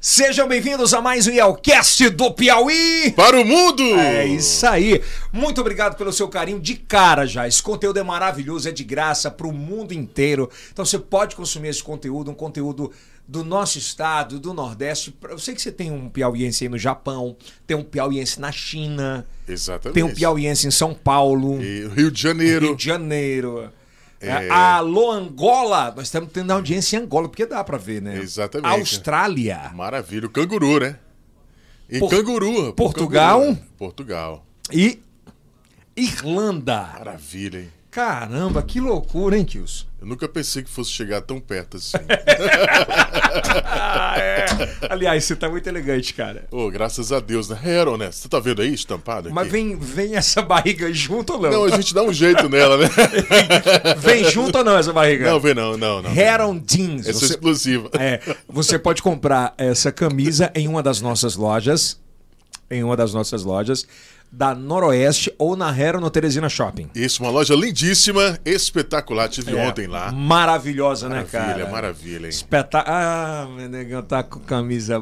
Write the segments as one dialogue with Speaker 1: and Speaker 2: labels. Speaker 1: Sejam bem-vindos a mais um Yelcast do Piauí!
Speaker 2: Para o mundo!
Speaker 1: É isso aí. Muito obrigado pelo seu carinho de cara já. Esse conteúdo é maravilhoso, é de graça para o mundo inteiro. Então você pode consumir esse conteúdo, um conteúdo do nosso estado, do Nordeste. Eu sei que você tem um piauiense aí no Japão, tem um piauiense na China,
Speaker 2: Exatamente.
Speaker 1: tem um piauiense em São Paulo,
Speaker 2: E Rio de
Speaker 1: Rio
Speaker 2: Janeiro.
Speaker 1: de Janeiro.
Speaker 2: É.
Speaker 1: Alô, Angola! Nós estamos tendo audiência em Angola, porque dá para ver, né?
Speaker 2: Exatamente.
Speaker 1: Austrália.
Speaker 2: Maravilha. O canguru, né? E
Speaker 1: Por-
Speaker 2: canguru. rapaz,
Speaker 1: Portugal?
Speaker 2: canguru, né? Portugal.
Speaker 1: e Irlanda.
Speaker 2: Maravilha, hein?
Speaker 1: Caramba, que loucura, hein, Kilson?
Speaker 2: Eu nunca pensei que fosse chegar tão perto assim.
Speaker 1: Ah, é. Aliás, você tá muito elegante, cara.
Speaker 2: Ô, graças a Deus, né? Hero, né? Você tá vendo aí estampado aqui?
Speaker 1: Mas vem, vem essa barriga junto ou não?
Speaker 2: Não, a gente dá um jeito nela, né?
Speaker 1: É. Vem junto ou não essa barriga?
Speaker 2: não, vê não, não, não.
Speaker 1: Heron Jeans.
Speaker 2: Essa é
Speaker 1: Você,
Speaker 2: explosiva.
Speaker 1: é, você pode comprar essa camisa em uma das nossas lojas. Em uma das nossas lojas da Noroeste ou na Heron no Teresina Shopping.
Speaker 2: Isso, uma loja lindíssima, espetacular. Tive
Speaker 1: É.
Speaker 2: ontem lá.
Speaker 1: Maravilhosa, né, cara?
Speaker 2: Maravilha, maravilha, hein?
Speaker 1: Espeta... Ah, meu negão tá com camisa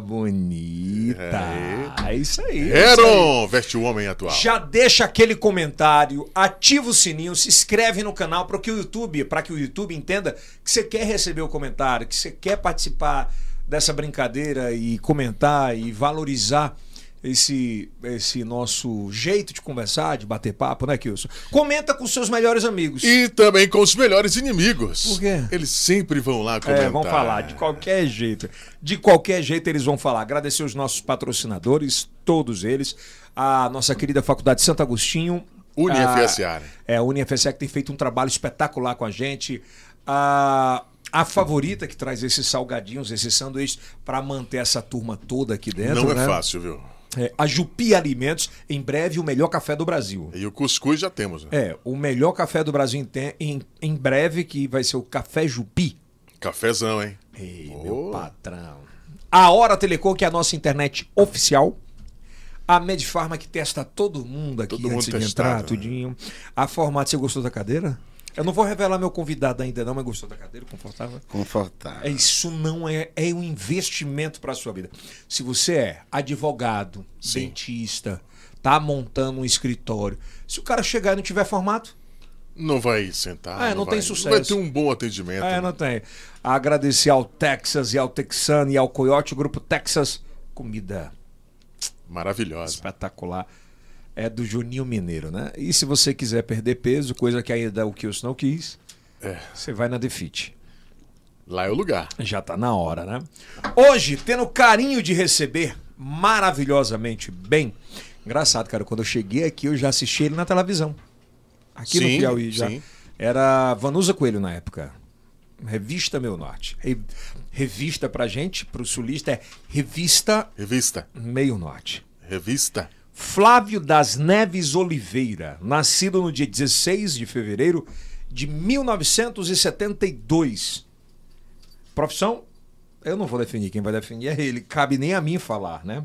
Speaker 1: bonita. É isso aí. é isso aí.
Speaker 2: Heron, veste o homem atual.
Speaker 1: Já deixa aquele comentário, ativa o sininho, se inscreve no canal para que o YouTube, para que o YouTube entenda que você quer receber o comentário, que você quer participar dessa brincadeira e comentar e valorizar esse esse nosso jeito de conversar, de bater papo, né, Kilson? Comenta com seus melhores amigos.
Speaker 2: E também com os melhores inimigos.
Speaker 1: Por quê?
Speaker 2: Eles sempre vão lá comentar.
Speaker 1: É, vão falar de qualquer jeito. De qualquer jeito eles vão falar. Agradecer os nossos patrocinadores, todos eles, a nossa querida Faculdade Santo Agostinho,
Speaker 2: UniFSA, né?
Speaker 1: É, a UniFSA que tem feito um trabalho espetacular com a gente. A, a favorita que traz esses salgadinhos, esses sanduíches, para manter essa turma toda aqui dentro.
Speaker 2: Não é
Speaker 1: né?
Speaker 2: fácil, viu?
Speaker 1: É, a Jupi Alimentos, em breve, o melhor café do Brasil.
Speaker 2: E o cuscuz já temos, né?
Speaker 1: É, o melhor café do Brasil em, te- em, em breve, que vai ser o Café Jupi.
Speaker 2: Cafezão, hein?
Speaker 1: É. Ei,
Speaker 2: Oh.
Speaker 1: meu patrão. A Hora Telecom, que é a nossa internet oficial. A Medfarma, que testa todo mundo aqui
Speaker 2: Todo
Speaker 1: antes
Speaker 2: mundo
Speaker 1: de
Speaker 2: testado,
Speaker 1: entrar,
Speaker 2: né?
Speaker 1: tudinho. A Formato, você gostou da cadeira? Eu não vou revelar meu convidado ainda não, mas gostou da cadeira, confortável? É,
Speaker 3: Confortável.
Speaker 1: Isso não é, é um investimento para sua vida. Se você é advogado, dentista, tá montando um escritório, se o cara chegar e não tiver formato,
Speaker 2: Não vai sentar.
Speaker 1: Ah, não tem
Speaker 2: vai-
Speaker 1: sucesso.
Speaker 2: Vai ter um bom atendimento.
Speaker 1: É, não tem. Agradecer ao Texas e ao Texano e ao Coyote, o grupo Texas. Comida
Speaker 2: Maravilhosa.
Speaker 1: espetacular. É do Juninho Mineiro, né? E se você quiser perder peso, coisa que ainda o Kills não quis,
Speaker 2: É.
Speaker 1: você vai na Defit.
Speaker 2: Lá é o lugar.
Speaker 1: Já tá na hora, né? Hoje, tendo o carinho de receber maravilhosamente bem. Engraçado, cara, quando eu cheguei aqui, eu já assisti ele na televisão. Aqui no
Speaker 2: Sim,
Speaker 1: Piauí já.
Speaker 2: sim.
Speaker 1: Era Vanusa Coelho na época. Revista Meu Norte. Re- Revista pra gente, pro sulista, é Revista
Speaker 2: Revista.
Speaker 1: Meio Norte.
Speaker 2: Revista.
Speaker 1: Flávio das Neves Oliveira, nascido no dia 16 de fevereiro de 1972. Profissão? Eu não vou definir, quem vai definir é ele, cabe nem a mim falar, né?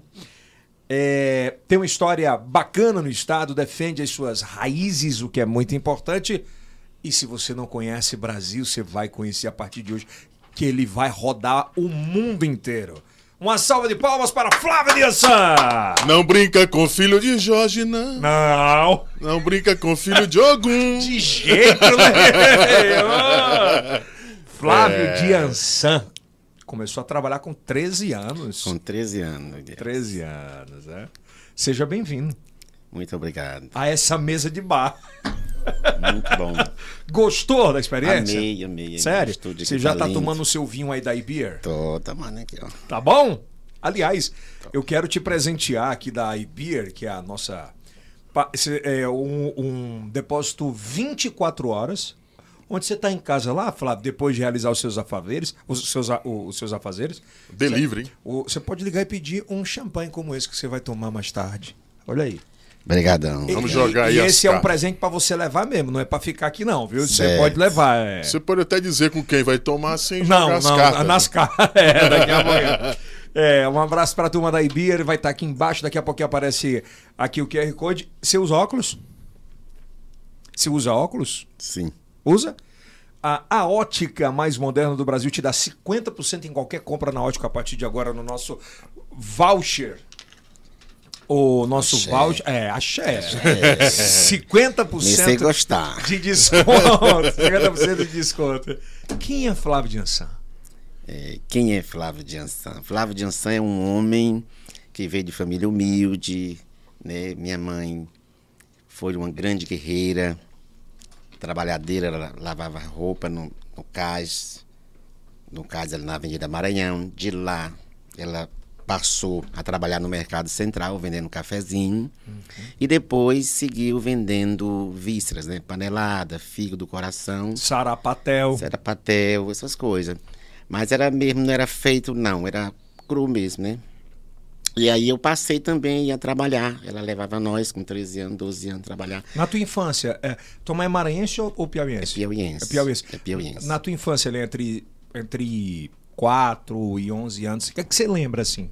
Speaker 1: É, tem uma história bacana no estado, defende as suas raízes, o que é muito importante. E se você não conhece Brasil, você vai conhecer a partir de hoje, que ele vai rodar o mundo inteiro. Uma salva de palmas para Flávio Diassan!
Speaker 2: Não brinca com filho de Jorge, não.
Speaker 1: Não.
Speaker 2: Não brinca com filho de Ogum.
Speaker 1: De jeito nenhum. Flávio
Speaker 3: É.
Speaker 1: Diançan começou a trabalhar com 13 anos.
Speaker 3: Com 13 anos. Guilherme.
Speaker 1: 13 anos, é. Seja bem-vindo
Speaker 3: Muito obrigado.
Speaker 1: a essa mesa de bar.
Speaker 3: Muito bom.
Speaker 1: Gostou da experiência?
Speaker 3: Amei, amei.
Speaker 1: Sério?
Speaker 3: Estúdio
Speaker 1: Você
Speaker 3: aqui
Speaker 1: já tá
Speaker 3: lindo.
Speaker 1: tomando o seu vinho aí da Ibeer?
Speaker 3: Tô tomando aqui, ó.
Speaker 1: Tá bom? Aliás, eu quero te presentear aqui da iBeer, que é a nossa. pa- cê- É um, um depósito 24 horas, onde você está em casa lá, Flávio, depois de realizar os seus afazeres, os seus, a- o- os seus afazeres.
Speaker 2: Delivery, hein?
Speaker 1: o- Você pode ligar e pedir um champanhe como esse que você vai tomar mais tarde. Olha aí.
Speaker 3: Obrigadão.
Speaker 2: Vamos
Speaker 1: E-
Speaker 2: jogar aí
Speaker 1: E
Speaker 2: as
Speaker 1: esse é um
Speaker 2: cartas.
Speaker 1: presente para você levar mesmo, não é para ficar aqui não, viu? Você
Speaker 3: Certo.
Speaker 1: pode levar. é.
Speaker 2: Você pode até dizer com quem vai tomar sem
Speaker 1: Não,
Speaker 2: jogar
Speaker 1: não,
Speaker 2: as cartas.
Speaker 1: nas
Speaker 2: né?
Speaker 1: caras. É, daqui a pouco. É, um abraço pra turma da Ibir, vai estar aqui embaixo, daqui a pouquinho aparece aqui o QR Code. Você usa óculos? Você usa óculos?
Speaker 3: Sim.
Speaker 1: Usa? A, a ótica mais moderna do Brasil te dá 50% em qualquer compra na ótica a partir de agora no nosso voucher. O nosso
Speaker 3: Axé.
Speaker 1: voucher. É, axé. 50%
Speaker 3: Comecei a gostar.
Speaker 1: de desconto. 50% de desconto. Quem é Flávio de Ansan?
Speaker 3: É, Quem é Flávio de Ansan? Flávio de Ansan é um homem que veio de família humilde, né? Minha mãe foi uma grande guerreira, trabalhadeira, ela lavava roupa no, no cais, no cais ali na Avenida Maranhão. De lá, ela passou a trabalhar no Mercado Central, vendendo cafezinho, e depois seguiu vendendo vísceras, né? Panelada, fígado do coração.
Speaker 1: Sara Patel.
Speaker 3: Isso era patel, essas coisas. Mas era mesmo, não era feito, não, era cru mesmo, né? E aí eu passei também a trabalhar. Ela levava nós com 13 anos, 12 anos, trabalhar.
Speaker 1: Na tua infância, é, tua mãe é maranhense ou, ou piauiense?
Speaker 3: Piauiense.
Speaker 1: É piauiense.
Speaker 3: É piauiense.
Speaker 1: Na tua infância, ali, entre, entre 4 e 11 anos, o que é que você lembra assim?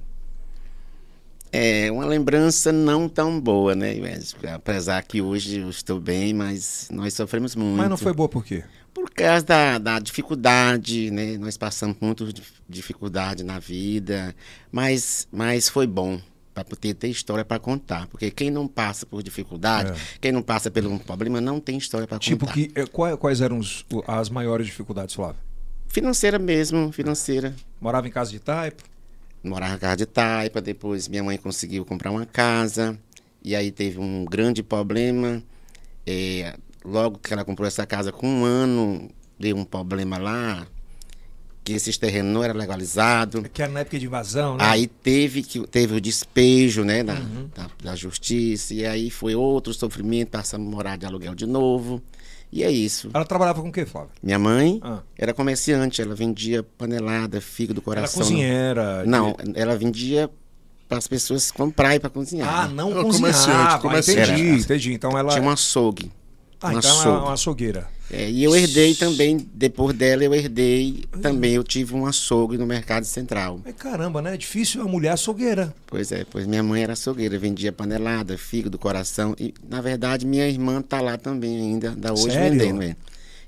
Speaker 3: É uma lembrança não tão boa, né? Mas, Apesar que hoje eu estou bem, mas nós sofremos muito.
Speaker 1: Mas não foi boa por quê?
Speaker 3: Por causa da, da dificuldade, né? Nós passamos muita dif- dificuldade na vida, mas, mas foi bom para poder ter história para contar. Porque quem não passa por dificuldade, quem não passa por um problema, não tem história para
Speaker 1: É. Tipo,
Speaker 3: contar.
Speaker 1: que, eh, quais, quais eram os- o- as maiores dificuldades, Flávio?
Speaker 3: Financeira mesmo, financeira.
Speaker 1: Morava em casa de taipa?
Speaker 3: Morava na casa de taipa, depois minha mãe conseguiu comprar uma casa, e aí teve um grande problema. É, logo que ela comprou essa casa, com um ano, deu um problema lá, que esses terrenos não eram legalizados.
Speaker 1: Que era na época de invasão, né?
Speaker 3: Aí teve, que, teve o despejo né, da,
Speaker 1: Uhum.
Speaker 3: da, da justiça, e aí foi outro sofrimento, passamos a morar de aluguel de novo. E é isso.
Speaker 1: Ela trabalhava com o quê, Flávio?
Speaker 3: Minha mãe
Speaker 1: Ah.
Speaker 3: era comerciante, ela vendia panelada, figo do
Speaker 1: Era
Speaker 3: coração.
Speaker 1: cozinheira?
Speaker 3: né? Não, ela vendia para as pessoas comprar e para cozinhar.
Speaker 1: Ah, não
Speaker 2: Era
Speaker 1: cozinhava. Ah,
Speaker 2: comerciante, comerciante.
Speaker 1: Entendi,
Speaker 3: Era.
Speaker 1: entendi. Então ela...
Speaker 3: Tinha um açougue.
Speaker 1: Ah,
Speaker 3: um
Speaker 1: então ela era
Speaker 3: açougue.
Speaker 1: uma açougueira.
Speaker 3: É, e eu herdei também, depois dela eu herdei,
Speaker 1: Hum.
Speaker 3: também eu tive um açougue no Mercado Central.
Speaker 1: Mas caramba, né? É difícil a mulher açougueira.
Speaker 3: Pois é, pois minha mãe era açougueira, vendia panelada, fígado, coração. E, na verdade, minha irmã tá lá também ainda, da hoje
Speaker 1: Sério?
Speaker 3: vendendo. É.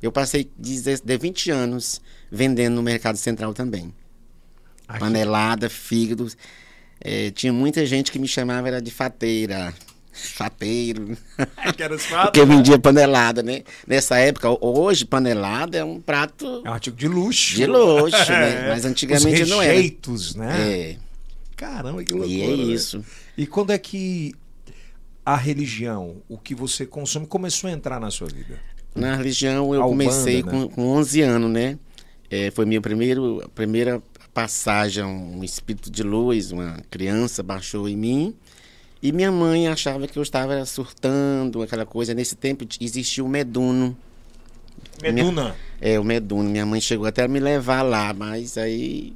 Speaker 3: Eu passei 10 de 20 anos vendendo no Mercado Central também.
Speaker 1: Aqui.
Speaker 3: Panelada, fígado. É, tinha muita gente que me chamava era de fateira. Fateiro.
Speaker 1: Que era os
Speaker 3: Porque eu vendia panelada, né? Nessa época, ho- hoje, panelada é um prato
Speaker 1: É um artigo de luxo. É.
Speaker 3: de luxo, né? Mas antigamente
Speaker 1: Os
Speaker 3: não era.
Speaker 1: rejeitos, né?
Speaker 3: É,
Speaker 1: Caramba, que loucura.
Speaker 3: e é
Speaker 1: né?
Speaker 3: isso.
Speaker 1: E quando é que a religião, o que você consome, começou a entrar na sua vida?
Speaker 3: Na religião eu
Speaker 1: A Umbanda,
Speaker 3: comecei
Speaker 1: né?
Speaker 3: com, com 11 anos, né? É, foi minha primeiro, primeira passagem, um espírito de luz, uma criança baixou em mim. E minha mãe achava que eu estava surtando, aquela coisa. Nesse tempo t- existia o meduno.
Speaker 1: Meduna.
Speaker 3: É, o meduno. Minha mãe chegou até a me levar lá, mas aí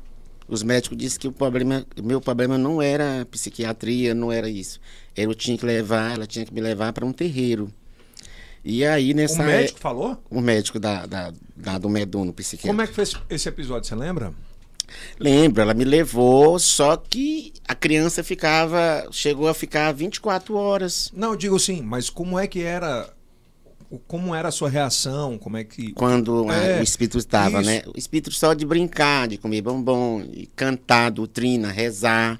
Speaker 3: os médicos disseram que o problema, o meu problema não era psiquiatria, não era isso. Eu tinha que levar, ela tinha que me levar para um terreiro. E aí
Speaker 1: O
Speaker 3: nessa é-
Speaker 1: médico falou?
Speaker 3: o médico da, da, da- do Meduno, psiquiatra.
Speaker 1: Como é que foi esse- esse episódio, você lembra?
Speaker 3: Lembro, ela me levou, só que a criança ficava, chegou a ficar 24 horas.
Speaker 1: Não, eu digo sim, mas como é que era. o- Como era a sua reação? Como é que.
Speaker 3: Quando a-
Speaker 1: É,
Speaker 3: o espírito estava,
Speaker 1: isso.
Speaker 3: né? O espírito só de brincar, de comer bombom, e cantar, doutrina, rezar.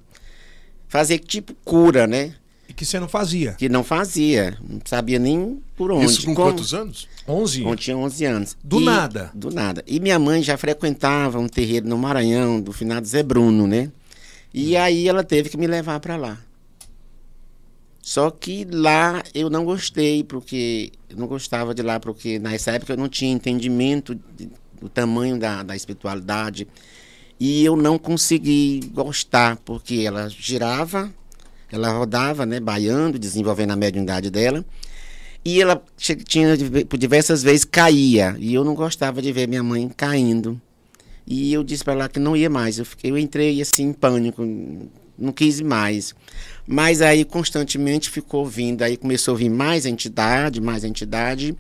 Speaker 3: Fazer tipo cura, né?
Speaker 1: E que você não fazia?
Speaker 3: Que não fazia, não sabia nem por onde.
Speaker 2: né? Isso com
Speaker 3: como.
Speaker 2: quantos anos?
Speaker 1: 11?
Speaker 3: Eu tinha 11 anos.
Speaker 1: Do
Speaker 3: E-
Speaker 1: nada?
Speaker 3: Do nada. E minha mãe já frequentava um terreiro no Maranhão, do finado Zé Bruno, né?
Speaker 1: Hum.
Speaker 3: E aí ela teve que me levar pra lá. Só que lá eu não gostei, porque eu não gostava de lá, porque nessa época eu não tinha entendimento de- do tamanho da, da espiritualidade. E eu não consegui gostar, porque ela girava, ela rodava, né, baiando, desenvolvendo a mediunidade dela. E ela che- tinha de ve- por diversas vezes caía, e eu não gostava de ver minha mãe caindo. E eu disse para ela que não ia mais. Eu, fiquei, eu entrei assim em pânico, não quis ir mais. Mas aí constantemente ficou vindo, aí começou a vir mais entidade, mais entidade.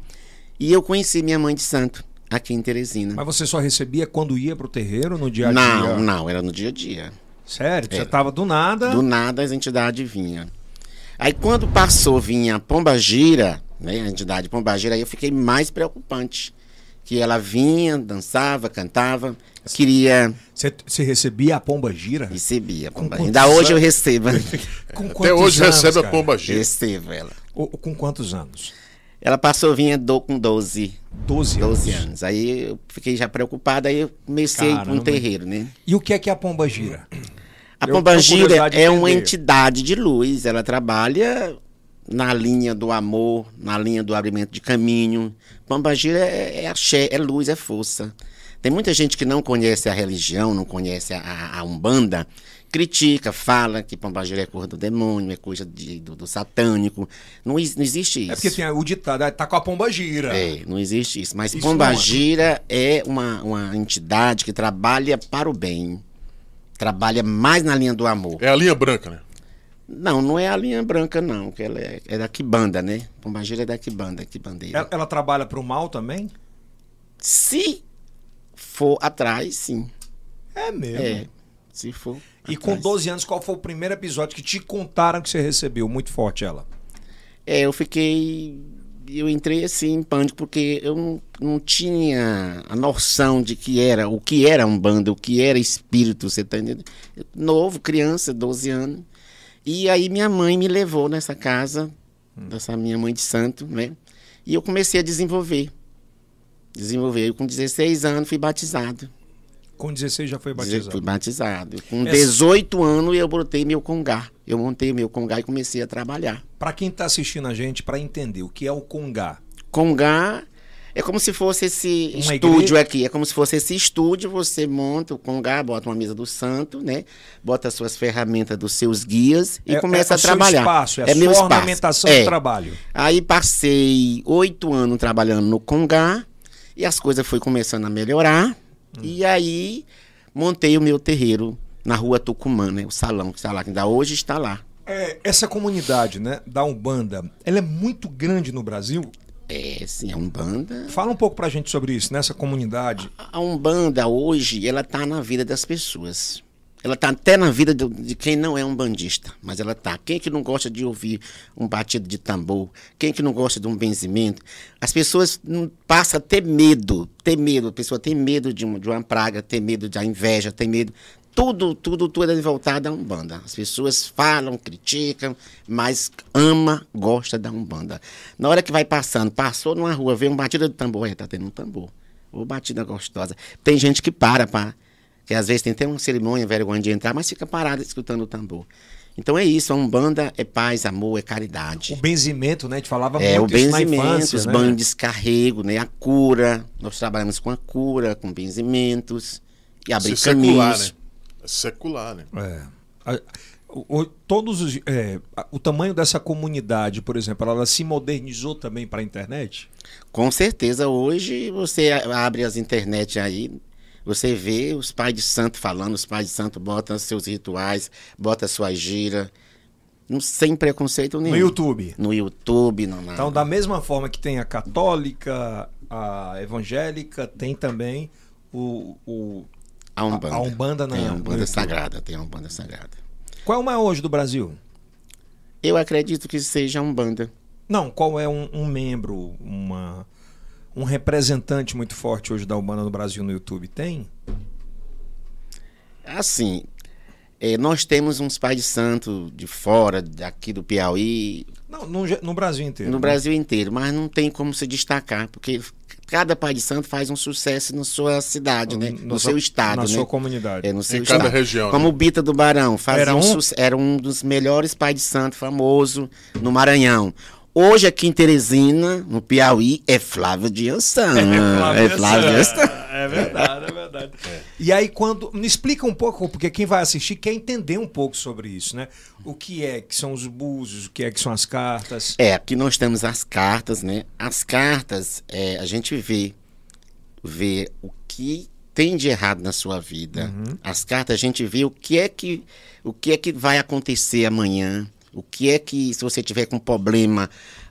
Speaker 3: E eu conheci minha mãe de santo aqui em Teresina.
Speaker 1: Mas você só recebia quando ia pro terreiro, no dia a dia?
Speaker 3: Não, não, era no dia a dia.
Speaker 1: Sério? Você tava do nada.
Speaker 3: Do nada as entidades vinham. Aí quando passou, vinha a Pombagira, né? A entidade Pombagira, aí eu fiquei mais preocupante. que ela vinha, dançava, cantava, queria,
Speaker 1: Você, você recebia a pomba gira?
Speaker 3: recebia.
Speaker 1: Com
Speaker 3: pomba.
Speaker 1: quantos
Speaker 3: Ainda hoje eu
Speaker 1: anos?
Speaker 3: recebo. né?
Speaker 1: Com
Speaker 2: Até
Speaker 1: quantos
Speaker 2: hoje
Speaker 1: anos,
Speaker 2: recebe a
Speaker 1: cara?
Speaker 2: pomba gira.
Speaker 3: recebo ela.
Speaker 1: O- com quantos anos?
Speaker 3: Ela passou vinha do, com 12,
Speaker 1: 12 anos.
Speaker 3: 12 anos. Aí eu fiquei já preocupado, aí eu comecei com
Speaker 1: Caramba.
Speaker 3: um terreiro, né?
Speaker 1: E o que é que é a pomba gira?
Speaker 3: A
Speaker 1: Eu tenho
Speaker 3: Pombangira
Speaker 1: curiosidade de
Speaker 3: é uma
Speaker 1: entender.
Speaker 3: entidade de luz, ela trabalha na linha do amor, na linha do abrimento de caminho. Pombangira é, é axé, é luz, é força. Tem muita gente que não conhece a religião, não conhece a- a, a Umbanda, critica, fala que Pombangira é coisa do demônio, é coisa de- do, do satânico. Não, is- não existe isso.
Speaker 1: É porque tem o ditado, ah, tá com a pomba gira.
Speaker 3: É, não existe isso. Mas
Speaker 1: Isso não é.
Speaker 3: Pombagira é uma, uma entidade que trabalha para o bem. Trabalha mais na linha do amor.
Speaker 2: É a linha branca, né?
Speaker 3: Não, não é a linha branca, não, que ela é, é da Quibanda, né? Pombagira é da Quibanda, Quibandeira.
Speaker 1: Ela, ela trabalha pro mal também?
Speaker 3: Se for atrás, sim.
Speaker 1: É mesmo.
Speaker 3: É. Se for.
Speaker 1: E com
Speaker 3: atrás.
Speaker 1: 12 anos, qual foi o primeiro episódio que te contaram que você recebeu? Muito forte ela.
Speaker 3: É, eu fiquei. Eu entrei assim em pânico, porque eu não, não tinha a noção de que era, o que era Umbanda, o que era espírito, você tá entendendo? Novo, criança, 12 anos. E aí minha mãe me levou nessa casa,
Speaker 1: Hum.
Speaker 3: dessa minha mãe de santo, né? E eu comecei a desenvolver. Desenvolver. Eu com 16 anos fui batizado.
Speaker 1: Com 16 já foi
Speaker 3: Dizer- Fui
Speaker 1: batizado.
Speaker 3: batizado. Com
Speaker 1: Essa-
Speaker 3: 18 anos eu botei meu congá. Eu montei meu congá e comecei a trabalhar.
Speaker 1: Pra quem tá assistindo a gente, pra entender o que é o congá.
Speaker 3: Congá é como se fosse esse
Speaker 1: Uma
Speaker 3: estúdio
Speaker 1: igreja?
Speaker 3: aqui. É como se fosse esse estúdio. Você monta o congá, bota uma mesa do santo, né? Bota as suas ferramentas dos seus guias e
Speaker 1: É- é
Speaker 3: começa a
Speaker 1: o seu
Speaker 3: trabalhar.
Speaker 1: espaço, é a
Speaker 3: É
Speaker 1: sua
Speaker 3: meu espaço.
Speaker 1: ornamentação
Speaker 3: É.
Speaker 1: de trabalho.
Speaker 3: Aí passei oito anos trabalhando no congá e as coisas foi começando a melhorar.
Speaker 1: Hum.
Speaker 3: E aí montei o meu terreiro na rua Tucumã, né? O salão que está lá, que ainda hoje está lá.
Speaker 1: É, essa comunidade, né, da Umbanda, ela é muito grande no Brasil.
Speaker 3: É, sim, é um banda.
Speaker 1: Fala um pouco pra gente sobre isso, nessa comunidade.
Speaker 3: A Umbanda hoje, ela tá na vida das pessoas. Ela tá até na vida do- de quem não é um bandista, mas ela tá. Quem que não gosta de ouvir um batido de tambor? Quem que não gosta de um benzimento? As pessoas não- passam a ter medo, ter medo. A pessoa tem medo de, um- de uma praga, tem medo da inveja, tem medo. Tudo, tudo, tudo é voltado à Umbanda. As pessoas falam, criticam, mas ama, gosta da Umbanda. Na hora que vai passando, passou numa rua, vê um batido de tambor, é, tá tendo um tambor. Ô, batida gostosa. Tem gente que para, pá. Que às vezes tem até uma cerimônia, vergonha de entrar, mas fica parada escutando o tambor. Então é isso, a Umbanda é paz, amor, é
Speaker 1: O
Speaker 3: caridade.
Speaker 1: benzimento, né? A gente falava
Speaker 3: é o
Speaker 1: muito isso na
Speaker 3: benzimento,
Speaker 1: infância,
Speaker 3: os
Speaker 1: né?
Speaker 3: banhos de descarrego, né? A cura. Nós trabalhamos com a cura, com benzimentos e abrir
Speaker 2: Isso é secular,
Speaker 3: caminhos.
Speaker 2: né? É secular, né?
Speaker 1: É. A- o, o- todos os, é, a- o tamanho dessa comunidade, por exemplo, ela, ela se modernizou também para a internet?
Speaker 3: Com certeza, hoje você a- abre as internet aí, você vê os pais de santo falando, os pais de santo botam seus rituais, botam sua gira, não, sem preconceito nenhum.
Speaker 1: No YouTube.
Speaker 3: No YouTube, não, não.
Speaker 1: Então, da mesma forma que tem a católica, a evangélica, tem também o. o-
Speaker 3: a Umbanda.
Speaker 1: a Umbanda na-
Speaker 3: Tem a
Speaker 1: no
Speaker 3: Umbanda
Speaker 1: YouTube.
Speaker 3: Sagrada, tem a Umbanda Sagrada.
Speaker 1: Qual é o maior hoje do Brasil?
Speaker 3: Eu acredito que seja a Umbanda.
Speaker 1: Não, qual é um, um membro, uma, um representante muito forte hoje da Umbanda no Brasil no YouTube? Tem?
Speaker 3: Assim, eh, nós temos uns pais de santo de fora, daqui do Piauí,
Speaker 1: Não, no, ge- no Brasil inteiro.
Speaker 3: no
Speaker 1: né?
Speaker 3: Brasil inteiro, mas não tem como se destacar, porque cada pai de santo faz um sucesso na sua cidade, né?
Speaker 1: Na
Speaker 3: No
Speaker 1: sua-
Speaker 3: seu estado,
Speaker 1: Na
Speaker 3: né?
Speaker 1: sua comunidade.
Speaker 3: É, no seu
Speaker 2: Em cada
Speaker 3: estado.
Speaker 2: região, né?
Speaker 3: Como o Bita do Barão, fazia
Speaker 1: Era
Speaker 3: um
Speaker 1: um?
Speaker 3: suce- era um dos melhores pais de santo famoso no Maranhão. Hoje aqui em Teresina, no Piauí, é Flávio de Ansan. É Flávio de Ansan.
Speaker 1: É verdade, é verdade. E aí, quando. Me explica um pouco, porque quem vai assistir quer entender um pouco sobre isso, né? O que é que são os búzios, o que é que são as cartas.
Speaker 3: É, aqui nós temos as cartas, né? As cartas, é, a gente vê, vê o que tem de errado na sua vida. As cartas a gente vê o que é que o que é que vai acontecer amanhã, o que é que se você tiver com problema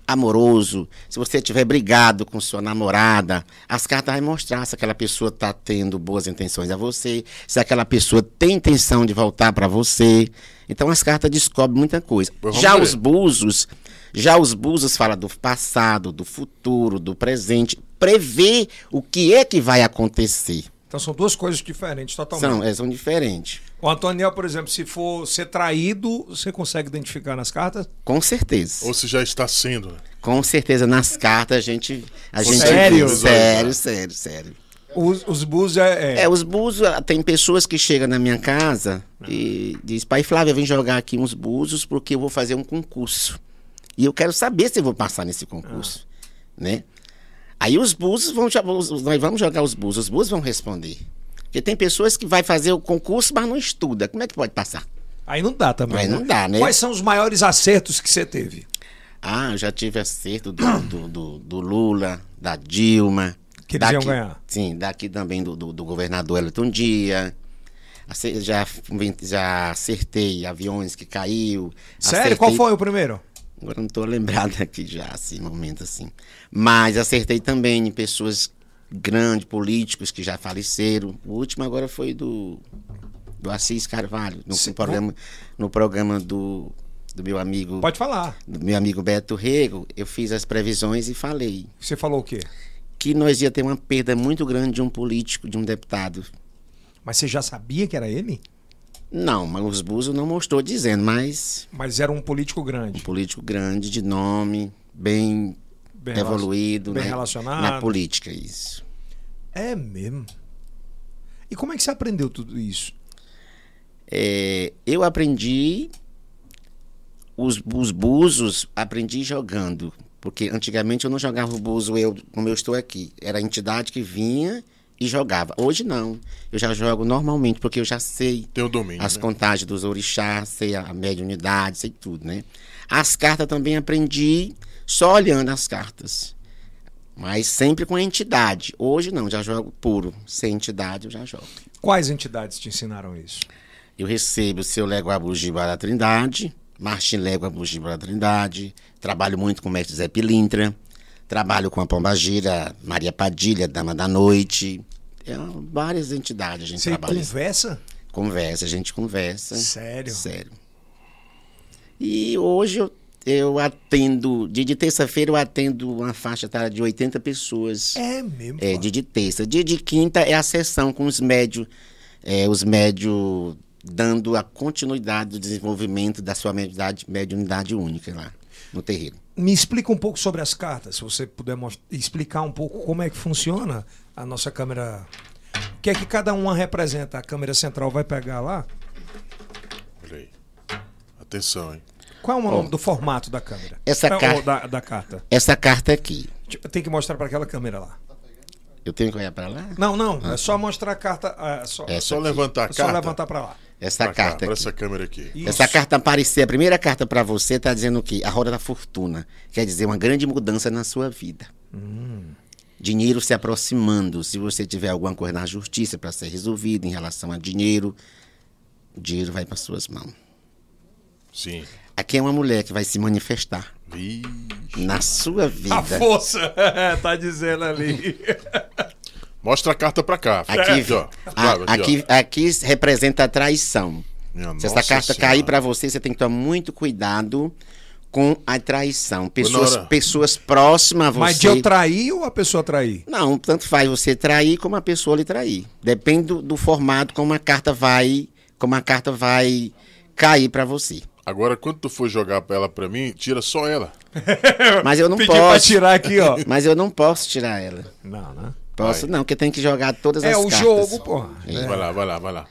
Speaker 3: amoroso, se você tiver brigado com sua namorada, as cartas vai mostrar se aquela pessoa tá tendo boas intenções a você, se aquela pessoa tem intenção de voltar para você. Então as cartas descobrem muita coisa.
Speaker 2: Vamos
Speaker 3: Já
Speaker 2: ver.
Speaker 3: os búzios, já os búzios fala do passado, do futuro, do presente. prever o que é que vai acontecer.
Speaker 1: Então são duas coisas diferentes totalmente.
Speaker 3: São, é, são diferentes.
Speaker 1: O Antoniel, por exemplo, se for ser traído, você consegue identificar nas cartas?
Speaker 3: Com certeza.
Speaker 2: Ou se já está sendo, né?
Speaker 3: Com certeza, nas cartas a gente. A gente
Speaker 1: Sério?
Speaker 3: Sério, sério, sério.
Speaker 1: Os, os bus é. é.
Speaker 3: É, os búzios, ah, tem pessoas que chegam na minha casa e diz pai Flávio, eu vim jogar aqui uns búzios porque eu vou fazer um concurso. E eu quero saber se eu vou passar nesse concurso, né? Aí os búzios vão, jo- os- os- nós vamos jogar os búzios, os búzios vão responder. Porque tem pessoas que vai fazer o concurso, mas não estuda. Como é que pode passar?
Speaker 1: Aí não dá também.
Speaker 3: Aí não dá, né?
Speaker 1: Quais são os maiores acertos que você teve?
Speaker 3: Ah, eu já tive acerto do, do, do- do Lula, da Dilma.
Speaker 1: Que eles iam
Speaker 3: Daqui-
Speaker 1: ganhar.
Speaker 3: Sim, daqui também do, do, do governador Elton Dia. Ace- Já, já acertei aviões que caiu.
Speaker 1: Sério? Qual
Speaker 3: acertei-
Speaker 1: foi o primeiro?
Speaker 3: Agora não estou lembrado aqui já, assim, momento assim. Mas acertei também em pessoas grandes, políticos que já faleceram. O último agora foi do, do Assis Carvalho, no,
Speaker 1: Sim,
Speaker 3: programa, no programa do, do meu amigo
Speaker 1: Pode falar.
Speaker 3: do meu amigo Beto Rego, eu fiz as previsões e falei
Speaker 1: Você falou o quê?
Speaker 3: que nós ia ter uma perda muito grande de um político, de um deputado.
Speaker 1: Mas você já sabia que era ele?
Speaker 3: Não, mas os Buzo não mostrou dizendo, mas
Speaker 1: Mas era um político
Speaker 3: um
Speaker 1: grande.
Speaker 3: político grande, de nome, bem,
Speaker 1: Bem
Speaker 3: evoluído,
Speaker 1: bem
Speaker 3: né?
Speaker 1: relacionado.
Speaker 3: na política, isso.
Speaker 1: É mesmo. E como é que você aprendeu tudo isso?
Speaker 3: É, eu aprendi os, os búzios, aprendi jogando. Porque antigamente eu não jogava o buzo eu, como eu estou aqui. Era a entidade que vinha e jogava. Hoje não. Eu já jogo normalmente, porque eu já sei
Speaker 2: Tem o domínio.
Speaker 3: as
Speaker 2: né?
Speaker 3: contagens dos orixás, sei a mediunidade, sei tudo, né? As cartas também aprendi só olhando as cartas. Mas sempre com a entidade. Hoje não, já jogo puro. Sem entidade eu já jogo.
Speaker 1: Quais entidades te ensinaram isso?
Speaker 3: Eu recebo o seu Légua Bugiba da Trindade, Martim Légua Bugiba da Trindade, trabalho muito com o mestre Zé Pilintra, trabalho com a Pombagira, Maria Padilha, Dama da Noite. É, várias entidades a gente
Speaker 1: Você
Speaker 3: trabalha.
Speaker 1: conversa?
Speaker 3: Conversa, a gente conversa.
Speaker 1: Sério?
Speaker 3: Sério. E hoje eu, eu atendo, de, de terça-feira eu atendo uma faixa etária de 80 pessoas.
Speaker 1: É mesmo.
Speaker 3: É, dia de terça. Dia de quinta é a sessão com os médios, é, os médios dando a continuidade do desenvolvimento da sua mediunidade, mediunidade única lá no terreiro.
Speaker 1: Me explica um pouco sobre as cartas, se você puder mos- explicar um pouco como é que funciona a nossa câmera. O que é que cada uma representa? A câmera central vai pegar lá?
Speaker 2: Olha aí. Atenção, hein?
Speaker 1: Qual é o nome do formato da câmera?
Speaker 3: Essa
Speaker 1: É, ou
Speaker 3: carta-
Speaker 1: Da, da carta.
Speaker 3: Essa carta aqui,
Speaker 1: Tipo, Tem que mostrar para aquela câmera lá.
Speaker 3: eu tenho que olhar para lá?
Speaker 1: Não, não. É só mostrar a carta. É só,
Speaker 3: Essa
Speaker 2: Só
Speaker 3: aqui.
Speaker 2: levantar a
Speaker 1: é
Speaker 2: carta.
Speaker 1: só levantar para lá.
Speaker 3: Essa
Speaker 2: pra cá,
Speaker 3: carta
Speaker 2: pra
Speaker 3: aqui.
Speaker 2: essa câmera aqui.
Speaker 1: Isso.
Speaker 3: Essa carta aparecer, a primeira carta para você está dizendo que a roda da fortuna quer dizer uma grande mudança na sua vida.
Speaker 2: Hum.
Speaker 3: Dinheiro se aproximando. Se você tiver alguma coisa na justiça para ser resolvida em relação a dinheiro, o dinheiro vai para suas mãos.
Speaker 2: Sim.
Speaker 3: Aqui é uma mulher que vai se manifestar
Speaker 2: Ih,
Speaker 3: na sua
Speaker 2: Ah,
Speaker 1: A
Speaker 3: vida.
Speaker 1: força! tá dizendo ali.
Speaker 2: Mostra a carta pra cá.
Speaker 3: Aqui,
Speaker 2: ó.
Speaker 3: a-
Speaker 2: Flávio,
Speaker 3: aqui, aqui representa a traição.
Speaker 2: ó. Minha
Speaker 3: Se essa
Speaker 2: Nossa
Speaker 3: carta
Speaker 2: Senhora.
Speaker 3: cair para você, você tem que tomar muito cuidado com a traição. Pessoas,
Speaker 2: Nora.
Speaker 3: pessoas próximas a você.
Speaker 1: Mas de eu trair ou a pessoa trair?
Speaker 3: Não, tanto faz você trair como a pessoa lhe trair. Depende do, do formato como a carta vai, como a carta vai cair para você.
Speaker 2: Agora, quando tu for jogar pra ela pra mim, tira só ela.
Speaker 3: Mas eu não
Speaker 1: Pedi pra
Speaker 3: posso.
Speaker 1: tirar aqui, ó.
Speaker 3: Mas eu não posso tirar ela.
Speaker 1: Não, né?
Speaker 3: Posso não, porque tem que jogar todas
Speaker 1: É
Speaker 3: as
Speaker 1: o
Speaker 3: cartas.
Speaker 1: jogo, porra. É.
Speaker 2: Vai lá, vai lá, vai lá.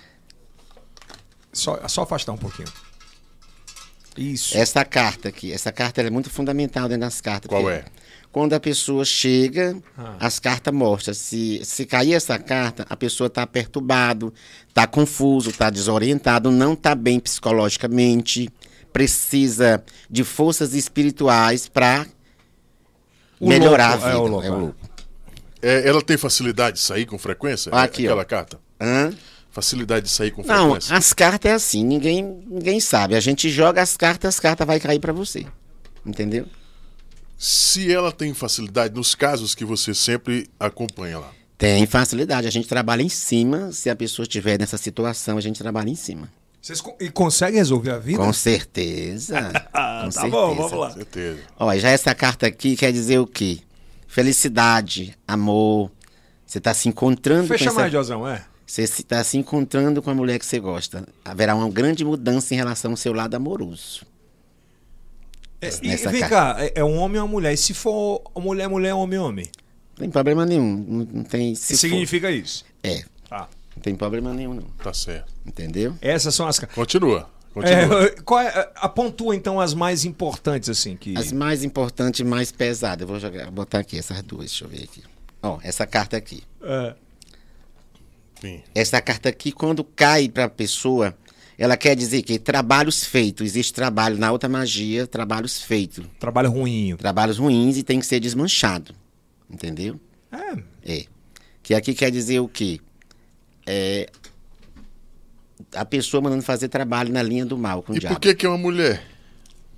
Speaker 1: Só, só afastar um pouquinho. Isso.
Speaker 3: Essa carta aqui, essa carta ela é muito fundamental dentro das cartas.
Speaker 2: Qual
Speaker 3: porque
Speaker 2: é?
Speaker 3: Quando a pessoa chega,
Speaker 1: Ah.
Speaker 3: as cartas mostram. Se, se cair essa carta, a pessoa está perturbado, está confuso, está desorientado, não está bem psicologicamente, precisa de forças espirituais para
Speaker 1: O
Speaker 3: melhorar
Speaker 1: louco,
Speaker 3: a vida.
Speaker 1: é o louco, é.
Speaker 2: É, ela tem facilidade de sair com frequência? É
Speaker 3: Aqui, ó.
Speaker 2: Aquela carta?
Speaker 3: Hã?
Speaker 2: Facilidade de sair com
Speaker 3: Não,
Speaker 2: frequência?
Speaker 3: as cartas é assim, ninguém, ninguém sabe. A gente joga as cartas, as cartas vai cair para você. Entendeu?
Speaker 2: Se ela tem facilidade nos casos que você sempre acompanha lá.
Speaker 3: Tem facilidade. A gente trabalha em cima. Se a pessoa estiver nessa situação, a gente trabalha em cima.
Speaker 1: Vocês con- e conseguem resolver a vida?
Speaker 3: Com certeza.
Speaker 1: Ah,
Speaker 3: Com
Speaker 1: tá bom,
Speaker 3: certeza.
Speaker 1: vamos lá.
Speaker 2: Certeza.
Speaker 3: Olha, já essa carta aqui quer dizer o quê? felicidade, amor. Você está se encontrando
Speaker 1: Fecha
Speaker 3: com essa...
Speaker 1: mais, Josão, é.
Speaker 3: Você está se encontrando com a mulher que você gosta. Haverá uma grande mudança em relação ao seu lado amoroso.
Speaker 1: É, E
Speaker 3: Nessa
Speaker 1: vem cá, é, é um homem ou uma mulher? E se for mulher, mulher, homem, homem?
Speaker 3: Não tem problema nenhum. Não, não tem.
Speaker 1: que
Speaker 3: Se for-
Speaker 1: significa isso?
Speaker 3: É,
Speaker 1: Tá.
Speaker 3: não tem problema nenhum, não.
Speaker 2: Tá certo.
Speaker 3: Entendeu?
Speaker 1: Essas são as. ca-
Speaker 2: Continua.
Speaker 1: É,
Speaker 2: Continua.
Speaker 1: qual é- apontua então as mais importantes, assim, que.
Speaker 3: As mais importantes e mais pesadas. Eu vou jogar, botar aqui essas duas, deixa eu ver aqui. Ó, essa carta aqui.
Speaker 1: É.
Speaker 2: Sim.
Speaker 3: Essa carta aqui, quando cai para a pessoa, ela quer dizer que trabalhos feitos. Existe trabalho na alta magia, trabalhos feitos.
Speaker 1: trabalho ruim.
Speaker 3: Trabalhos ruins e tem que ser desmanchado. Entendeu?
Speaker 1: É,
Speaker 3: É. Que aqui quer dizer o quê? É a pessoa mandando fazer trabalho na linha do mal com o
Speaker 2: E
Speaker 3: Um diabo.
Speaker 2: por que que é uma mulher?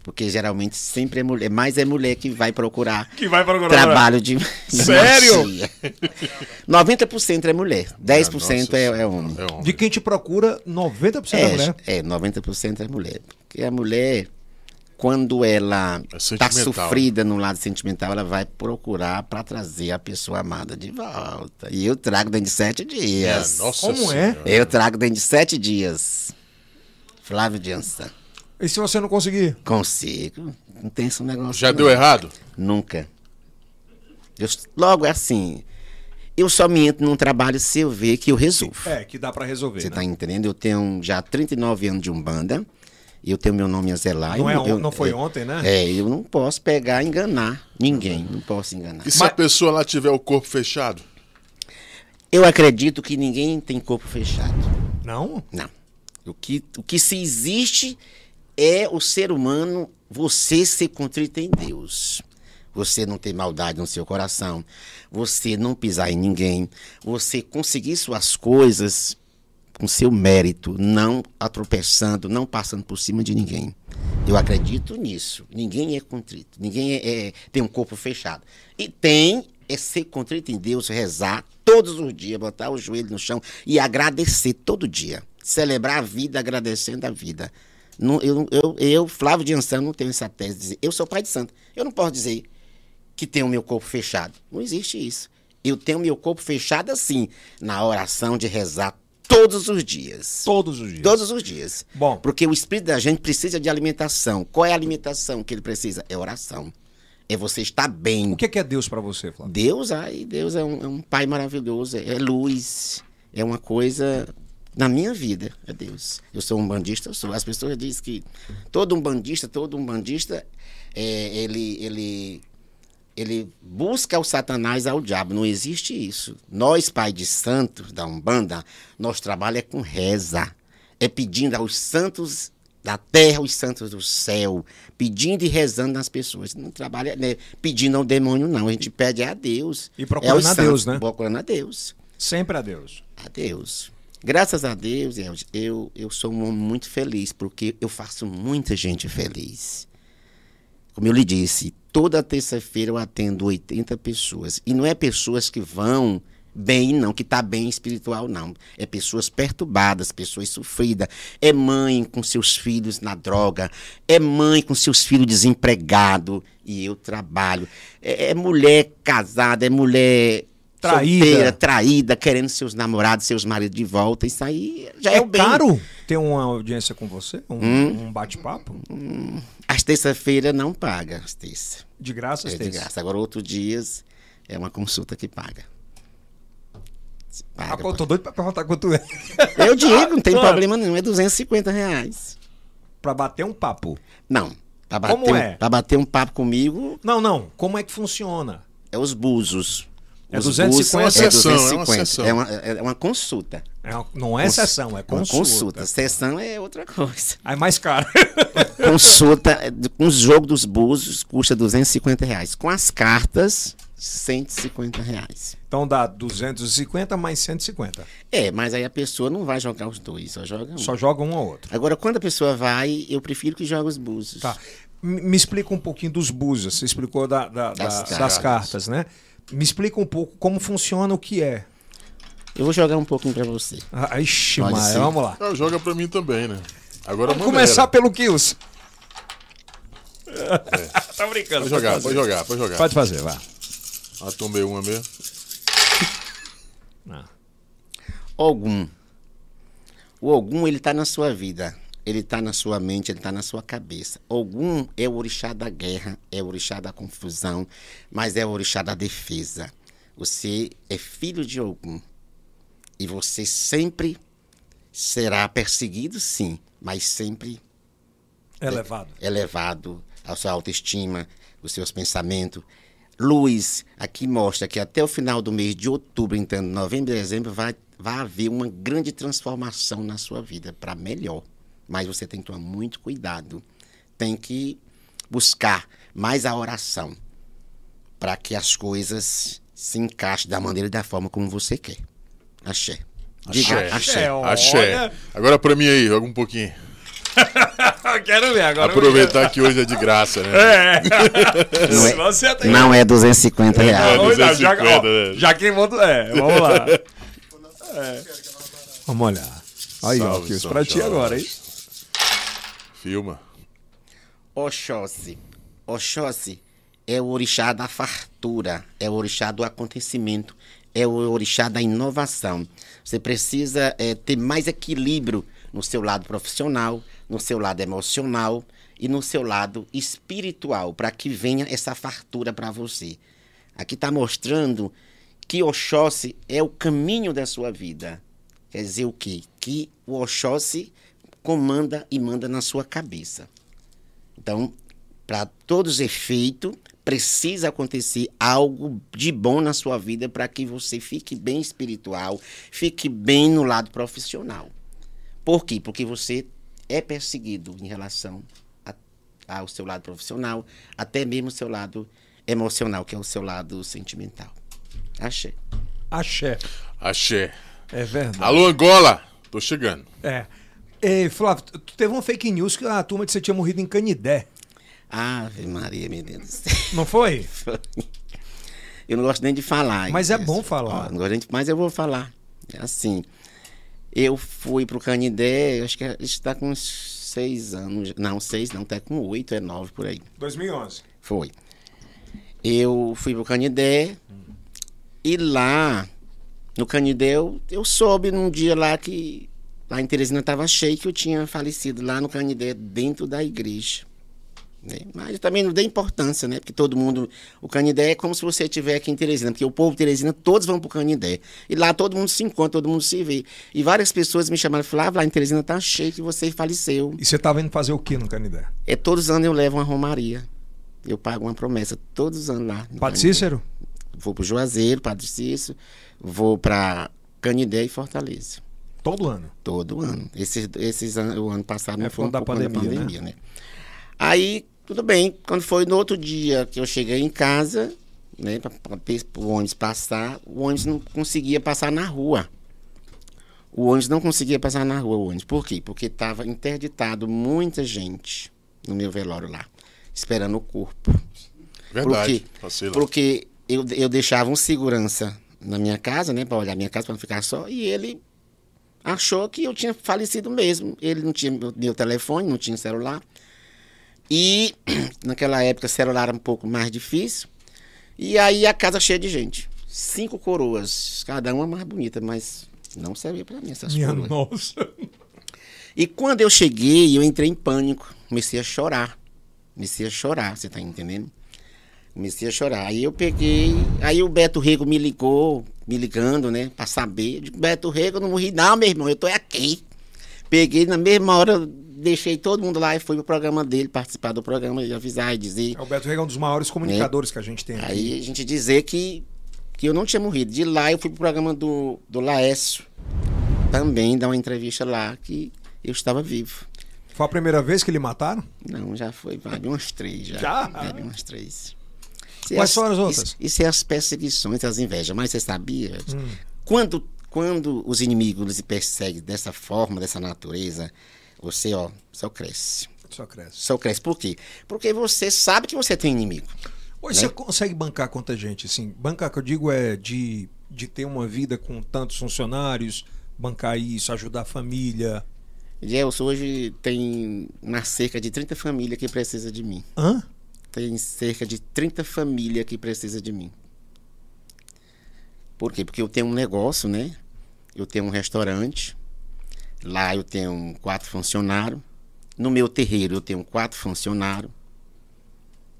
Speaker 3: Porque geralmente sempre é mulher, mais é mulher que vai procurar
Speaker 1: que vai procurar.
Speaker 3: trabalho de.
Speaker 2: Sério? Ah,
Speaker 3: magia. 90% é mulher, 10% é, é homem.
Speaker 2: É
Speaker 1: De
Speaker 2: homem.
Speaker 1: quem te procura, 90% é, mulher.
Speaker 3: É, é, 90% é mulher. Porque a mulher, quando ela
Speaker 2: É
Speaker 3: tá
Speaker 2: sentimental.
Speaker 3: sofrida no lado sentimental, ela vai procurar para trazer a pessoa amada de volta. E eu trago dentro de sete
Speaker 2: É,
Speaker 3: dias.
Speaker 2: nossa
Speaker 1: Como é?
Speaker 2: Senhora.
Speaker 3: Eu trago dentro de sete dias. Flávio Jansan.
Speaker 1: E se você não conseguir?
Speaker 3: Consigo. Não tem esse negócio.
Speaker 2: Já
Speaker 3: não.
Speaker 2: deu errado?
Speaker 3: Nunca. Eu, logo é assim. Eu só me entro num trabalho se eu ver que eu resolvo.
Speaker 1: É, que dá pra resolver.
Speaker 3: Você
Speaker 1: né?
Speaker 3: tá entendendo? Eu tenho já 39 anos de Umbanda. E eu tenho meu nome a zelar.
Speaker 1: Não, é
Speaker 3: eu,
Speaker 1: on-
Speaker 3: eu-
Speaker 1: não foi
Speaker 3: é,
Speaker 1: ontem, né?
Speaker 3: É, eu não posso pegar e enganar ninguém. Não posso enganar.
Speaker 2: E se
Speaker 1: Mas-
Speaker 2: a pessoa lá tiver o corpo fechado?
Speaker 3: Eu acredito que ninguém tem corpo fechado.
Speaker 1: Não?
Speaker 3: Não. O que, o que se existe é o ser humano, você ser contrito em Deus. Você não ter maldade no seu coração, você não pisar em ninguém, você conseguir suas coisas com seu mérito, não atropeçando, não passando por cima de ninguém. Eu acredito nisso. Ninguém é contrito, ninguém é- é- tem um corpo fechado. E tem é ser contrito em Deus, rezar todos os dias, botar o joelho no chão e agradecer todo dia. Celebrar a vida agradecendo a vida. Não- eu, eu, eu, Flávio de Anção, não tenho essa tese de dizer. Eu sou pai de santo. Eu não posso dizer que tem o meu corpo fechado. Não existe isso. Eu tenho meu corpo fechado assim, na oração de rezar todos os dias.
Speaker 1: Todos os dias.
Speaker 3: Todos os dias.
Speaker 1: Bom.
Speaker 3: Porque o espírito da gente precisa de alimentação. Qual é a alimentação que ele precisa? É oração. É você estar bem.
Speaker 1: O que é que é Deus pra você, Flávio?
Speaker 3: Deus, ai, Deus é um, é um pai maravilhoso, é luz, é uma coisa na minha vida, é Deus. Eu sou um bandista, eu sou. As pessoas dizem que todo um bandista, todo um bandista, é, ele, ele, ele busca o Satanás ao diabo. Não existe isso. Nós, pai de santos da Umbanda, nosso trabalho é com reza, é pedindo aos santos da terra, os santos do céu, pedindo e rezando nas pessoas. Não trabalha né, pedindo ao demônio, não. A gente pede a Deus.
Speaker 1: E
Speaker 3: é
Speaker 1: procurando
Speaker 3: aos
Speaker 1: a
Speaker 3: santos,
Speaker 1: Deus, né?
Speaker 3: Procurando a Deus.
Speaker 1: Sempre a Deus.
Speaker 3: A Deus. Graças a Deus, Elge, eu, eu sou um homem muito feliz, porque eu faço muita gente feliz. Como eu lhe disse, toda terça-feira eu atendo 80 pessoas. E não é pessoas que vão bem, não, que tá bem espiritual, não. É pessoas perturbadas, pessoas sofridas. É mãe com seus filhos na droga. É mãe com seus filhos desempregados. E eu trabalho. É, é mulher casada, é mulher.
Speaker 1: Traída.
Speaker 3: solteira, traída, querendo seus namorados, seus maridos de volta. Isso aí já é,
Speaker 1: É
Speaker 3: o bem. Hum.
Speaker 1: caro ter uma audiência com você? Um, um bate-papo?
Speaker 3: As terça-feira não paga, as terça.
Speaker 1: De graça,
Speaker 3: É de
Speaker 1: Stacy.
Speaker 3: graça. Agora, outros dias, é uma consulta que paga. Se paga,
Speaker 1: Ah, eu
Speaker 3: paga.
Speaker 1: tô doido pra perguntar quanto é.
Speaker 3: Eu digo, não tem
Speaker 1: Claro.
Speaker 3: problema nenhum, é 250 reais.
Speaker 1: pra bater um papo.
Speaker 3: Não, pra bater,
Speaker 1: Como
Speaker 3: um,
Speaker 1: é?
Speaker 3: pra bater um papo comigo,
Speaker 1: Não, não. Como é que funciona?
Speaker 3: é os buzos.
Speaker 1: É
Speaker 3: Os
Speaker 1: 250?
Speaker 3: buzos-
Speaker 2: É uma sessão, é uma sessão.
Speaker 3: É uma, é uma consulta.
Speaker 1: É uma- não é sessão, é
Speaker 3: Uma
Speaker 1: consulta.
Speaker 3: consulta. Sessão é outra coisa.
Speaker 1: Ah, É mais caro.
Speaker 3: consulta é, do- com o jogo dos búzios custa 250 reais. Com as cartas, 150 reais.
Speaker 1: então dá 250 mais 150.
Speaker 3: É, mas aí a pessoa não vai jogar os dois, só joga um.
Speaker 1: Só joga um ao outro.
Speaker 3: Agora, quando a pessoa vai, eu prefiro que jogue os búzios.
Speaker 1: Tá. M- Me explica um pouquinho dos búzios. Você explicou da- da- da-
Speaker 3: Das
Speaker 1: das,
Speaker 3: cartas.
Speaker 1: cartas, né? Me explica um pouco como funciona o que é.
Speaker 3: Eu vou jogar um pouquinho pra você.
Speaker 1: Ah, Ixi,
Speaker 3: Pode
Speaker 1: Maia,
Speaker 3: ser.
Speaker 1: vamos lá.
Speaker 2: Ah, joga pra mim também, né? Agora
Speaker 1: Vamos
Speaker 2: maneira.
Speaker 1: começar pelo Kills. tá brincando.
Speaker 2: Pode jogar, pode jogar, pode jogar.
Speaker 1: Pode fazer, vai.
Speaker 2: Ah, tomei uma mesmo.
Speaker 1: Ah,
Speaker 3: Ogum. O Ogum, ele está na sua vida. Ele está na sua mente, ele está na sua cabeça. Ogum é o orixá da guerra, é o orixá da confusão, mas é o orixá da defesa. Você é filho de Ogum. E você sempre será perseguido, sim, mas sempre
Speaker 1: elevado.
Speaker 3: elevado a sua autoestima, os seus pensamentos. Luz, aqui mostra que até o final do mês de outubro, então novembro e dezembro, vai, vai haver uma grande transformação na sua vida para melhor. Mas você tem que tomar muito cuidado. Tem que buscar mais a oração para que as coisas se encaixem da maneira e da forma como você quer. Axé. Diga
Speaker 2: Axé.
Speaker 3: axé.
Speaker 1: olha.
Speaker 2: Axé. Agora pra mim aí, joga um pouquinho.
Speaker 1: Ah, Quero ver agora.
Speaker 2: Aproveitar que hoje é de graça, né?
Speaker 1: É.
Speaker 3: Não é-
Speaker 1: Se você tem-
Speaker 3: Não é um 250 reais.
Speaker 1: Não, já- já,
Speaker 2: 250,
Speaker 1: ó,
Speaker 2: né?
Speaker 1: já queimou. do- É, vamos lá. É. Vamos olhar. Aí, ó,
Speaker 2: Salve,
Speaker 1: aqui, os
Speaker 2: São
Speaker 1: pra ti
Speaker 2: Jorge.
Speaker 1: agora, hein? É.
Speaker 2: Filma.
Speaker 3: Oxóssi. Oxóssi é o orixá da fartura, é o orixá do acontecimento, é o orixá da inovação. Você precisa eh, ter mais equilíbrio no seu lado profissional, no seu lado emocional e no seu lado espiritual, para que venha essa fartura para você. Aqui está mostrando que Oxóssi é o caminho da sua vida. Quer dizer o quê? Que o Oxóssi comanda e manda na sua cabeça. Então, para todos os efeitos, precisa acontecer algo de bom na sua vida para que você fique bem espiritual, fique bem no lado profissional. Por quê? Porque você é perseguido em relação a- ao seu lado profissional, até mesmo o seu lado emocional, que é o seu lado sentimental. Achei.
Speaker 1: Axé.
Speaker 2: Axé.
Speaker 1: É verdade.
Speaker 2: Alô, Angola! Tô chegando.
Speaker 1: É. Ei, Flávio, tu tu teve uma fake news que a turma disse que você tinha morrido em Canidé.
Speaker 3: Ave Maria, meu Deus do céu.
Speaker 1: Não foi?
Speaker 3: Eu não gosto nem de falar.
Speaker 1: Mas é
Speaker 3: isso.
Speaker 1: bom falar.
Speaker 3: Ó, não gosto nem de- mas eu vou falar. É Assim, eu fui pro Canidé, eu acho que está com uns seis anos. Não, seis não, tá com oito, é nove por aí.
Speaker 1: 2011.
Speaker 3: Foi. Eu fui pro Canidé e lá, no Canidé, eu, eu soube num dia lá que lá em Teresina estava cheio que eu tinha falecido lá no Canidé, dentro da igreja. né? Mas eu também não dei importância, né? Porque todo mundo. O Canidé é como se você estiver aqui em Teresina, porque o povo de Teresina, todos vão pro Canidé. E lá todo mundo se encontra, todo mundo se vê. E várias pessoas me chamaram e falaram: "Ah, lá em Teresina tá cheio que você faleceu.
Speaker 1: E você tava indo fazer o que no Canidé?
Speaker 3: É todos os anos eu levo uma romaria. Eu pago uma promessa todos os anos lá.
Speaker 1: Padre Cícero?
Speaker 3: Vou pro Juazeiro, Padre Cícero, vou pra Canidé e Fortaleza.
Speaker 1: Todo ano.
Speaker 3: Todo ano. Esses, esses an- o ano passado não
Speaker 1: É,
Speaker 3: foi
Speaker 1: por
Speaker 3: um
Speaker 1: conta da
Speaker 3: pouco da
Speaker 1: pandemia,
Speaker 3: pandemia, né? Aí, tudo bem. Quando foi no outro dia que eu cheguei em casa, né, pra, pra, ter- pro ônibus passar, o ônibus não conseguia passar na rua. O ônibus não conseguia passar na rua, o ônibus. Por quê? Porque estava interditado muita gente no meu velório lá, esperando o corpo.
Speaker 2: Verdade.
Speaker 3: Por quê?
Speaker 2: Passei lá.
Speaker 3: Porque eu, eu deixava um segurança na minha casa, né? Pra olhar minha casa, pra não ficar só. E ele achou que eu tinha falecido mesmo. Ele não tinha meu, meu telefone, não tinha celular. E naquela época celular era um pouco mais difícil. E aí a casa cheia de gente. Cinco coroas, cada uma mais bonita, mas não servia pra mim essas
Speaker 1: Minha
Speaker 3: coroas.
Speaker 1: nossa.
Speaker 3: E quando eu cheguei, eu entrei em pânico. Comecei a chorar. Comecei a chorar, você tá entendendo? Comecei a chorar. Aí eu peguei. Aí o Beto Rego me ligou, me ligando, né? Pra saber. Eu digo, Beto Rego, eu não morri, não, meu irmão, eu tô aqui. Peguei na mesma hora, eu deixei todo mundo lá e fui pro programa dele, participar do programa e avisar e dizer.
Speaker 1: Alberto Rega é um dos maiores comunicadores que a gente tem aqui.
Speaker 3: Aí a gente dizer que, que eu não tinha morrido. De lá eu fui pro programa do, do Laércio também dar uma entrevista lá que eu estava vivo.
Speaker 1: Foi a primeira vez que lhe mataram?
Speaker 3: Não, já foi, vale umas três já.
Speaker 1: Já?
Speaker 3: Vale umas três.
Speaker 1: Quais foram as outras? Hum.
Speaker 3: Isso, isso é as perseguições, as invejas. Mas você sabia? Quando, quando os inimigos se perseguem dessa forma, dessa natureza, você, ó, só cresce.
Speaker 1: Só cresce.
Speaker 3: Só cresce. Por quê? Porque você sabe que você tem inimigo.
Speaker 1: Hoje
Speaker 3: Né?
Speaker 1: você consegue bancar quanta gente, assim? Bancar, que eu digo, é de, de ter uma vida com tantos funcionários, bancar isso, ajudar a família.
Speaker 3: Gelson, hoje tem uma cerca de 30 famílias que precisa de mim.
Speaker 1: Hã?
Speaker 3: Tem cerca de 30 famílias que precisa de mim. Por quê? Porque eu tenho um negócio, né? Eu tenho um restaurante. Lá eu tenho quatro funcionários. No meu terreiro eu tenho quatro funcionários.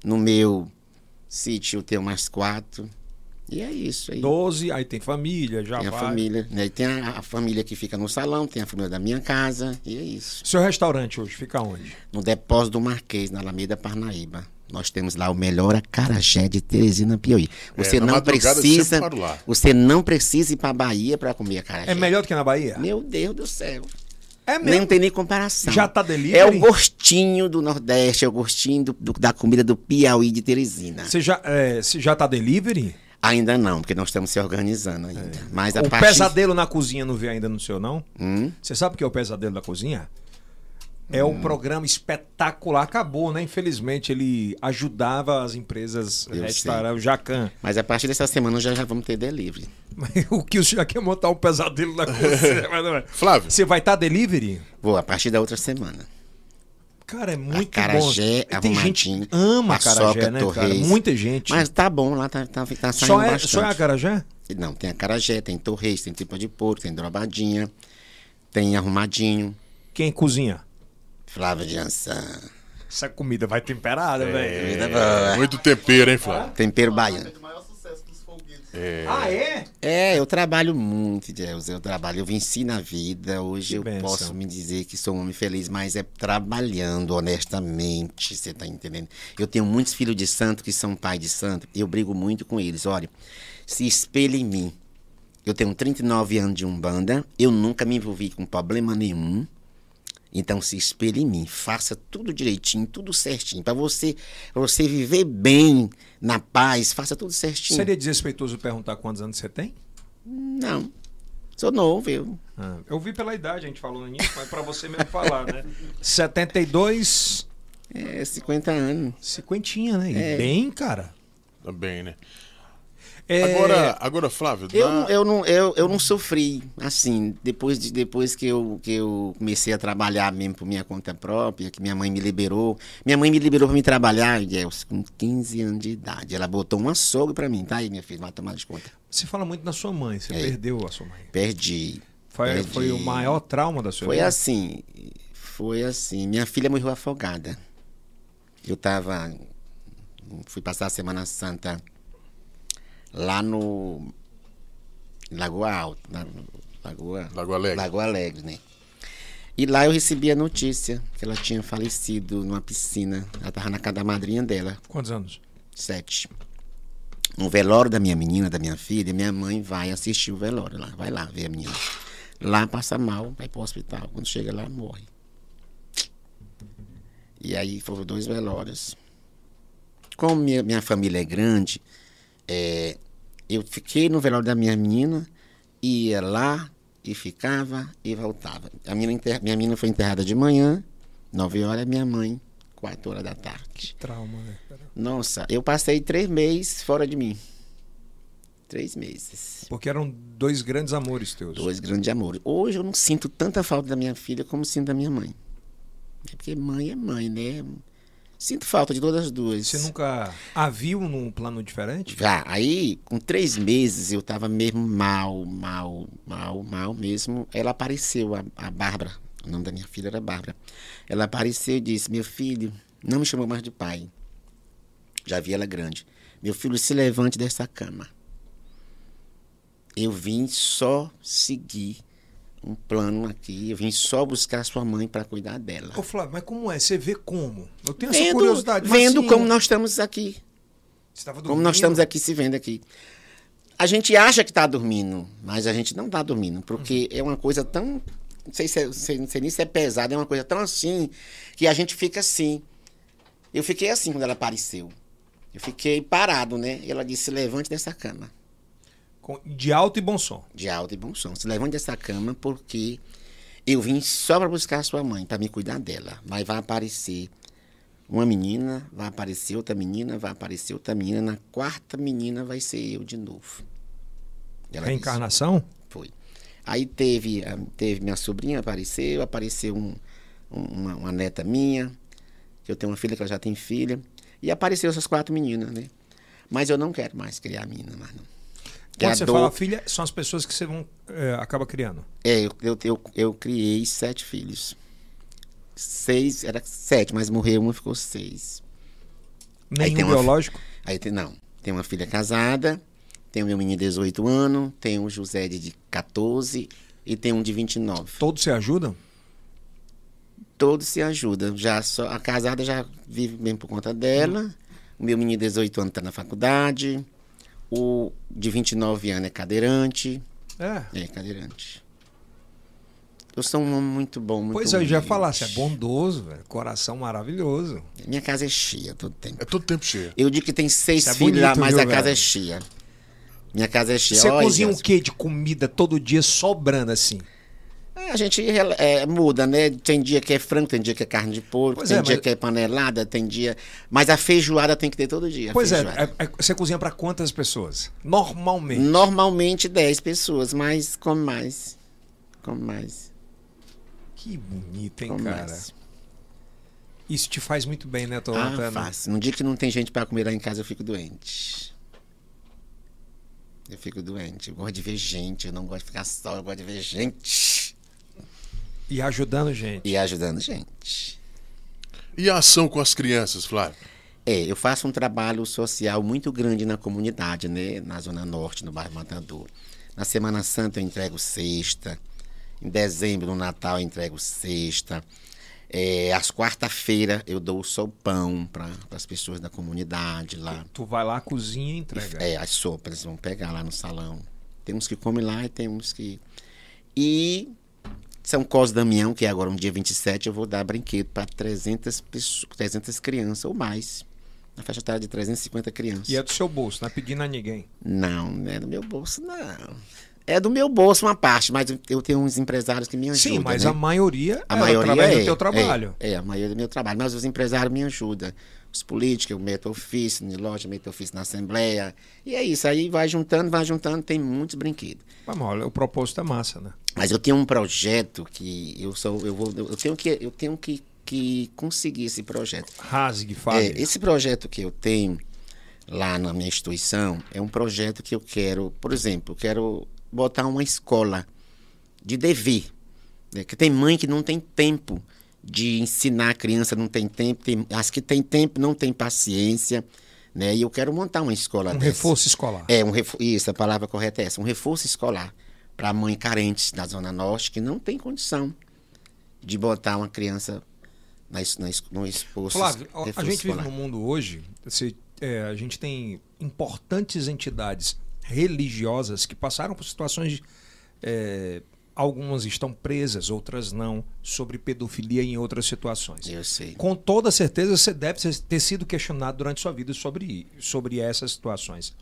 Speaker 3: No meu sítio eu tenho mais quatro. E é isso aí.
Speaker 1: 12, aí tem família, já
Speaker 3: Tem a
Speaker 1: vai.
Speaker 3: família, né? E Tem a, a família que fica no salão, tem a família da minha casa, e é isso.
Speaker 1: Seu restaurante hoje fica onde? É
Speaker 3: No depósito do Marquês, na Alameda Parnaíba. Nós temos lá o melhor acarajé de Teresina, Piauí.
Speaker 2: É,
Speaker 3: Você
Speaker 2: na
Speaker 3: não
Speaker 2: madrugada eu sempre
Speaker 3: precisa,
Speaker 2: paro lá.
Speaker 3: você não precisa ir para Bahia para comer acarajé.
Speaker 1: É melhor do que na Bahia?
Speaker 3: Meu Deus do céu.
Speaker 1: É
Speaker 3: Nem
Speaker 1: mesmo.
Speaker 3: tem nem comparação.
Speaker 1: Já tá delivery?
Speaker 3: É o gostinho do Nordeste, é o gostinho do- do- da comida do Piauí de Teresina.
Speaker 1: Você já, é, você já tá delivery?
Speaker 3: Ainda não, porque nós estamos se organizando ainda. Mas a
Speaker 1: É. o
Speaker 3: partir...
Speaker 1: pesadelo na cozinha não vê ainda no seu, não?
Speaker 3: Hum?
Speaker 1: Você sabe o que é o pesadelo da cozinha? É um programa espetacular. Acabou, né? Infelizmente, ele ajudava as empresas
Speaker 3: Eu
Speaker 1: restaurar o Jacan.
Speaker 3: Mas a partir dessa semana já, já vamos ter delivery.
Speaker 1: Mas o que o senhor quer montar um pesadelo na cozinha? mas não é.
Speaker 2: Flávio,
Speaker 1: Você vai estar delivery?
Speaker 3: Vou, a partir da outra semana.
Speaker 1: Cara, é muito
Speaker 3: Acarajé
Speaker 1: bom. Tem gente
Speaker 3: arrumadinho,
Speaker 1: que ama acarajé,
Speaker 3: é paçoca,
Speaker 1: né, cara?
Speaker 3: torresmo.
Speaker 1: Muita gente.
Speaker 3: Mas tá bom, lá tá, tá, tá saindo
Speaker 1: só, é,
Speaker 3: bastante.
Speaker 1: só é acarajé?
Speaker 3: Não, tem acarajé, tem torres, tem tripa de porco, tem drobadinha, tem arrumadinho,
Speaker 1: Quem cozinha?
Speaker 3: Flávia de Ançã,
Speaker 1: Essa comida vai temperada,
Speaker 3: É.
Speaker 1: velho.
Speaker 2: É, muito tempero, hein, Flávio?
Speaker 3: tempero baiano.
Speaker 4: de maior sucesso dos folguedos.
Speaker 1: Ah, é?
Speaker 3: É, eu trabalho muito, Deus, eu trabalho, eu venci na vida, hoje eu
Speaker 1: benção.
Speaker 3: posso me dizer que sou um homem feliz, mas é trabalhando honestamente, você tá entendendo? Eu tenho muitos filhos de santo que são pai de santo, e eu brigo muito com eles, olha, se espelha em mim. Eu tenho 39 anos de Umbanda, eu nunca me envolvi com problema nenhum. Então se espelhe em mim, faça tudo direitinho, tudo certinho, para você, pra você viver bem, na paz, faça tudo certinho.
Speaker 1: Seria desrespeitoso perguntar quantos anos você tem?
Speaker 3: Não. Sou novo, eu.
Speaker 1: Ah, eu vi pela idade, a gente falou nisso, mas pra você mesmo falar, né? 72,
Speaker 3: É 50 anos.
Speaker 1: cinquentinha, né? E bem, cara.
Speaker 2: Também, né?
Speaker 1: É,
Speaker 2: Agora, agora Flávio,
Speaker 3: Eu,
Speaker 2: dá-
Speaker 3: não- eu, não, eu, eu não sofri, assim, depois, de, depois que, eu, que eu comecei a trabalhar mesmo por minha conta própria, que minha mãe me liberou. Minha mãe me liberou pra me trabalhar, Gels, com 15 anos de idade. Ela botou um açougue pra mim, tá aí, minha filha, vai tomar de conta.
Speaker 1: Você fala muito da sua mãe, você perdeu a sua mãe.
Speaker 3: Perdi.
Speaker 1: Foi,
Speaker 3: É. perdi.
Speaker 1: foi o maior trauma da sua
Speaker 3: Foi
Speaker 1: vida.
Speaker 3: assim, foi assim. Minha filha morreu afogada. Eu tava. Fui passar a Semana Santa lá no. em Lagoa Alta. na- Lagoa,
Speaker 2: Lagoa Alegre.
Speaker 3: Lagoa Alegre, né? E lá eu recebi a notícia que ela tinha falecido numa piscina. Ela tava na casa da madrinha dela,
Speaker 1: Quantos anos?
Speaker 3: sete. No velório da minha menina, da minha filha, minha mãe vai assistir o velório lá. Vai lá ver a menina. Lá passa mal, vai pro hospital. Quando chega lá, morre. E aí foram dois velórios. Como minha, minha família é grande, é, eu fiquei no velório da minha menina, ia lá e ficava e voltava. A minha, inter- minha menina foi enterrada de manhã, nove horas, minha mãe, quatro horas da tarde.
Speaker 1: Trauma, né?
Speaker 3: Nossa, eu passei três meses fora de mim. Três meses.
Speaker 1: Porque eram dois grandes amores teus.
Speaker 3: Dois grandes amores. Hoje eu não sinto tanta falta da minha filha como sinto da minha mãe. É porque mãe é mãe, né? Sinto falta de todas as duas.
Speaker 1: Você nunca a viu num plano diferente?
Speaker 3: Já, ah, aí, com três meses, eu tava mesmo mal, mal, mal, mal mesmo. Ela apareceu, a, a Bárbara, o nome da minha filha era Bárbara. Ela apareceu e disse: Meu filho, não me chamou mais de pai. Já vi ela grande. Meu filho, se levante dessa cama. Eu vim só seguir um plano aqui, eu vim só buscar sua mãe para cuidar dela
Speaker 1: Ô, Flávio, mas como é? Você vê como? Eu tenho essa
Speaker 3: vendo,
Speaker 1: curiosidade. mas
Speaker 3: vendo
Speaker 1: assim,
Speaker 3: como nós estamos aqui.
Speaker 1: Você tava
Speaker 3: Como nós
Speaker 1: dormindo?
Speaker 3: estamos aqui se vendo aqui. A gente acha que está dormindo, mas a gente não está dormindo, porque
Speaker 1: Uhum.
Speaker 3: é uma coisa tão. Não sei, se é, sei- não sei nem se é pesado, é uma coisa tão assim, que a gente fica assim. Eu fiquei assim quando ela apareceu. Eu fiquei parado, né? E ela disse: levante dessa cama,
Speaker 1: Com- De alto e bom som.
Speaker 3: de alto e bom som. Se levante dessa cama, porque eu vim só para buscar a sua mãe, para me cuidar dela. Mas vai aparecer uma menina, vai aparecer outra menina, vai aparecer outra menina. Na quarta menina vai ser eu de novo. Ela disse,
Speaker 1: Reencarnação?
Speaker 3: Foi. Aí teve, ah, teve minha sobrinha, apareceu, apareceu um- um- uma, uma neta minha, que eu tenho uma filha que ela já tem filha. E apareceu essas quatro meninas, né? Mas eu não quero mais criar menina, mas não. Que a
Speaker 1: Quando você
Speaker 3: dor-
Speaker 1: fala filha, são as pessoas que você vão, é, acaba criando.
Speaker 3: É, eu, eu, eu, eu criei sete filhos. Seis, era sete, mas morreu um e ficou seis. Aí tem
Speaker 1: Nenhum
Speaker 3: uma-
Speaker 1: biológico.
Speaker 3: Aí tem, não, tem uma filha casada, tem o meu menino de 18 anos, tem o José de 14 e tem um de 29.
Speaker 1: Todos se ajudam?
Speaker 3: Todos se ajudam. Já só, a casada já vive bem por conta dela. O meu menino de 18 anos está na faculdade. O de 29 anos é cadeirante.
Speaker 1: É.
Speaker 3: É cadeirante. Eu sou um homem muito bom, muito
Speaker 1: Pois é, eu já ia
Speaker 3: humilde.
Speaker 1: falar, você é bondoso, velho, coração maravilhoso.
Speaker 3: Minha casa é cheia todo tempo.
Speaker 2: É todo tempo cheio.
Speaker 3: Eu digo que tem seis
Speaker 1: Isso é
Speaker 3: filhos lá,
Speaker 1: bonito,
Speaker 3: mas
Speaker 1: viu,
Speaker 3: a casa
Speaker 1: velho?
Speaker 3: é cheia. Minha casa é cheia.
Speaker 1: Você
Speaker 3: Olha,
Speaker 1: cozinha o
Speaker 3: Jéssica.
Speaker 1: quê de comida todo dia sobrando assim?
Speaker 3: É, A gente rela- é, muda, né? Tem dia que é frango, tem dia que é carne de porco,
Speaker 1: Pois
Speaker 3: tem
Speaker 1: é,
Speaker 3: dia
Speaker 1: mas-
Speaker 3: que é panelada, tem dia. Mas a feijoada tem que ter todo dia. a
Speaker 1: Pois é,
Speaker 3: feijoada.
Speaker 1: é- é- você cozinha pra quantas pessoas? Normalmente.
Speaker 3: Normalmente 10 pessoas, mas come mais. Come mais.
Speaker 1: Que bonito, hein,
Speaker 3: Come
Speaker 1: cara?
Speaker 3: mais.
Speaker 1: Isso te faz muito bem, né,
Speaker 3: Ah,
Speaker 1: Tolantana?
Speaker 3: fácil. Um dia que não tem gente pra comer lá em casa, eu fico doente. Eu fico doente. Eu gosto de ver gente, eu não gosto de ficar só, eu gosto de ver gente.
Speaker 1: e ajudando gente.
Speaker 3: E ajudando gente.
Speaker 2: E a ação com as crianças, Flávio?
Speaker 3: É, eu faço um trabalho social muito grande na comunidade, né? Na Zona Norte, no bairro Matador. Na Semana Santa eu entrego sexta. Em dezembro, no Natal, eu entrego sexta. É, às quarta-feira eu dou só o pão para as pessoas da comunidade lá.
Speaker 1: Ah, Tu vai lá, cozinha e entrega.
Speaker 3: É, as sopas vão pegar lá no salão. Tem uns que comem lá e tem uns que. E São Cosme e Damião, que é agora no dia 27, eu vou dar brinquedo para 300, pessoas- 300 crianças ou mais. Na faixa etária de 350 crianças.
Speaker 1: E é do seu bolso, não é pedindo a ninguém.
Speaker 3: Não, não é do meu bolso, não. É do meu bolso uma parte, mas eu tenho uns empresários que me ajudam.
Speaker 1: Sim, mas
Speaker 3: né?
Speaker 1: a maioria
Speaker 3: A
Speaker 1: é
Speaker 3: maioria
Speaker 1: através
Speaker 3: é,
Speaker 1: do teu trabalho.
Speaker 3: É, é, a maioria do meu trabalho. Mas os empresários me ajudam. Os políticos, eu meto ofício em loja, meto ofício na Assembleia. E é isso. Aí vai juntando, vai juntando, tem muitos brinquedos.
Speaker 1: Mas, olha, o propósito é massa, né?
Speaker 3: Mas eu tenho um projeto que eu sou. Eu, vou, eu tenho, que, eu tenho que, que conseguir esse projeto.
Speaker 1: Rasgue,
Speaker 3: É,
Speaker 1: fale.
Speaker 3: esse projeto que eu tenho lá na minha instituição é um projeto que eu quero, por exemplo, eu quero botar uma escola de dever. né? Que tem mãe que não tem tempo de ensinar a criança, não tem tempo, tem- as que tem tempo não tem paciência, né? E eu quero montar uma escola
Speaker 1: um
Speaker 3: dessa.
Speaker 1: reforço escolar.
Speaker 3: É, um refor... isso, a palavra correta é essa, um reforço escolar para mãe carente da Zona Norte que não tem condição de botar uma criança na, es- na, es- no exposto.
Speaker 1: Flávio, a- a
Speaker 3: reforço
Speaker 1: gente vive
Speaker 3: escolar.
Speaker 1: num mundo hoje, se, é, a gente tem importantes entidades religiosas que passaram por situações de. é, algumas estão presas, outras não, sobre pedofilia e em outras situações.
Speaker 3: Eu sei.
Speaker 1: Com toda certeza, você deve ser- ter sido questionado durante sua vida sobre, sobre essas situações.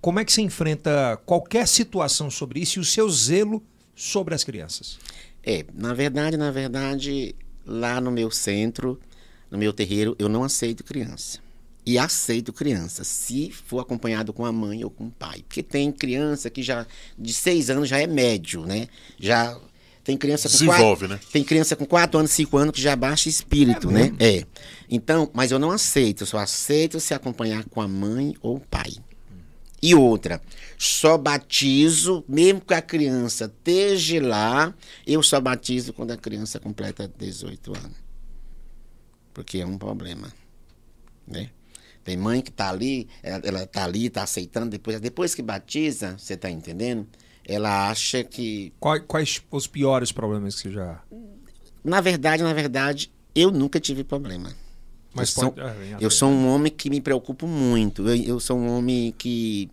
Speaker 1: Como é que você enfrenta qualquer situação sobre isso e o seu zelo sobre as crianças?
Speaker 3: É, na verdade, na verdade, lá no meu centro, no meu terreiro, eu não aceito criança. E aceito criança, se for acompanhado com a mãe ou com o pai. Porque tem criança que já, de seis anos, já é médio, né? Já tem criança com
Speaker 2: Desenvolve,
Speaker 3: quatro,
Speaker 2: né?
Speaker 3: Tem criança com quatro anos, cinco anos, que já baixa espírito, né? É. Então, mas eu não aceito, eu só aceito se acompanhar com a mãe ou o pai. E outra, só batizo, mesmo que a criança esteja lá, eu só batizo quando a criança completa 18 anos. Porque é um problema. Né? Tem mãe que está ali, ela, ela tá ali, tá aceitando, depois, depois que batiza, você tá entendendo? Ela acha que.
Speaker 1: Quais, quais os piores problemas que você já.
Speaker 3: Na verdade, na verdade, eu nunca tive problema.
Speaker 1: Mas
Speaker 3: eu sou,
Speaker 1: pode- ah, vem
Speaker 3: eu
Speaker 1: até.
Speaker 3: sou um homem que me preocupo muito. Eu, eu sou um homem que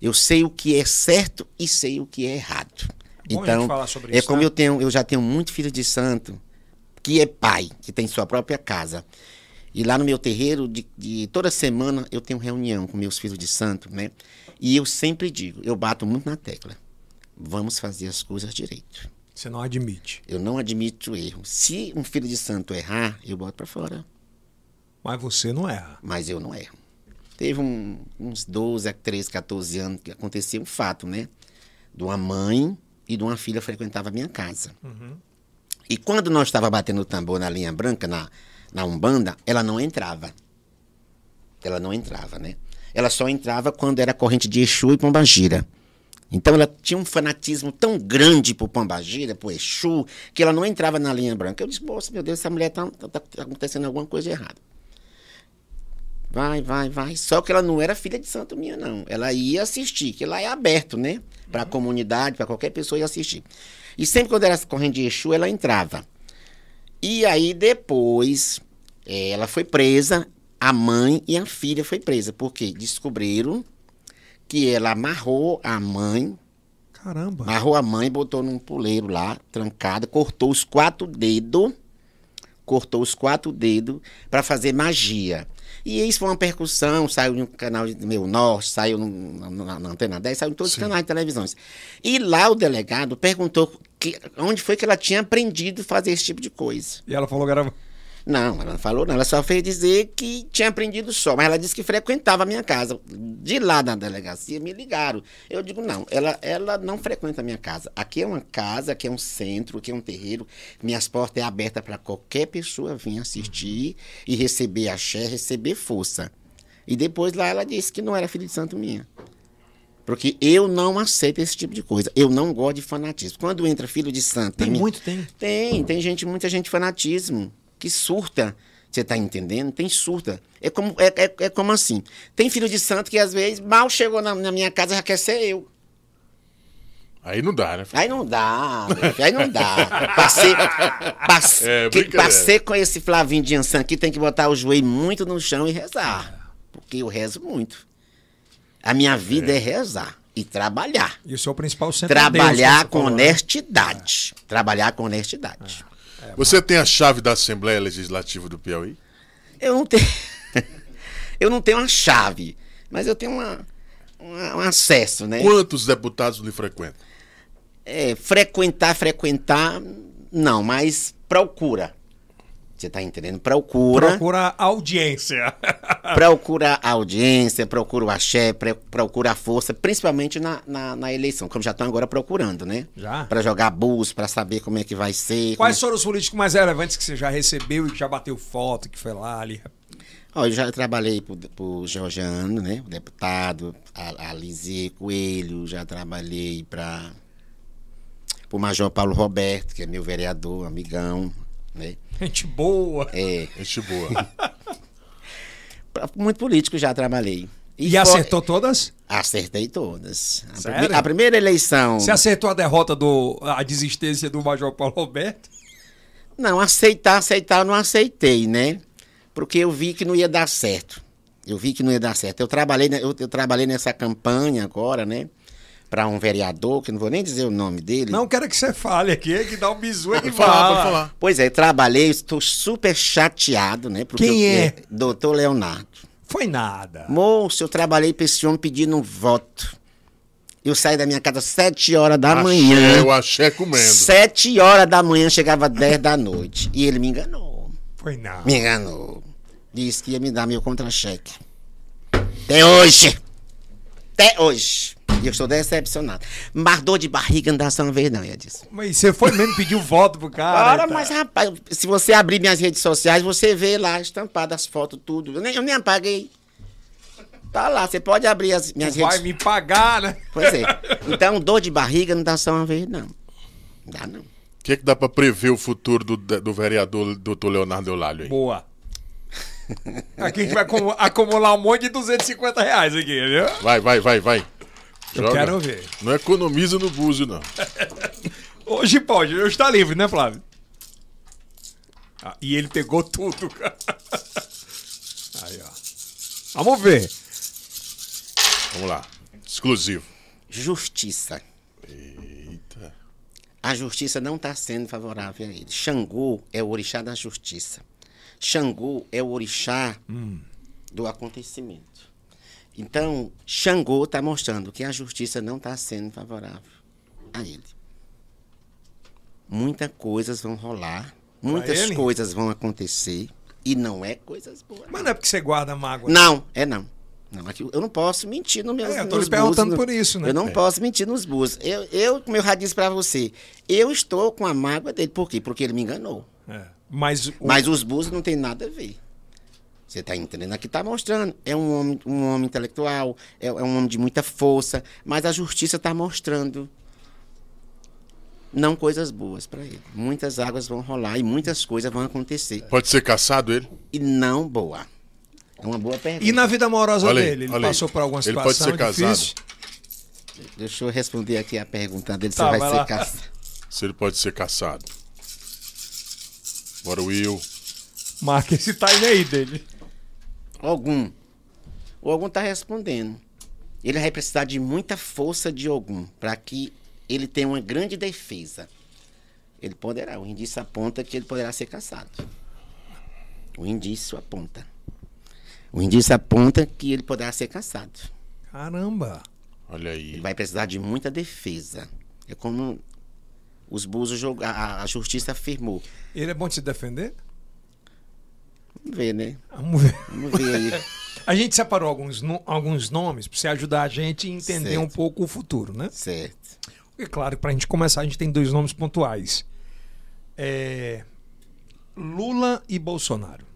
Speaker 3: eu sei o que é certo e sei o que é errado.
Speaker 1: Bom a gente
Speaker 3: então,
Speaker 1: falar sobre
Speaker 3: é
Speaker 1: isso,
Speaker 3: como
Speaker 1: né?
Speaker 3: eu tenho, eu já tenho muito filho de santo que é pai, que tem sua própria casa. E lá no meu terreiro, de, de toda semana eu tenho reunião com meus filhos de santo, né? E eu sempre digo, eu bato muito na tecla. Vamos fazer as coisas direito.
Speaker 1: Você não admite.
Speaker 3: Eu não admito erro. Se um filho de santo errar, eu boto pra fora.
Speaker 1: Mas você não erra.
Speaker 3: mas eu não erro. Teve um- uns 12 a 13, 14 anos que aconteceu um fato, né? De uma mãe e de uma filha frequentava a minha casa. E quando nós estava batendo o tambor na linha branca, na, na Umbanda, ela não entrava. Ela não entrava, né? Ela só entrava quando era corrente de Exu e Pombagira. Então ela tinha um fanatismo tão grande pro Pombagira, pro Exu, que ela não entrava na linha branca. Eu disse, moça, meu Deus, essa mulher tá, tá- tá acontecendo alguma coisa errada. Vai, vai, vai. Só que ela não era filha de santo minha, não. Ela ia assistir, que lá é aberto, né? Pra comunidade, pra qualquer pessoa ir assistir. E sempre quando era corrente de Exu, ela entrava. E aí depois eh, ela foi presa, a mãe e a filha foi presa, porque descobriram que ela amarrou a mãe,
Speaker 1: Caramba.
Speaker 3: amarrou a mãe, botou num puleiro lá, trancada, cortou os quatro dedos, cortou os quatro dedos para fazer magia. E isso foi uma percussão, saiu no canal de Meu Norte, saiu no- na, na- na Antena 10, saiu em todos os canais de televisões. E lá o delegado perguntou que- onde foi que ela tinha aprendido a fazer esse tipo de coisa.
Speaker 1: E ela falou que era.
Speaker 3: Não, ela não falou não. Ela só fez dizer que tinha aprendido só. Mas ela disse que frequentava a minha casa. De lá da delegacia me ligaram. Eu digo, não, ela, ela não frequenta a minha casa. Aqui é uma casa, aqui é um centro, aqui é um terreiro. Minhas portas é aberta para qualquer pessoa vir assistir e receber axé, receber força. E depois lá ela disse que não era filho de santo minha. Porque eu não aceito esse tipo de coisa. Eu não gosto de fanatismo. Quando entra filho de santo em
Speaker 1: Tem
Speaker 3: mim-
Speaker 1: muito, tem.
Speaker 3: tem, tem gente, muita gente fanatismo, que surta. Você tá entendendo? Tem surta. É como, é, é, é como assim. Tem filho de santo que às vezes mal chegou na, na minha casa já quer ser eu.
Speaker 2: Aí não dá, né?
Speaker 3: Aí não dá, meu filho, aí não dá. Passei, passe,
Speaker 2: É,
Speaker 3: que-
Speaker 2: brincadeira.
Speaker 3: passei com esse Flavinho de Ansan aqui, tem que botar o joelho muito no chão e
Speaker 2: Ah.
Speaker 3: rezar. Porque eu rezo muito. A minha vida é rezar e trabalhar.
Speaker 1: E o seu principal sempre é Deus,
Speaker 3: Trabalhar
Speaker 1: como você
Speaker 3: com
Speaker 1: falou, né? Ah.
Speaker 3: honestidade. Trabalhar com honestidade.
Speaker 2: Você tem a chave da Assembleia Legislativa do Piauí?
Speaker 3: Eu não tenho. eu não tenho uma chave, mas eu tenho uma, uma- um acesso, né?
Speaker 2: Quantos deputados lhe frequentam?
Speaker 3: É, frequentar, frequentar, não, mas procura. Você tá entendendo? Procura.
Speaker 1: Procura audiência.
Speaker 3: procura a audiência, procura o axé, pre- procura a força, principalmente na, na, na eleição, como já estão agora procurando, né?
Speaker 1: Já?
Speaker 3: Pra jogar bus, pra saber como é que vai ser.
Speaker 1: Quais foram os políticos mais relevantes que você já recebeu e que já bateu foto, que foi lá ali?
Speaker 3: Ó, eu já trabalhei pro, pro Georgiano, né? O deputado, a, a Lisier Coelho, já trabalhei para o Major Paulo Roberto, que é meu vereador, amigão, né?
Speaker 1: Gente boa.
Speaker 3: É,
Speaker 2: Gente boa.
Speaker 3: pra muito político já trabalhei.
Speaker 1: E,
Speaker 3: foi-
Speaker 1: acertou todas?
Speaker 3: Acertei todas. A,
Speaker 1: Sério?
Speaker 3: prime- a primeira eleição.
Speaker 1: Você acertou a derrota do. a desistência do Major Paulo Roberto?
Speaker 3: Não, aceitar, aceitar, eu não aceitei, né? Porque eu vi que não ia dar certo. Eu vi que não ia dar certo. Eu trabalhei, ne- eu, eu trabalhei nessa campanha agora, né? Para um vereador, que eu não vou nem dizer o nome dele.
Speaker 1: Não quero que você fale aqui, que dá um bizu e
Speaker 2: Pode falar,
Speaker 1: fala.
Speaker 2: pode falar.
Speaker 3: Pois é, trabalhei, estou super chateado, né? Porque
Speaker 1: Quem
Speaker 3: eu-
Speaker 1: é?
Speaker 3: Doutor Leonardo.
Speaker 1: Foi nada.
Speaker 3: Moço, eu trabalhei para esse homem pedindo um voto. Eu saí da minha casa às sete horas da manhã.
Speaker 2: Eu achei comendo.
Speaker 3: Sete horas da manhã, chegava dez da noite. E ele me enganou.
Speaker 1: Foi nada.
Speaker 3: Me enganou. Disse que ia me dar meu contra-cheque. Até hoje. Até hoje. E eu estou decepcionado. Mas dor de barriga não dá só uma vez, não, eu disse.
Speaker 1: Mas você foi mesmo pedir o voto pro cara.
Speaker 3: Ora,
Speaker 1: e tal.
Speaker 3: mas rapaz, se você abrir minhas redes sociais, você vê lá estampadas as fotos, tudo. Eu nem, eu nem apaguei. Tá lá, você pode abrir as minhas redes
Speaker 1: Vai me pagar, né?
Speaker 3: Pois é. Então, dor de barriga não dá só uma vez, não. Não dá, não.
Speaker 2: O que, é que dá pra prever o futuro do, do vereador doutor Leonardo Eulalio aí?
Speaker 1: Boa. Aqui a gente vai acumu- acumular um monte de 250 reais aqui, viu?
Speaker 2: Vai, vai, vai, vai.
Speaker 1: Eu quero ver.
Speaker 2: Não economiza no búzio, não.
Speaker 1: Hoje pode, hoje tá livre, né, Flávio? Ah, e ele pegou tudo, cara. Aí, ó. Vamos ver.
Speaker 2: Vamos lá. Exclusivo.
Speaker 3: Justiça.
Speaker 2: Eita.
Speaker 3: A justiça não está sendo favorável a ele. Xangô é o orixá da justiça. Xangô é o orixá
Speaker 1: Hum.
Speaker 3: do acontecimento. Então, Xangô está mostrando que a justiça não está sendo favorável a ele. Muitas coisas vão rolar, muitas
Speaker 1: ele?
Speaker 3: coisas vão acontecer e não é coisas boas.
Speaker 1: Mas não é porque você guarda mágoa.
Speaker 3: Não, é não. Não, aqui eu não posso mentir nos meus
Speaker 1: É, eu tô
Speaker 3: nos
Speaker 1: lhe perguntando
Speaker 3: bus,
Speaker 1: por isso, né?
Speaker 3: Eu não
Speaker 1: É.
Speaker 3: posso mentir nos bus. Eu, eu, como eu já disse pra você, eu estou com a mágoa dele. Por quê? Porque ele me enganou.
Speaker 1: É, né? Mas, o-
Speaker 3: Mas os bus não tem nada a ver. Você está entendendo? Aqui está mostrando. É um homem, um homem intelectual, é, é um homem de muita força, mas a justiça está mostrando não coisas boas para ele. Muitas águas vão rolar e muitas coisas vão acontecer.
Speaker 2: Pode ser caçado ele?
Speaker 3: E não boa. É uma boa pergunta.
Speaker 1: E na vida amorosa
Speaker 2: Olha aí,
Speaker 1: dele? Ele
Speaker 2: olha aí.
Speaker 1: passou por alguma
Speaker 2: Ele
Speaker 1: situação
Speaker 2: pode ser casado.
Speaker 1: difícil?
Speaker 3: Deixa eu responder aqui a pergunta dele,
Speaker 1: Tá,
Speaker 3: você vai,
Speaker 1: vai lá.
Speaker 3: ser caçado.
Speaker 2: Se ele pode ser caçado. Bora, Will.
Speaker 1: Marca esse time aí dele.
Speaker 3: Algum. O algum está respondendo. Ele vai precisar de muita força de algum para que ele tenha uma grande defesa. Ele poderá. O indício aponta que ele poderá ser caçado. O indício aponta. O indício aponta que ele poderá ser caçado.
Speaker 1: Caramba.
Speaker 2: Olha aí.
Speaker 3: Ele
Speaker 1: Então.
Speaker 3: vai precisar de muita defesa. É como os búzios joga- a, a- a justiça afirmou.
Speaker 1: Ele é bom de se defender?
Speaker 3: Vamos ver, né?
Speaker 1: Vamos ver.
Speaker 3: Vamos ver aí.
Speaker 1: A gente separou alguns, no- alguns nomes para você ajudar a gente a entender
Speaker 3: Certo.
Speaker 1: um pouco o futuro, né?
Speaker 3: certo.
Speaker 1: É claro, para a gente começar, a gente tem dois nomes pontuais: É, Lula e Bolsonaro.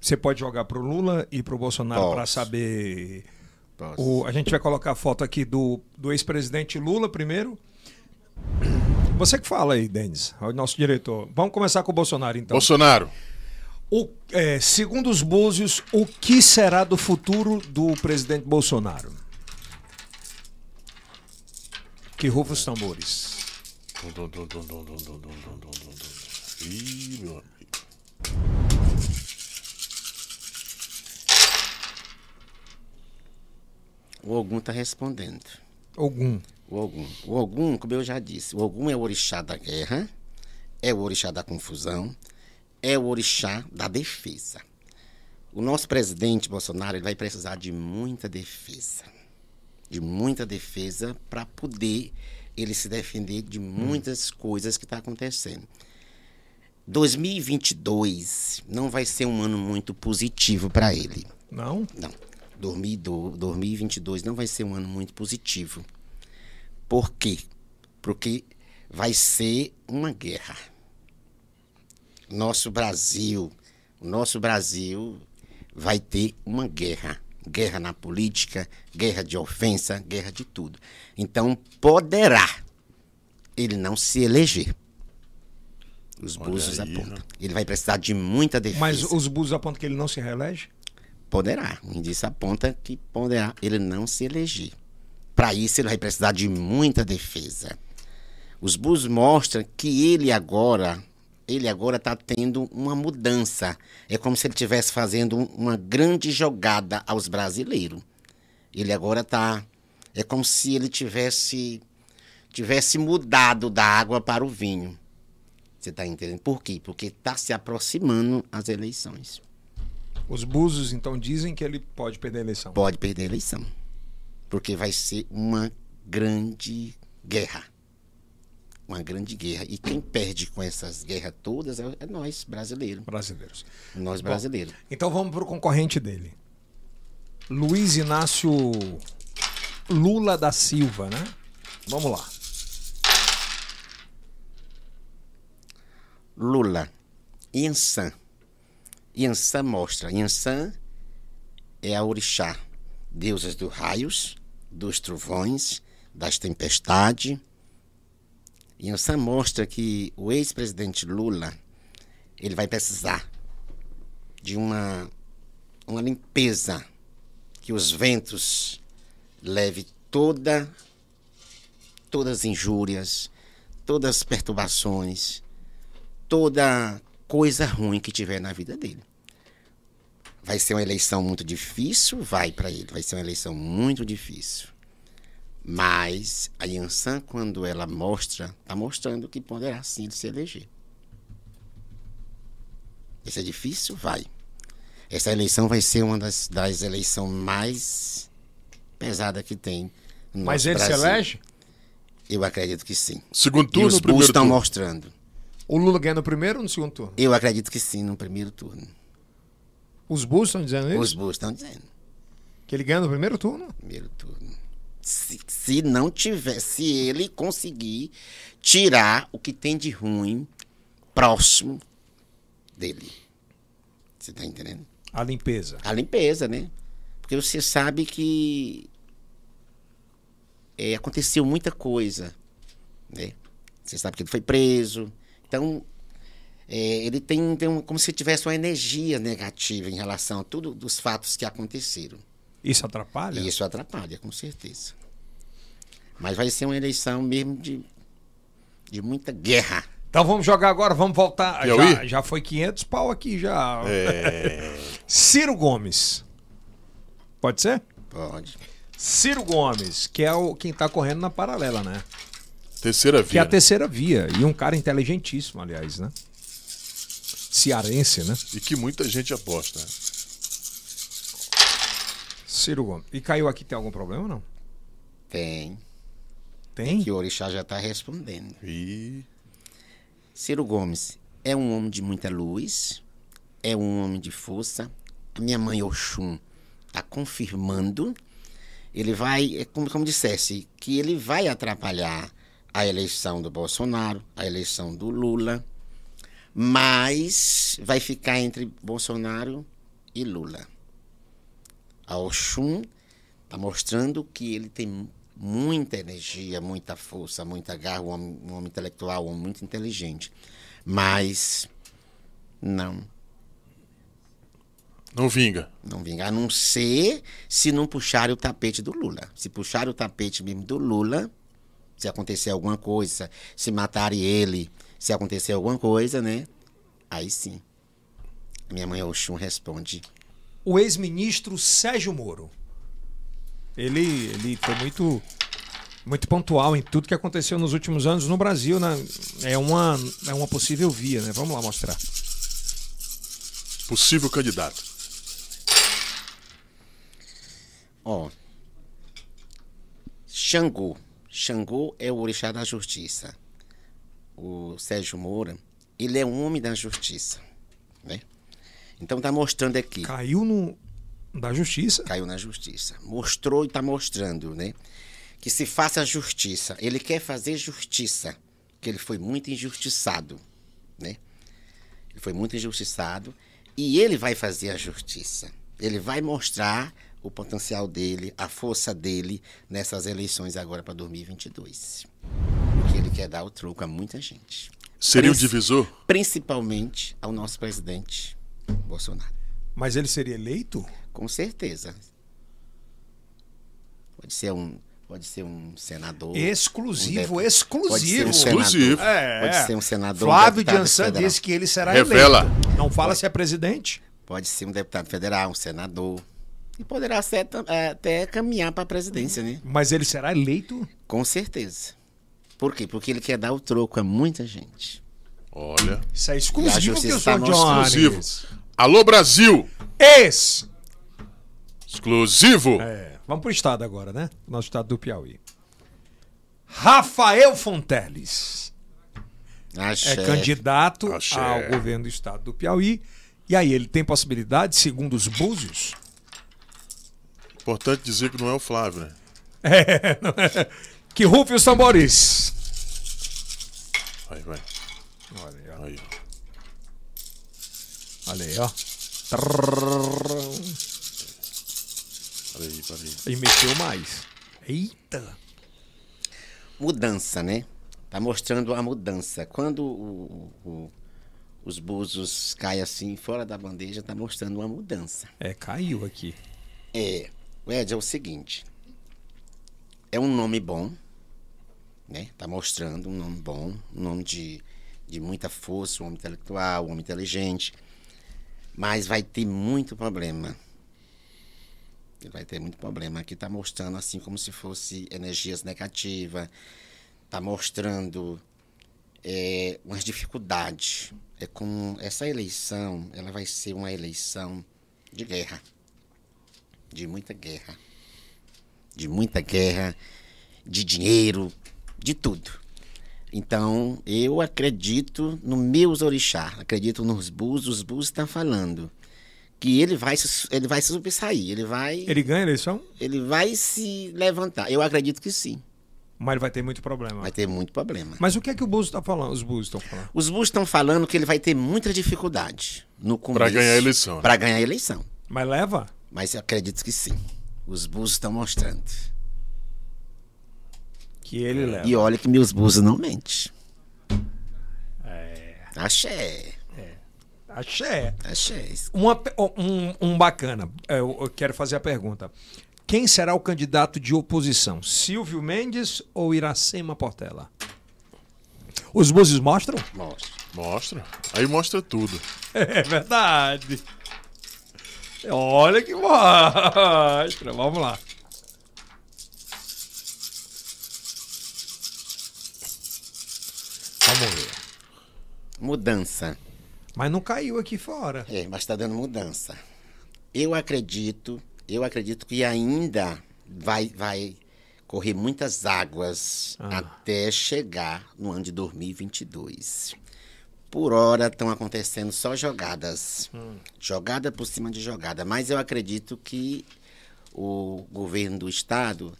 Speaker 1: Você pode jogar pro Lula e pro Bolsonaro
Speaker 3: Posso.
Speaker 1: para saber.
Speaker 3: Posso.
Speaker 1: o- a gente vai colocar a foto aqui do, do ex-presidente Lula primeiro. Você que fala aí, Denis, é o nosso diretor. Vamos começar com o Bolsonaro, então.
Speaker 2: Bolsonaro.
Speaker 1: O- é, segundo os búzios, o que será do futuro do presidente Bolsonaro? Que rufa os tambores.
Speaker 2: Dum, dum, dum, dum, dum, dum, dum, dum, dum, dum, dum, dum. Ih, meu amigo.
Speaker 3: O Ogum está respondendo.
Speaker 1: Algum.
Speaker 3: O Ogum. O Ogum, como eu já disse, o Ogum é o orixá da guerra, é o orixá da confusão, é o orixá da defesa. O nosso presidente Bolsonaro ele vai precisar de muita defesa. De muita defesa para poder ele se defender de muitas coisas que está acontecendo. 2022 não vai ser um ano muito positivo para ele.
Speaker 1: Não?
Speaker 3: Não. 2002 2022 não vai ser um ano muito positivo. Por quê? Porque vai ser uma guerra. Nosso Brasil, o nosso Brasil vai ter uma guerra. Guerra na política, guerra de ofensa, guerra de tudo. Então poderá ele não se eleger. Os
Speaker 2: Olha
Speaker 3: búzios
Speaker 2: aí,
Speaker 3: apontam.
Speaker 2: né?
Speaker 3: Ele vai precisar de muita defesa.
Speaker 1: Mas os búzios apontam que ele não se reelege?
Speaker 3: Poderá. O Um indício aponta que poderá ele não se eleger. Para isso, ele vai precisar de muita defesa. Os Bulls mostram que ele agora, ele agora está tendo uma mudança. É como se ele estivesse fazendo um- uma grande jogada aos brasileiros. Ele agora está, é como se ele tivesse tivesse mudado da água para o vinho. Você está entendendo? Por quê? Porque está se aproximando as eleições.
Speaker 1: Os búzios, então, dizem que ele pode perder a eleição.
Speaker 3: pode perder a eleição. Porque vai ser uma grande guerra. Uma grande guerra. E quem perde com essas guerras todas é é nós, brasileiros.
Speaker 1: Brasileiros.
Speaker 3: Nós, brasileiros.
Speaker 1: Então vamos pro concorrente dele. Luiz Inácio Lula da Silva, né? Vamos lá.
Speaker 3: Lula, Iansã. Iansã mostra. Iansã é a orixá, deusas dos raios, dos trovões, das tempestades. Iansã mostra que o ex-presidente Lula ele vai precisar de uma, uma limpeza que os ventos leve toda todas as injúrias, todas as perturbações, toda coisa ruim que tiver na vida dele. Vai ser uma eleição muito difícil? Vai para ele. Vai ser uma eleição muito difícil. Mas a Yansan, quando ela mostra, está mostrando que poderá sim ele se eleger. Vai ser difícil? Vai. Essa eleição vai ser uma das, das eleições mais pesadas que tem. No
Speaker 1: Mas
Speaker 3: nosso
Speaker 1: ele
Speaker 3: Brasil.
Speaker 1: se elege?
Speaker 3: Eu acredito que sim.
Speaker 2: Segundo
Speaker 3: E
Speaker 2: turno
Speaker 3: os
Speaker 2: ou
Speaker 3: Bulls
Speaker 2: primeiro
Speaker 3: estão
Speaker 2: turno?
Speaker 3: mostrando.
Speaker 1: O Lula ganha no primeiro ou no segundo turno?
Speaker 3: Eu acredito que sim no primeiro turno.
Speaker 1: Os búzios estão dizendo
Speaker 2: É
Speaker 1: isso?
Speaker 3: Os Bulls estão dizendo
Speaker 1: Que ele ganha no primeiro turno?
Speaker 3: primeiro turno. Se, se não tiver, se ele conseguir tirar o que tem de ruim próximo dele. Você tá entendendo?
Speaker 1: A limpeza.
Speaker 3: A limpeza, né? Porque você sabe que é, aconteceu muita coisa, né? Você sabe que ele foi preso. Então, é, ele tem, tem um, como se tivesse uma energia negativa em relação a tudo dos fatos que aconteceram.
Speaker 1: Isso atrapalha?
Speaker 3: E isso atrapalha, com certeza. Mas vai ser uma eleição mesmo de, de muita guerra.
Speaker 1: Então vamos jogar agora, vamos voltar.
Speaker 2: Piauí?
Speaker 1: Já, já foi 500 pau aqui já.
Speaker 2: É.
Speaker 1: Ciro Gomes. Pode ser?
Speaker 3: Pode.
Speaker 1: Ciro Gomes, que é o quem tá correndo na paralela, né?
Speaker 2: Terceira
Speaker 1: Que é
Speaker 2: via.
Speaker 1: a terceira via. E um cara inteligentíssimo, aliás, né? Cearense, né?
Speaker 2: E que muita gente aposta.
Speaker 1: Ciro Gomes. E caiu aqui, tem algum problema ou não?
Speaker 3: Tem.
Speaker 1: Tem?
Speaker 3: Que o Orixá já está respondendo.
Speaker 2: E.
Speaker 3: Ciro Gomes é um homem de muita luz, é um homem de força. A minha mãe Oxum está confirmando. Ele vai, é como, como dissesse, que ele vai atrapalhar a eleição do Bolsonaro, a eleição do Lula, mas vai ficar entre Bolsonaro e Lula. A Oxum está Tá mostrando que ele tem muita energia, muita força, muita garra, um homem, um homem intelectual, um homem muito inteligente. Mas não,
Speaker 2: Não vinga.
Speaker 3: não vinga. A não ser se não puxarem o tapete do Lula. Se puxarem o tapete mesmo do Lula, se acontecer alguma coisa, se matarem ele, se acontecer alguma coisa, né? Aí sim. Minha mãe Oxum responde.
Speaker 1: O ex-ministro Sérgio Moro. Ele, ele foi muito, muito pontual em tudo que aconteceu nos últimos anos no Brasil, né? É uma, é uma possível via, né? Vamos lá mostrar.
Speaker 2: Possível candidato.
Speaker 3: Ó. Xangô. Xangô é o orixá da justiça. O Sérgio Moura, ele é um homem da justiça, né? Então tá mostrando aqui.
Speaker 1: Caiu no da justiça.
Speaker 3: Caiu na justiça. Mostrou e tá mostrando, né? Que se faça justiça. Ele quer fazer justiça, que ele foi muito injustiçado, né? Ele foi muito injustiçado e ele vai fazer a justiça. Ele vai mostrar o potencial dele, a força dele nessas eleições agora para 2022. Porque ele quer dar o troco a muita gente,
Speaker 2: Seria o
Speaker 3: Parece-
Speaker 2: divisor?
Speaker 3: principalmente ao nosso presidente Bolsonaro.
Speaker 1: Mas ele seria eleito?
Speaker 3: Com certeza. Pode ser um, pode ser um senador.
Speaker 1: Exclusivo,
Speaker 3: um depu-
Speaker 1: exclusivo.
Speaker 3: Pode ser um
Speaker 2: Exclusivo.
Speaker 3: senador. Pode ser um senador.
Speaker 1: É, Flávio
Speaker 3: deputado
Speaker 1: Diansan
Speaker 3: federal.
Speaker 1: disse que ele será
Speaker 2: Revela.
Speaker 1: eleito. Não fala se é presidente.
Speaker 3: Pode ser um deputado federal, um senador. E poderá ser, tam- eh, até caminhar para a presidência, né?
Speaker 1: Mas ele será eleito?
Speaker 3: Com certeza. Por quê? Porque ele quer dar o troco a muita gente.
Speaker 2: Olha.
Speaker 1: Isso é
Speaker 3: E a
Speaker 1: exclusivo que
Speaker 3: justiça
Speaker 1: eu sou
Speaker 3: tá
Speaker 1: Johnny.
Speaker 2: Exclusivo. Alô, Brasil!
Speaker 1: Ex!
Speaker 2: Exclusivo!
Speaker 1: É, vamos pro estado agora, né? Nosso estado do Piauí. Rafael Fonteles é
Speaker 3: Axé.
Speaker 1: candidato
Speaker 2: Axé.
Speaker 1: ao governo do estado do Piauí. E aí, ele tem possibilidade, segundo os búzios?
Speaker 2: Importante dizer que não é o Flávio, né?
Speaker 1: É, não é? que rufe os tambores.
Speaker 2: Aí, vai.
Speaker 1: Olha aí, ó.
Speaker 2: Aí.
Speaker 1: Olha aí, ó. Trrrrrrrrrrrrrrrrrrrrrrrrrrrrrrrrrrrrrrrrrrrrrrrrrrrrr.
Speaker 2: Peraí, peraí.
Speaker 1: E mexeu mais. Eita!
Speaker 3: Mudança, né? Tá mostrando a mudança. Quando o- o- o- os búzios caem assim fora da bandeja, tá mostrando uma mudança.
Speaker 1: É, caiu aqui.
Speaker 3: É, o Ed, é o seguinte. É um nome bom, né? Tá mostrando um nome bom, um nome de, de muita força, um homem intelectual, um homem inteligente. Mas vai ter muito problema. Ele vai ter muito problema. Aqui tá mostrando assim como se fosse energias negativas. Tá mostrando é, umas dificuldades. É como essa eleição, ela vai ser uma eleição de guerra de muita guerra. De muita guerra, de dinheiro, de tudo. Então, eu acredito no meus orixá, acredito nos bus, os bus estão falando que ele vai se, ele vai se sobressair, ele vai
Speaker 1: Ele ganha a eleição?
Speaker 3: ele vai se levantar. Eu acredito que sim.
Speaker 1: Mas ele vai ter muito problema.
Speaker 3: Vai ter muito problema.
Speaker 1: Mas o que é que o Buzo tá falando? Os Buzos estão falando.
Speaker 3: Os Bush estão falando que ele vai ter muita dificuldade no começo.
Speaker 2: Pra ganhar a eleição, né?
Speaker 3: Para ganhar a eleição.
Speaker 1: Mas leva?
Speaker 3: Mas eu acredito que sim. Os Bush estão mostrando.
Speaker 1: Que ele leva.
Speaker 3: E olha que meus Bush não mente. É. Axé.
Speaker 1: Axé.
Speaker 3: Axé.
Speaker 1: Uma pe- um, um bacana. É, Eu, eu quero fazer a pergunta. Quem será o candidato de oposição? Silvio Mendes ou Iracema Portela? Os Buzos mostram?
Speaker 3: Mostra.
Speaker 2: Mostra. Aí mostra tudo.
Speaker 1: É verdade. Olha que mostra. Vamos lá. Vamos ver.
Speaker 3: Mudança.
Speaker 1: Mas não caiu aqui fora.
Speaker 3: É, mas está dando mudança. Eu acredito, eu acredito que ainda vai, vai correr muitas águas até chegar no ano de 2022. Por hora estão acontecendo só jogadas, jogada por cima de jogada. Mas eu acredito que o governo do estado,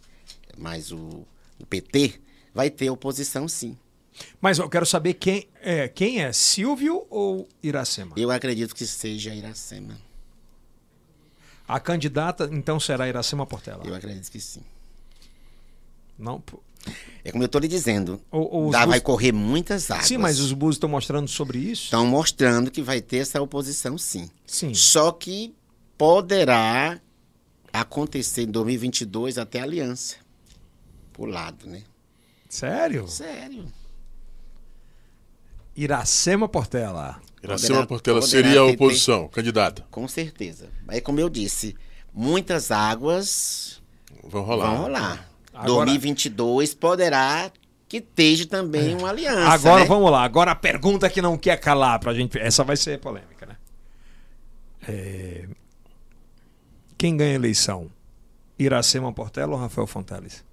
Speaker 3: mais o, o PT, vai ter oposição, sim.
Speaker 1: Mas eu quero saber quem é, quem é Silvio ou Iracema?
Speaker 3: Eu acredito que seja Iracema.
Speaker 1: A candidata, então, será Iracema Portela?
Speaker 3: Eu acredito que sim.
Speaker 1: Não. pô.
Speaker 3: É como eu estou lhe dizendo.
Speaker 1: O- os
Speaker 3: dá,
Speaker 1: bus-
Speaker 3: Vai Então- correr muitas águas.
Speaker 1: Sim, mas os búzios estão mostrando sobre isso?
Speaker 3: Estão mostrando que vai ter essa oposição, sim.
Speaker 1: Sim.
Speaker 3: Só que poderá acontecer em 2022 até a aliança. Pro lado, né?
Speaker 1: Sério?
Speaker 3: Sério.
Speaker 1: Iracema Portela.
Speaker 2: Iracema
Speaker 3: Poderá-
Speaker 2: Portela
Speaker 3: poderá
Speaker 2: seria a
Speaker 3: ter-
Speaker 2: oposição, candidata.
Speaker 3: Com certeza. Aí, como eu disse, muitas águas
Speaker 2: Vão rolar.
Speaker 3: vão rolar.
Speaker 1: Agora-
Speaker 3: 2022 poderá que esteja também uma aliança.
Speaker 1: É. Agora
Speaker 3: né?
Speaker 1: vamos lá. Agora a pergunta que não quer calar pra gente. Essa vai ser polêmica, né? É, Quem ganha a eleição? Iracema Portela ou Rafael Fontales?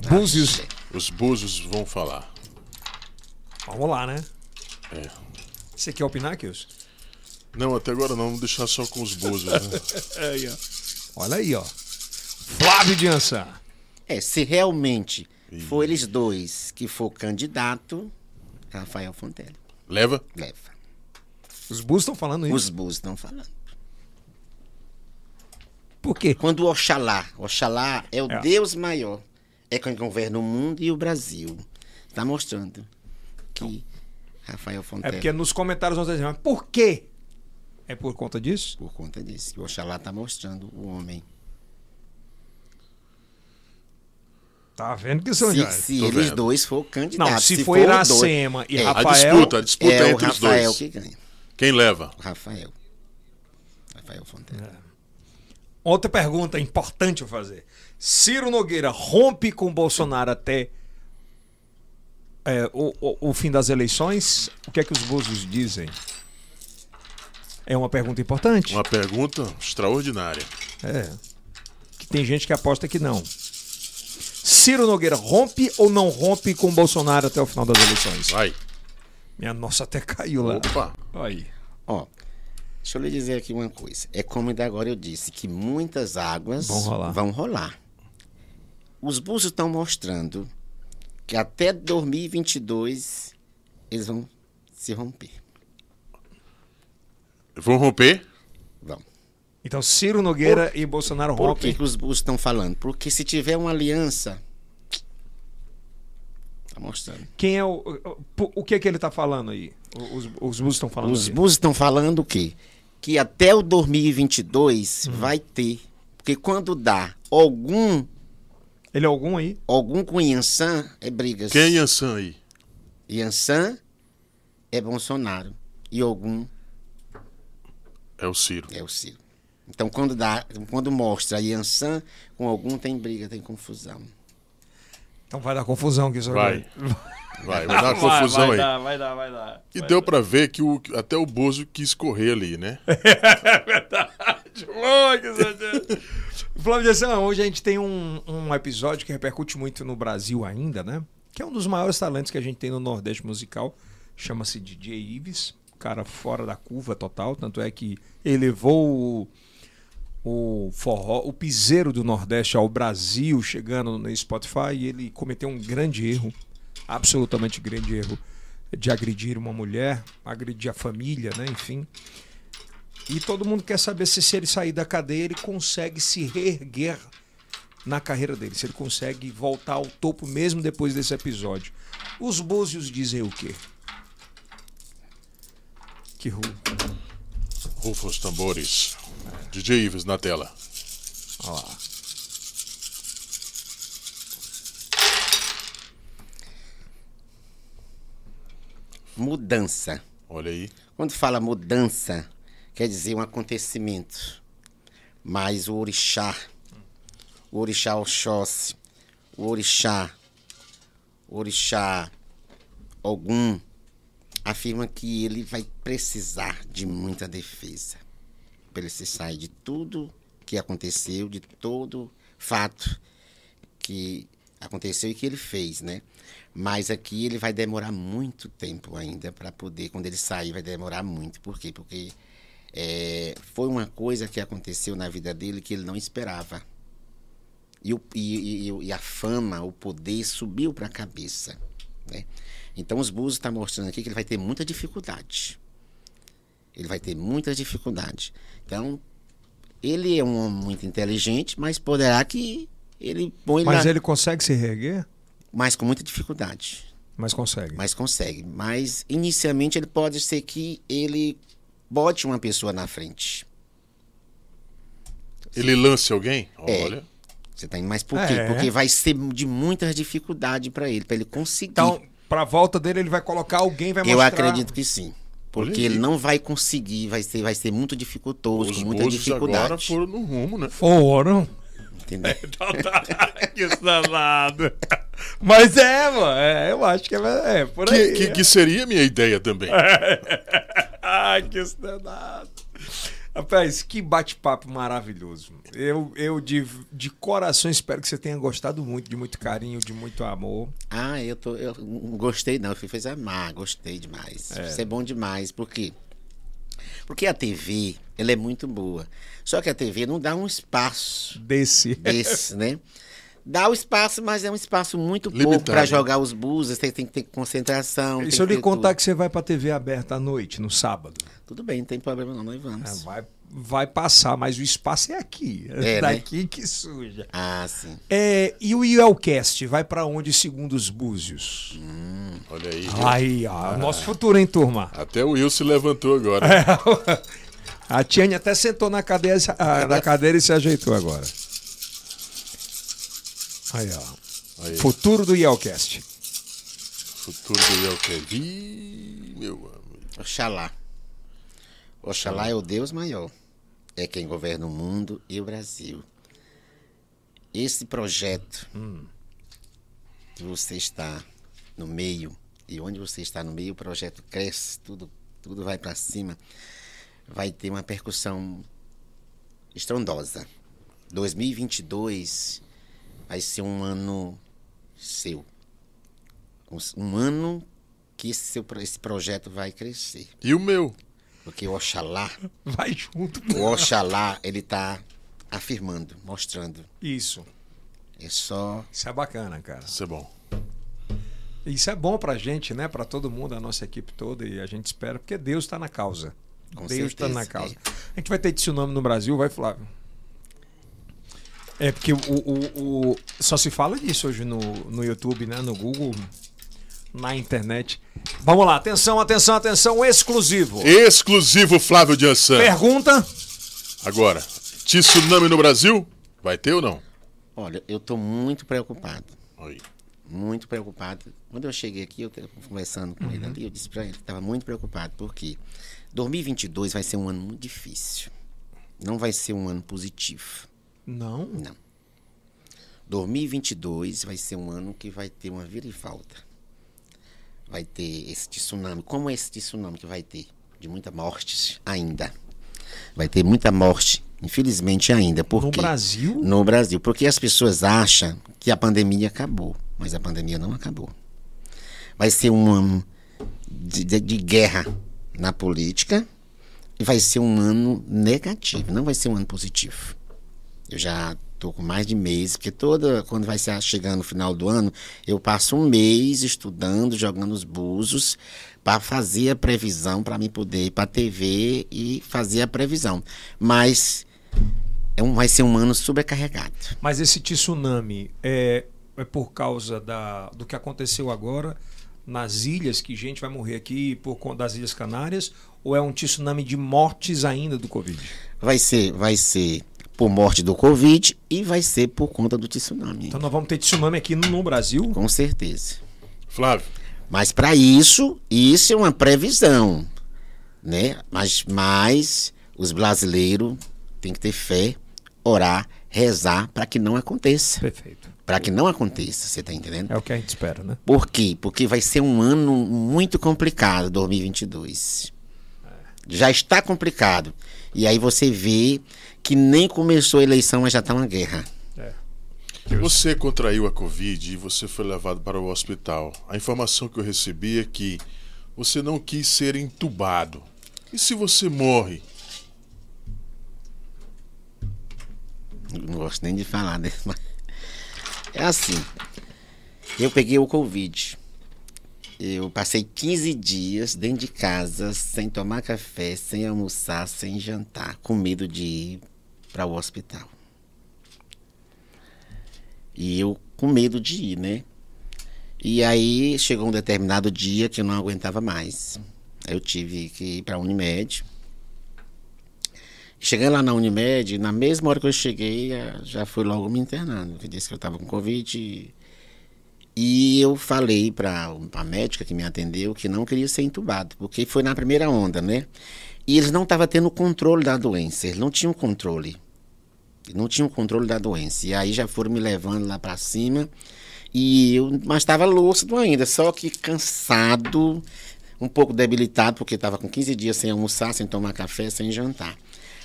Speaker 3: Tá.
Speaker 1: Búzios.
Speaker 2: Os búzios vão falar.
Speaker 1: Vamos lá, né?
Speaker 2: É.
Speaker 1: Você quer opinar, Kilson?
Speaker 2: Não, até agora não. Vamos deixar só com os búzios. Né?
Speaker 1: Olha aí, ó. Flávio de Ançã.
Speaker 3: É, se realmente for eles dois que for candidato, Rafael Fontelli
Speaker 2: Leva?
Speaker 3: leva.
Speaker 1: Os Bulls estão falando isso.
Speaker 3: Os bus estão falando.
Speaker 1: Por quê?
Speaker 3: Quando o Oxalá, Oxalá é o
Speaker 1: É.
Speaker 3: Deus maior, é quem governa o mundo e o Brasil. Está mostrando que Rafael
Speaker 1: Então, É
Speaker 3: Fontelli,
Speaker 1: porque nos comentários vão dizer, mas por quê? É por conta disso?
Speaker 3: por conta disso, que o Oxalá está mostrando o homem.
Speaker 1: Tá vendo que são
Speaker 3: Se,
Speaker 1: joias.
Speaker 3: se
Speaker 2: tô
Speaker 3: eles
Speaker 2: vendo.
Speaker 3: dois for candidato,
Speaker 1: Não, se,
Speaker 3: for
Speaker 1: for Iracema e
Speaker 3: É, a
Speaker 2: A
Speaker 1: Rafael.
Speaker 2: disputa, a
Speaker 3: dois,
Speaker 2: disputa
Speaker 3: é
Speaker 2: é
Speaker 3: o
Speaker 2: entre os
Speaker 3: Rafael
Speaker 2: dois.
Speaker 3: que ganha.
Speaker 2: Quem leva?
Speaker 3: O Rafael. Rafael Fontelli.
Speaker 1: Outra pergunta importante eu fazer. Ciro Nogueira rompe com Bolsonaro até é, o, o- o fim das eleições? O que é que os búzios dizem? É uma pergunta importante.
Speaker 2: Uma pergunta extraordinária.
Speaker 1: É. Que tem gente que aposta que não. Ciro Nogueira rompe ou não rompe com Bolsonaro até o final das eleições?
Speaker 2: Vai.
Speaker 1: Minha nossa até caiu lá.
Speaker 2: Opa.
Speaker 1: Aí.
Speaker 3: Ó, deixa eu lhe dizer aqui uma coisa. É como ainda agora eu disse, que muitas águas
Speaker 1: Vão rolar.
Speaker 3: vão rolar. Os búzios estão mostrando que até 2022 eles vão se romper.
Speaker 2: Vão romper?
Speaker 3: Vão.
Speaker 1: Então Ciro Nogueira e Bolsonaro
Speaker 3: Por que,
Speaker 1: rompem.
Speaker 3: que os búzios estão falando? Porque se tiver uma aliança... Tá mostrando.
Speaker 1: Quem é o. O, o- o que é que ele tá falando aí? O- Os, os búzios estão falando.
Speaker 3: Os
Speaker 1: aqui.
Speaker 3: búzios estão falando o quê? Que até o 2022 vai ter. Porque quando dá algum,
Speaker 1: Ele é algum aí?
Speaker 3: algum com Yansan, é brigas.
Speaker 2: Quem é Yansan aí?
Speaker 3: Yansan é Bolsonaro e Ogum
Speaker 2: É o Ciro.
Speaker 3: é o Ciro. Então, quando, dá, quando mostra Yansan com Ogum, tem briga, tem confusão.
Speaker 1: Então vai dar confusão que isso
Speaker 2: Vai. Vai, vai dar uma confusão aí.
Speaker 1: vai dar, vai dar.
Speaker 2: E deu pra ver que o- até o Bozo quis correr ali, né?
Speaker 1: Flávio de São, hoje a gente tem um, um episódio que repercute muito no Brasil ainda, né? Que é um dos maiores talentos que a gente tem no Nordeste musical. Chama-se DJ um Ives. Cara fora da curva total. Tanto é que elevou o, o forró, o piseiro do Nordeste ao Brasil chegando no Spotify e ele cometeu um grande erro, absolutamente grande erro, de agredir uma mulher, agredir a família, né? Enfim. E todo mundo quer saber se, se ele sair da cadeia, ele consegue se reerguer na carreira dele, se ele consegue voltar ao topo mesmo depois desse episódio. Os búzios dizem o quê? Que ru.
Speaker 2: Rufa os tambores. DJ Ives na tela.
Speaker 1: Olha lá.
Speaker 3: Mudança.
Speaker 2: Olha aí.
Speaker 3: Quando fala mudança, quer dizer um acontecimento. Mas o orixá, o orixá Oxóssi, o orixá, o orixá algum, afirma que ele vai precisar de muita defesa para ele se sair de tudo que aconteceu, de todo fato que aconteceu e que ele fez, né? Mas aqui ele vai demorar muito tempo ainda para poder, quando ele sair, vai demorar muito. Por quê? Porque é, foi uma coisa que aconteceu na vida dele que ele não esperava. E, o- e- e- e a fama, o poder subiu para a cabeça. Né? Então, os Búzios está mostrando aqui que ele vai ter muita dificuldade. Ele vai ter muita dificuldade. Então, ele é um homem muito inteligente, mas poderá que ele põe
Speaker 1: Mas
Speaker 3: na-
Speaker 1: ele consegue se reerguer?
Speaker 3: mas com muita dificuldade.
Speaker 1: Mas consegue.
Speaker 3: Mas consegue. Mas inicialmente ele pode ser que ele bote uma pessoa na frente.
Speaker 2: Ele lance alguém?
Speaker 3: É.
Speaker 2: Olha.
Speaker 3: Você tá indo mais por quê?
Speaker 1: É.
Speaker 3: Porque vai ser de muita dificuldade para ele, para ele conseguir.
Speaker 1: Então, pra volta dele, ele vai colocar alguém, vai
Speaker 3: eu
Speaker 1: mostrar.
Speaker 3: acredito que sim. Porque
Speaker 2: Olha aí.
Speaker 3: ele não vai conseguir, vai ser, vai ser muito dificultoso,
Speaker 2: é. Os
Speaker 3: com muita
Speaker 2: búzios agora É, então.
Speaker 3: dificuldade.
Speaker 2: foram no rumo, né?
Speaker 1: Foram.
Speaker 3: Entendeu?
Speaker 2: que danado.
Speaker 1: Mas é, mano. É, eu acho que é, é por
Speaker 2: Que,
Speaker 1: aí.
Speaker 2: que, que seria a minha ideia também.
Speaker 1: Ai, que danado. Rapaz, que bate-papo maravilhoso. Eu, eu de, de coração espero que você tenha gostado muito, de muito carinho, de muito amor.
Speaker 3: Ah, eu tô. Eu não gostei, não. Eu fui fazer amar, gostei demais. Isso é bom demais. Por quê? Porque a TV, ela é muito boa. Só que a TV não dá um espaço
Speaker 1: Desse.
Speaker 3: desse, né? Dá o espaço, mas é um espaço muito pouco
Speaker 2: Limitado.
Speaker 3: para jogar os búzios, tem, tem que ter concentração.
Speaker 1: E
Speaker 3: tem
Speaker 1: se eu
Speaker 3: que
Speaker 1: lhe
Speaker 3: ter
Speaker 1: contar
Speaker 3: tudo.
Speaker 1: que você vai pra TV aberta à noite, no sábado?
Speaker 3: Tudo bem, não tem problema não, nós
Speaker 1: Ah,
Speaker 3: vamos.
Speaker 1: Vai, vai passar, mas o espaço é aqui. É
Speaker 3: né?
Speaker 1: daqui que suja.
Speaker 3: Ah, sim.
Speaker 1: É, e o IELCast vai pra onde, segundo os búzios?
Speaker 2: Olha aí.
Speaker 1: Aí, ó,
Speaker 3: ah.
Speaker 1: o nosso futuro, hein, turma?
Speaker 2: Até o Will se levantou agora.
Speaker 1: A Tiane até sentou na cadeira, ah, na cadeira e se ajeitou agora. Aí, ó.
Speaker 2: Aí,
Speaker 1: Futuro do IELCast.
Speaker 2: futuro do Yelkev. Ih, meu amigo.
Speaker 3: Oxalá. Oxalá é o Deus maior. É quem governa o mundo e o Brasil. Esse projeto que você está no meio, e onde você está no meio, o projeto cresce, tudo, tudo vai para cima, vai ter uma percussão estrondosa. 2022 vai ser um ano seu. Um, um ano que esse, seu, pro- esse projeto vai crescer.
Speaker 2: E o meu?
Speaker 3: Porque o Oxalá,
Speaker 1: Vai junto. pô.
Speaker 3: o Oxalá, ele está afirmando, mostrando.
Speaker 1: Isso.
Speaker 3: É só.
Speaker 1: Isso é bacana, cara.
Speaker 2: Isso é bom.
Speaker 1: Isso é bom pra gente, né? Pra todo mundo, a nossa equipe toda, e a gente espera, porque Deus tá na causa.
Speaker 3: Com
Speaker 1: Deus tá
Speaker 3: certeza,
Speaker 1: na causa. A gente vai ter tsunami no Brasil, vai, Flávio? É, porque o, o- o- só se fala disso hoje no, no YouTube, né? No Google, na internet. Vamos lá, atenção, atenção, atenção, exclusivo.
Speaker 2: Exclusivo Flávio Jansan.
Speaker 1: Pergunta.
Speaker 2: Agora, tsunami no Brasil? Vai ter ou não?
Speaker 3: Olha, eu estou muito preocupado.
Speaker 2: Aí.
Speaker 3: muito preocupado. Quando eu cheguei aqui, eu estava conversando com ele ali, eu disse para ele que estava muito preocupado, porque 2022 vai ser um ano muito difícil. Não vai ser um ano positivo.
Speaker 1: Não.
Speaker 3: 2022 vai ser um ano que vai ter uma virivalta. Vai ter esse tsunami. Como é esse tsunami que vai ter? De muita morte ainda. Vai ter muita morte, infelizmente ainda. Por
Speaker 1: No
Speaker 3: quê?
Speaker 1: Brasil?
Speaker 3: No Brasil. Porque as pessoas acham que a pandemia acabou. Mas a pandemia não acabou. Vai ser um ano de, de- de guerra na política, vai ser um ano negativo, não vai ser um ano positivo. Eu já estou com mais de mês, porque toda quando vai ser chegando o final do ano, eu passo um mês estudando, jogando os búzios para fazer a previsão, para mim poder ir para a TV e fazer a previsão. Mas é um, vai ser um ano sobrecarregado.
Speaker 1: Mas esse tsunami é, é por causa da, do que aconteceu agora nas ilhas, que gente vai morrer aqui por conta das Ilhas Canárias, ou é um tsunami de mortes ainda do Covid?
Speaker 3: Vai ser, vai ser por morte do Covid e vai ser por conta do tsunami.
Speaker 1: Então nós vamos ter tsunami aqui no, no Brasil?
Speaker 3: Com certeza.
Speaker 2: Flávio,
Speaker 3: Mas para isso, isso é uma previsão, né? Mas, mas os brasileiros têm que ter fé, orar, rezar para que não aconteça.
Speaker 1: Perfeito.
Speaker 3: Para que não aconteça, você tá entendendo?
Speaker 1: É o que a gente espera, né?
Speaker 3: Por quê? Porque vai ser um ano muito complicado, 2022. Já está complicado. E aí você vê que nem começou a eleição, mas já está uma guerra.
Speaker 2: você contraiu a Covid e você foi levado para o hospital. A informação que eu recebi é que você não quis ser entubado. E se você morre?
Speaker 3: Não gosto nem de falar, né? Mas é assim. Eu peguei o Covid. Eu passei 15 dias dentro de casa, sem tomar café, sem almoçar, sem jantar, com medo de ir para o hospital. E eu com medo de ir, né? E aí chegou um determinado dia que eu não aguentava mais. Aí Eu tive que ir para a Unimed. Cheguei lá na Unimed, na mesma hora que eu cheguei, eh, já fui logo me internando. que Disse que eu estava com Covid. e- E eu falei para a médica que me atendeu que não queria ser entubado, porque foi na primeira onda, né? E eles não estavam tendo controle da doença, eles não tinham controle. Eles Não tinham controle da doença. E aí já foram me levando lá para cima. E eu, mas estava lúcido ainda, só que cansado, um pouco debilitado, porque estava com 15 dias sem almoçar, sem tomar café, sem jantar.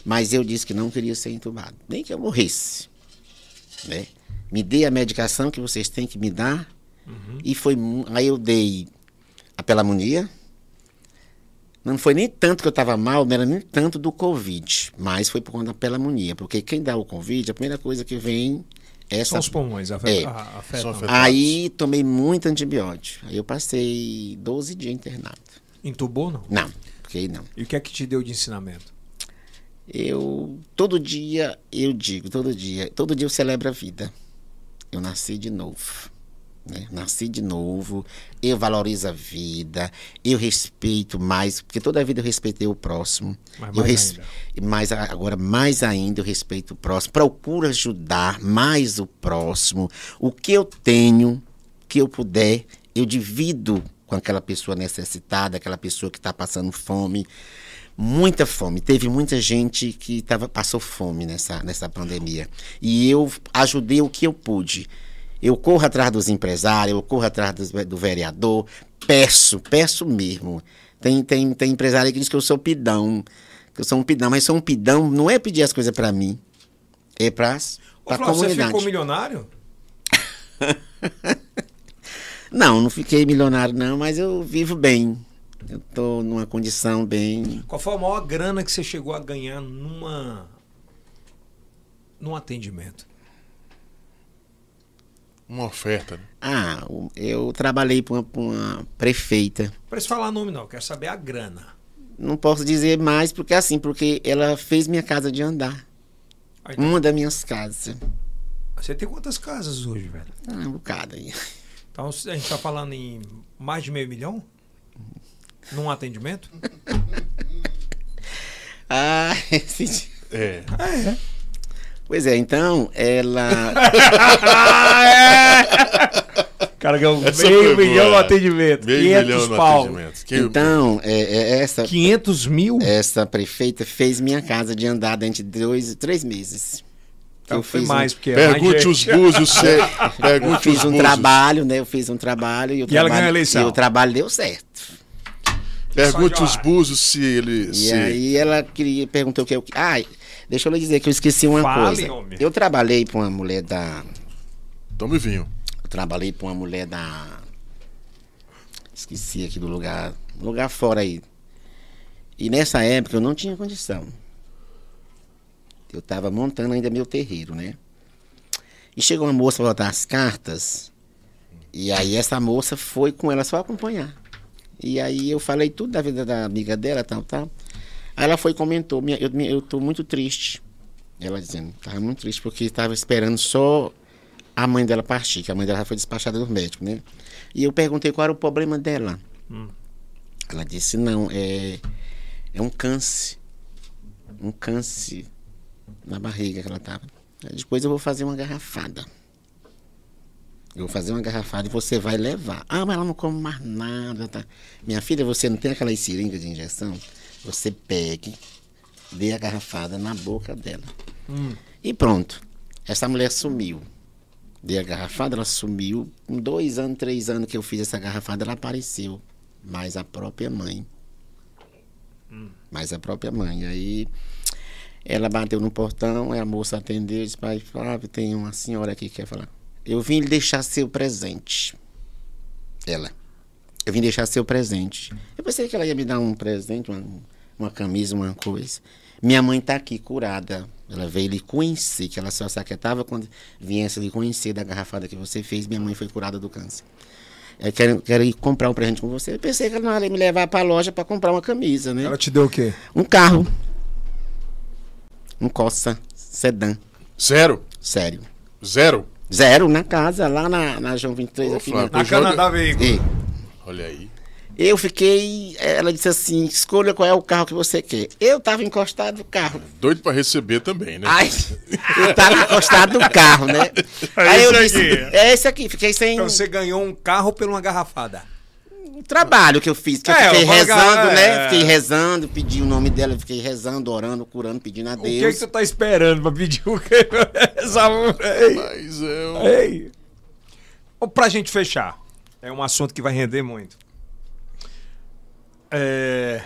Speaker 3: Mas eu disse que não queria ser entubado, nem que eu morresse. Né? Me dê a medicação que vocês têm que me dar.
Speaker 1: Uhum.
Speaker 3: E foi. mu- Aí eu dei a pelamonia. Não foi nem tanto que eu estava mal, não era nem tanto do Covid, mas foi por conta da pelamonia. Porque quem dá o Covid, a primeira coisa que vem é
Speaker 1: São
Speaker 3: essa
Speaker 1: os pulmões, afe-
Speaker 3: É.
Speaker 1: a- afetam.
Speaker 2: São afetados.
Speaker 3: Aí tomei muito antibiótico. Aí eu passei 12 dias internado.
Speaker 1: Entubou, não?
Speaker 3: Não, fiquei não.
Speaker 1: E o que é que te deu de ensinamento?
Speaker 3: Eu todo dia eu digo, todo dia, todo dia eu celebro a vida. Eu nasci de novo. Né? Nasci de novo, eu valorizo a vida, eu respeito mais, porque toda a vida eu respeitei o próximo.
Speaker 1: Mas
Speaker 3: eu
Speaker 1: mais
Speaker 3: mais a- agora, mais ainda, eu respeito o próximo. Procuro ajudar mais o próximo. O que eu tenho, que eu puder, eu divido com aquela pessoa necessitada, aquela pessoa que está passando fome. Muita fome. Teve muita gente que tava, passou fome nessa, nessa pandemia. E eu ajudei o que eu pude. Eu corro atrás dos empresários, eu corro atrás dos ve- do vereador, peço, peço mesmo. Tem, tem, tem empresário que diz que eu sou pidão, que eu sou um pidão, mas sou um pidão, não é pedir as coisas para mim, é para
Speaker 1: Ô,
Speaker 3: a
Speaker 1: Flávio, você
Speaker 3: comunidade.
Speaker 1: ficou milionário?
Speaker 3: Não, não fiquei milionário não, mas eu vivo bem. Eu tô numa condição bem...
Speaker 1: Qual foi a maior grana que você chegou a ganhar numa num atendimento?
Speaker 2: Uma oferta, né?
Speaker 3: Ah, o- eu trabalhei para uma, pra uma prefeita.
Speaker 1: Não Precisa falar nome não, eu quero saber a grana.
Speaker 3: Não posso dizer mais porque assim, porque ela fez minha casa de andar.
Speaker 1: Ah, então,
Speaker 3: Uma das minhas casas.
Speaker 1: Você tem quantas casas hoje, velho?
Speaker 3: Ah, um bocado aí.
Speaker 1: Então a gente tá falando em mais de meio milhão? Num atendimento?
Speaker 3: Ah, esse dia.
Speaker 2: É.
Speaker 3: Pois é, então, ela.
Speaker 1: Cara, ganhou
Speaker 2: Ah, é! Essa meio foi boa. milhão no
Speaker 1: atendimento.
Speaker 2: Meio milhão no atendimento. Que-
Speaker 3: então, é, é, essa,
Speaker 1: 500 mil?
Speaker 3: essa prefeita fez minha casa de andar durante dois, três meses. Que
Speaker 1: Então, foi
Speaker 3: fiz um-
Speaker 1: mais, porque é mais
Speaker 2: Pergunte
Speaker 1: gente.
Speaker 2: os búzios, se... Pergunte os
Speaker 3: Fiz um
Speaker 2: búzios.
Speaker 3: trabalho, né? Eu fiz um trabalho e o
Speaker 1: E ela
Speaker 3: trabalho-
Speaker 1: ganhou a eleição.
Speaker 3: E o trabalho deu certo.
Speaker 2: Pergunte
Speaker 1: Só de
Speaker 2: os
Speaker 1: lá.
Speaker 2: búzios se ele.
Speaker 3: E
Speaker 2: se-
Speaker 3: aí ela queria, perguntou o que eu. Ai, deixa eu lhe dizer que eu esqueci uma
Speaker 1: Fale,
Speaker 3: coisa.
Speaker 1: homem.
Speaker 3: Eu trabalhei com uma mulher da.
Speaker 2: Tome vinho.
Speaker 3: Eu trabalhei com uma mulher da. Esqueci aqui do lugar. Lugar fora aí. E nessa época eu não tinha condição. Eu estava montando ainda meu terreiro, né? E chegou uma moça para botar as cartas. E aí essa moça foi com ela só acompanhar. E aí eu falei tudo da vida da amiga dela, tal, tal. Aí ela foi e comentou, minha, eu, minha, eu tô muito triste. Ela dizendo, tava muito triste porque estava esperando só a mãe dela partir, que a mãe dela já foi despachada do médico, né? E eu perguntei qual era o problema dela. Ela disse, não, é, é um câncer. Um câncer na barriga que ela tava. Aí Depois eu vou fazer uma garrafada. Eu vou fazer uma garrafada e você vai levar. Ah, mas ela não come mais nada. Tá? Minha filha, você não tem aquelas seringas de injeção? Você pegue, dê a garrafada na boca dela. E pronto. Essa mulher sumiu. Dei a garrafada, ela sumiu. Com dois anos, três anos que eu fiz essa garrafada, ela apareceu. Mas a própria mãe. Mas a própria mãe. Aí ela bateu no portão, aí a moça atendeu e disse: Pai Flávio, tem uma senhora aqui que quer falar. Eu vim lhe deixar seu presente. Ela. Eu vim deixar seu presente. Eu pensei que ela ia me dar um presente, uma, uma camisa, uma coisa. Minha mãe está aqui curada. Ela veio lhe conhecer, que ela só saquetava quando viesse lhe conhecer da garrafada que você fez. Minha mãe foi curada do câncer. Eu quero, quero ir comprar um presente com você. Eu pensei que ela não ia me levar para a loja para comprar uma camisa, né?
Speaker 1: Ela te deu o quê?
Speaker 3: Um carro. Um Corsa sedã.
Speaker 2: Zero.
Speaker 3: Sério.
Speaker 2: Zero.
Speaker 3: Zero na casa, lá na, na João 23,
Speaker 2: Ô,
Speaker 3: aqui
Speaker 2: Flávio,
Speaker 1: Na
Speaker 2: O jogo- é-
Speaker 1: Canadá Veículo.
Speaker 3: E
Speaker 2: Olha aí.
Speaker 3: eu fiquei. Ela disse assim: escolha qual é o carro que você quer. Eu tava encostado no carro.
Speaker 2: Doido pra receber também, né?
Speaker 3: Ai, eu tava encostado no carro, né?
Speaker 4: É
Speaker 3: Aí eu
Speaker 4: esse
Speaker 3: disse:
Speaker 4: aqui.
Speaker 3: é esse aqui. Fiquei sem
Speaker 1: Então você ganhou um carro por uma garrafada.
Speaker 3: um trabalho que eu fiz. Que eu
Speaker 1: É,
Speaker 3: fiquei
Speaker 1: eu vou ligar,
Speaker 3: rezando,
Speaker 1: é.
Speaker 3: né? Fiquei rezando, pedi o nome dela, fiquei rezando, orando, curando, pedindo a
Speaker 1: O que, é que
Speaker 3: Deus.
Speaker 1: você tá esperando pra pedir o quê? Essa...
Speaker 2: Mas é. um-
Speaker 1: Ei, ei. Bom, Pra gente fechar, é um assunto que vai render muito. É,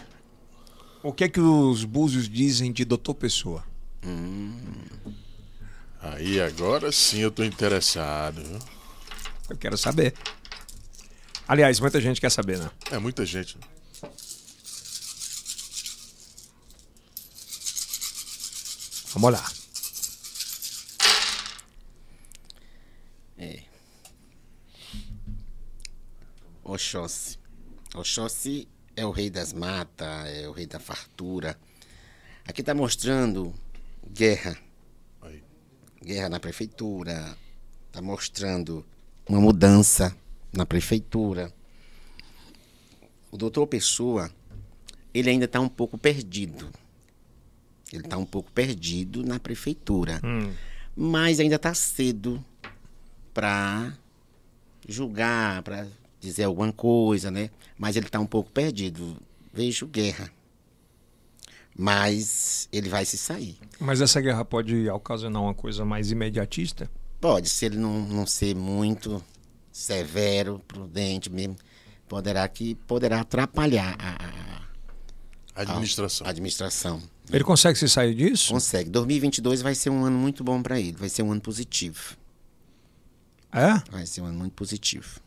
Speaker 1: O que é que os búzios dizem de doutor Pessoa?
Speaker 2: Aí agora sim eu tô interessado. viu?
Speaker 1: Eu quero saber. Aliás, muita gente quer saber, né?
Speaker 2: É muita gente.
Speaker 1: Vamos lá.
Speaker 3: É. Oxóssi. Oxóssi é o rei das matas, é o rei da fartura. Aqui está mostrando guerra.
Speaker 2: Aí.
Speaker 3: Guerra na prefeitura. Está mostrando uma mudança na prefeitura. O doutor Pessoa, ele ainda está um pouco perdido. Ele está um pouco perdido na prefeitura. Mas ainda está cedo para julgar, para dizer alguma coisa, né? Mas ele está um pouco perdido. Vejo guerra. Mas ele vai se sair.
Speaker 1: Mas essa guerra pode ocasionar uma coisa mais imediatista?
Speaker 3: Pode, se ele não, não ser muito severo, prudente mesmo, poderá que poderá atrapalhar a, a-
Speaker 2: Administração.
Speaker 3: a administração.
Speaker 1: Ele consegue se sair disso?
Speaker 3: Consegue. 2022 vai ser um ano muito bom para ele, vai ser um ano positivo.
Speaker 1: É?
Speaker 3: Vai ser um ano muito positivo.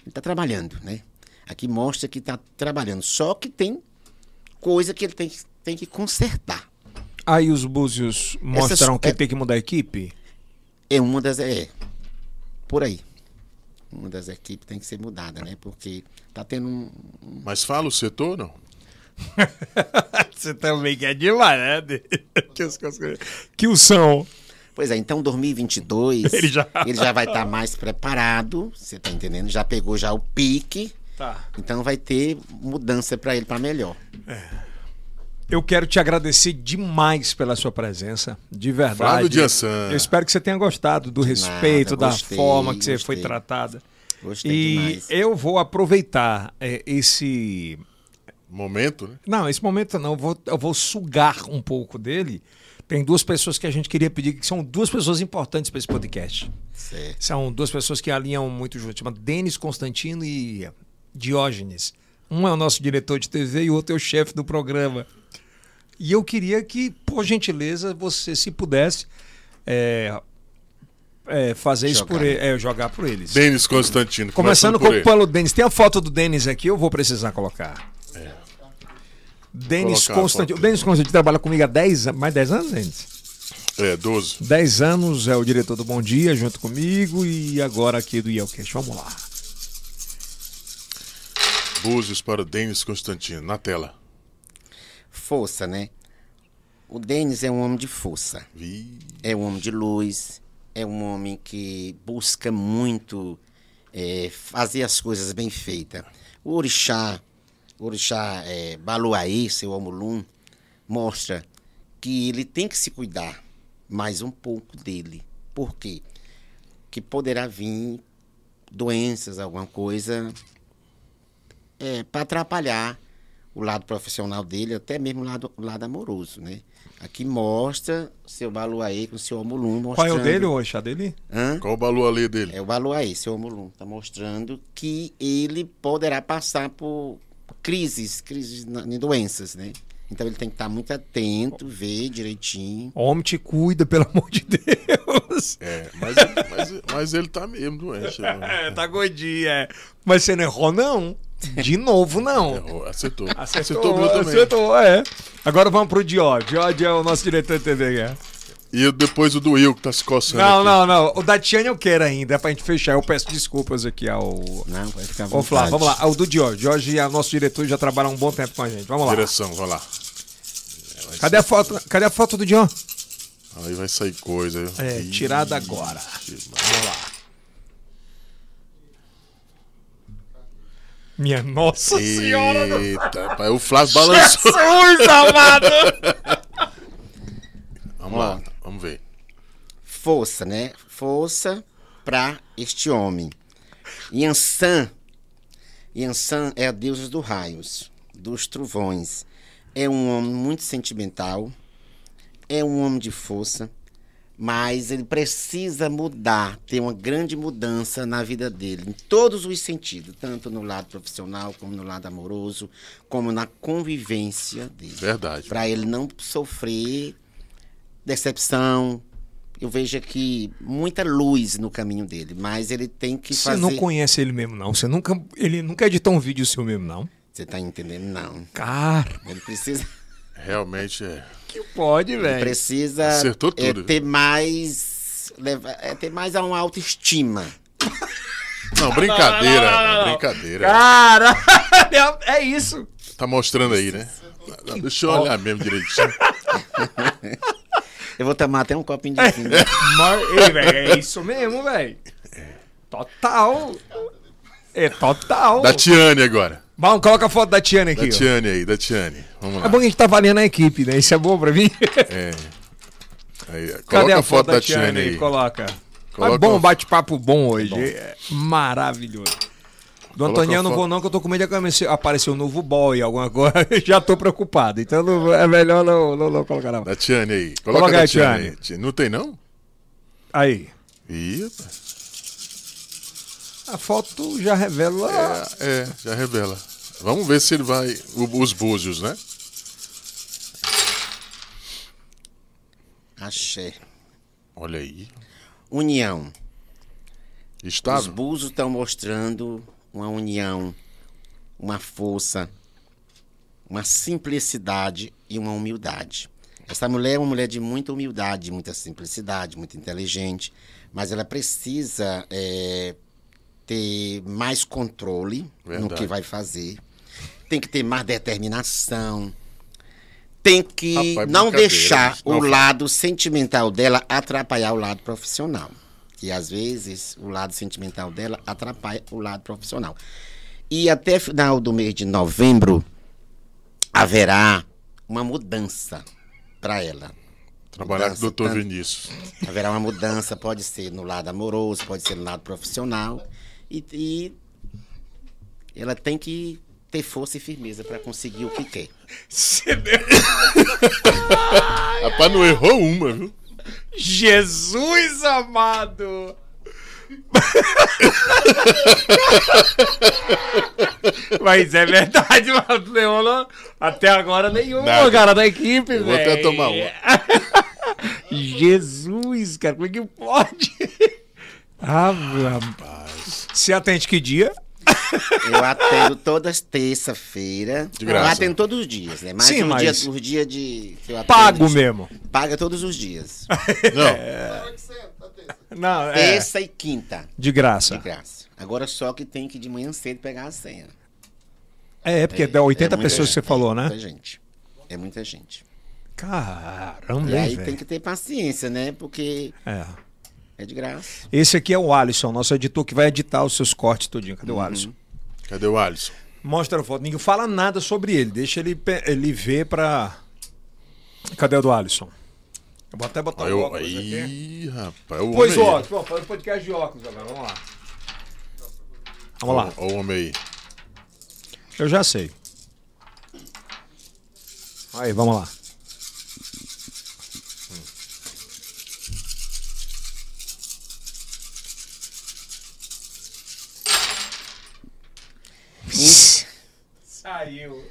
Speaker 3: Ele está trabalhando, né? Aqui mostra que está trabalhando. Só que tem coisa que ele tem, que- tem que consertar.
Speaker 1: Aí os búzios mostram que
Speaker 3: é-
Speaker 1: tem que mudar a equipe?
Speaker 3: É uma das. É. Por aí. Uma das equipes tem que ser mudada, né? Porque tá tendo um.
Speaker 2: Mas fala o setor, não?
Speaker 1: Você também quer demais, né? que, os, que o são.
Speaker 3: Pois é, então 2022.
Speaker 1: Ele já-
Speaker 3: ele já vai estar mais preparado, você tá entendendo? Já pegou já o pique.
Speaker 1: Tá.
Speaker 3: Então vai ter mudança para ele para melhor.
Speaker 1: Eu quero te agradecer demais pela sua presença, de verdade.
Speaker 2: Fala do Dia San.
Speaker 1: Eu espero que você tenha gostado do
Speaker 3: nada,
Speaker 1: respeito, da
Speaker 3: gostei,
Speaker 1: forma que você
Speaker 3: gostei.
Speaker 1: foi tratada.
Speaker 3: Gostei
Speaker 1: e
Speaker 3: demais.
Speaker 1: eu vou aproveitar é, esse
Speaker 2: Momento, né?
Speaker 1: Não, esse momento não. Eu vou, eu vou sugar um pouco dele. Tem duas pessoas que a gente queria pedir, que são duas pessoas importantes para esse podcast.
Speaker 3: Certo.
Speaker 1: São duas pessoas que alinham muito junto. Chama Denis Constantino e Diógenes. Um é o nosso diretor de TV e o outro é o chefe do programa. E eu queria que, por gentileza, você, se pudesse, é, é, fazer isso
Speaker 3: Jogar.
Speaker 1: por, e- é, jogar por eles.
Speaker 2: Denis Constantino.
Speaker 1: Começando
Speaker 2: por
Speaker 1: com o
Speaker 2: ele.
Speaker 1: Paulo Denis. Tem a foto do Denis aqui, eu vou precisar colocar. Denis
Speaker 2: É. Colocar a
Speaker 1: Constantino. O
Speaker 2: foto.
Speaker 1: Denis Constantino trabalha comigo há 10 anos, mais 10 anos, Denis?
Speaker 2: É, 12.
Speaker 1: 10 anos, é o diretor do Bom Dia junto comigo e agora aqui do Yelcast. Vamos lá.
Speaker 2: Búzios para Denis Constantino, na tela.
Speaker 3: Força, né? O Denis é um homem de força.
Speaker 2: Vi.
Speaker 3: É um homem de luz, é um homem que busca muito eh, fazer as coisas bem feitas. O orixá, o orixá eh, Baluaí, seu Omulum, mostra que ele tem que se cuidar mais um pouco dele. Por quê? Que poderá vir doenças, alguma coisa, para atrapalhar o lado profissional dele, até mesmo o lado, o lado amoroso, né? Aqui mostra seu Baluaê com o seu Omulum.
Speaker 1: Qual é o
Speaker 3: mostrando-
Speaker 1: dele, o chá dele?
Speaker 3: Hã?
Speaker 2: Qual o balu ali dele?
Speaker 3: É o Baluaê, seu Omulum. Está mostrando que ele poderá passar por crises, crises na- em doenças, né? Então ele tem que estar muito atento, ver direitinho.
Speaker 1: Homem te cuida, pelo amor de Deus.
Speaker 2: É, mas, ele- mas- mas ele tá mesmo doente. né?
Speaker 1: É, tá gordinho, é. Mas você não errou, não? De novo, não.
Speaker 2: Errou, É, Acertou.
Speaker 1: Acertou,
Speaker 2: o meu também.
Speaker 1: acertou, é. Agora vamos pro Dior. Dior é o nosso diretor de TV. é.
Speaker 2: E depois o do Will que tá se coçando.
Speaker 1: Não,
Speaker 2: aqui.
Speaker 1: não, não. O da Tiane eu quero ainda, é pra gente fechar. Eu peço desculpas aqui ao.
Speaker 3: Não, né? vai ficar à
Speaker 1: Ô, Flávio,
Speaker 3: vontade.
Speaker 1: vamos lá. O do Dior. Jorge é nosso diretor já trabalha há um bom tempo com a gente. Vamos lá.
Speaker 2: Direção, vai lá.
Speaker 1: Cadê a foto, cadê a foto do Dior?
Speaker 2: Aí vai sair coisa.
Speaker 1: É,
Speaker 2: Ih,
Speaker 1: tirada agora.
Speaker 2: Vamos lá.
Speaker 1: Minha nossa senhora do
Speaker 2: Eita, pai, o Flávio balançou.
Speaker 1: Jesus, amado!
Speaker 2: Vamos lá, vamos ver.
Speaker 3: força, né? Força para este homem. Yansan, Yansan é a deusa dos raios, dos trovões. É um homem muito sentimental, é um homem de força, mas ele precisa mudar, ter uma grande mudança na vida dele, em todos os sentidos, tanto no lado profissional, como no lado amoroso, como na convivência dele
Speaker 2: Verdade.
Speaker 3: para ele não sofrer decepção. Eu vejo aqui muita luz no caminho dele, mas ele tem que
Speaker 1: Você
Speaker 3: fazer.
Speaker 1: não conhece ele mesmo, não. Você nunca. Ele nunca editou um vídeo seu mesmo, não.
Speaker 3: Você tá entendendo? Não.
Speaker 1: Cara,
Speaker 3: Ele precisa,
Speaker 2: Realmente é.
Speaker 1: que pode, velho.
Speaker 3: precisa
Speaker 2: Acertou
Speaker 3: é,
Speaker 2: tudo.
Speaker 3: ter mais, leva, é, ter mais uma autoestima.
Speaker 2: Não, brincadeira, mano, brincadeira.
Speaker 1: Cara, é isso.
Speaker 2: Tá mostrando aí, né? Não, Deixa eu olhar mesmo direitinho.
Speaker 3: Eu vou tomar até um copinho de vinho.
Speaker 1: Mar... Ei, velho, é isso mesmo, velho. Total. É total.
Speaker 2: Da Tiane agora.
Speaker 1: Vamos, coloca a foto da Tiana
Speaker 2: Da
Speaker 1: aqui. ó.
Speaker 2: Tiane aí, da Tiane. Vamos lá.
Speaker 1: É bom que a gente tá valendo a equipe, né? Isso é bom pra mim.
Speaker 2: É. Aí, coloca
Speaker 1: Cadê
Speaker 2: a foto da Tiane aí.
Speaker 1: Coloca.
Speaker 2: Coloca
Speaker 1: Mas bom,
Speaker 2: a-
Speaker 1: bate-papo bom hoje. É Maravilhoso. Do Antônio, eu não
Speaker 2: a
Speaker 1: vou
Speaker 2: foto.
Speaker 1: não, que eu tô com medo de acontecer- aparecer um novo boy, alguma coisa. Já tô preocupado. Então não- é melhor não, não, não colocar não.
Speaker 2: Da Tiane aí. Coloca,
Speaker 1: Coloca
Speaker 2: da
Speaker 1: aí,
Speaker 2: Tiane.
Speaker 1: Tiane.
Speaker 2: aí. Ti- Não tem, não?
Speaker 1: Aí.
Speaker 2: Ih, rapaz.
Speaker 1: A foto já revela.
Speaker 2: É, é, já revela. Vamos ver se ele vai. o- os búzios, né?
Speaker 3: Axé.
Speaker 2: Olha aí.
Speaker 3: União.
Speaker 2: Está.
Speaker 3: Os búzios estão mostrando uma união, uma força, uma simplicidade e uma humildade. Essa mulher é uma mulher de muita humildade, muita simplicidade, muito inteligente, mas ela precisa eh, ter mais controle no
Speaker 2: Verdade.
Speaker 3: que vai fazer, tem que ter mais determinação, tem que
Speaker 2: Rapaz,
Speaker 3: não
Speaker 2: brincadeira,
Speaker 3: deixar
Speaker 2: bicho.
Speaker 3: o
Speaker 2: Não, fala.
Speaker 3: lado sentimental dela atrapalhar o lado profissional. E às vezes o lado sentimental dela atrapalha o lado profissional. E até final do mês de novembro haverá uma mudança para ela.
Speaker 2: Trabalhar com o
Speaker 3: Mudança,
Speaker 2: doutor
Speaker 3: tanto-
Speaker 2: Vinícius.
Speaker 3: Haverá uma mudança, pode ser no lado amoroso, pode ser no lado profissional. E, e ela tem que ter força e firmeza para conseguir o que quer.
Speaker 1: Você deu-
Speaker 2: Rapaz, não errou uma, viu?
Speaker 1: Jesus amado! Mas é verdade, mano. Leona, até agora nenhum,
Speaker 2: Nada.
Speaker 1: cara, da equipe, velho.
Speaker 2: Eu vou até tomar
Speaker 3: um.
Speaker 2: uma.
Speaker 1: Jesus, cara, como é que pode? Ah, rapaz. Se atende que dia?
Speaker 3: Eu atendo todas terça-feira.
Speaker 2: De graça.
Speaker 3: Eu atendo todos os dias, né? Mas
Speaker 1: Sim,
Speaker 3: o
Speaker 1: mas-
Speaker 3: dia, o dia de que eu atendo,
Speaker 1: Pago mesmo.
Speaker 3: Paga todos os dias.
Speaker 2: Não,
Speaker 1: Não, é. Tá.
Speaker 3: Terça e quinta,
Speaker 1: De graça.
Speaker 3: de graça. Agora só que tem que ir de manhã cedo pegar a senha.
Speaker 1: É, porque
Speaker 3: É
Speaker 1: dá 80
Speaker 3: muita
Speaker 1: pessoas que
Speaker 3: gente,
Speaker 1: você falou,
Speaker 3: É
Speaker 1: né?
Speaker 3: muita gente. É muita gente.
Speaker 1: Caramba,
Speaker 3: E aí
Speaker 1: hein,
Speaker 3: tem
Speaker 1: velho.
Speaker 3: que ter paciência, né? Porque
Speaker 1: É.
Speaker 3: é de graça.
Speaker 1: Esse aqui é o Alisson, nosso editor que vai editar os seus cortes tudinho. Cadê o Alisson?
Speaker 2: cadê o Alisson?
Speaker 1: Mostra a foto. Ninguém fala nada sobre ele. Deixa ele, pe- ele ver pra... Cadê o do Alisson? Eu vou até botar
Speaker 2: Aí,
Speaker 1: o
Speaker 2: o-
Speaker 1: óculos aqui.
Speaker 2: aí rapaz, é o
Speaker 1: é, Pois o
Speaker 2: homem aí.
Speaker 1: óculos. Pô, faz um podcast de óculos agora. Vamos lá. Vamos lá.
Speaker 2: Ó, o homem aí.
Speaker 1: Eu já sei. Aí, vamos lá.
Speaker 3: Ins-
Speaker 1: Saiu.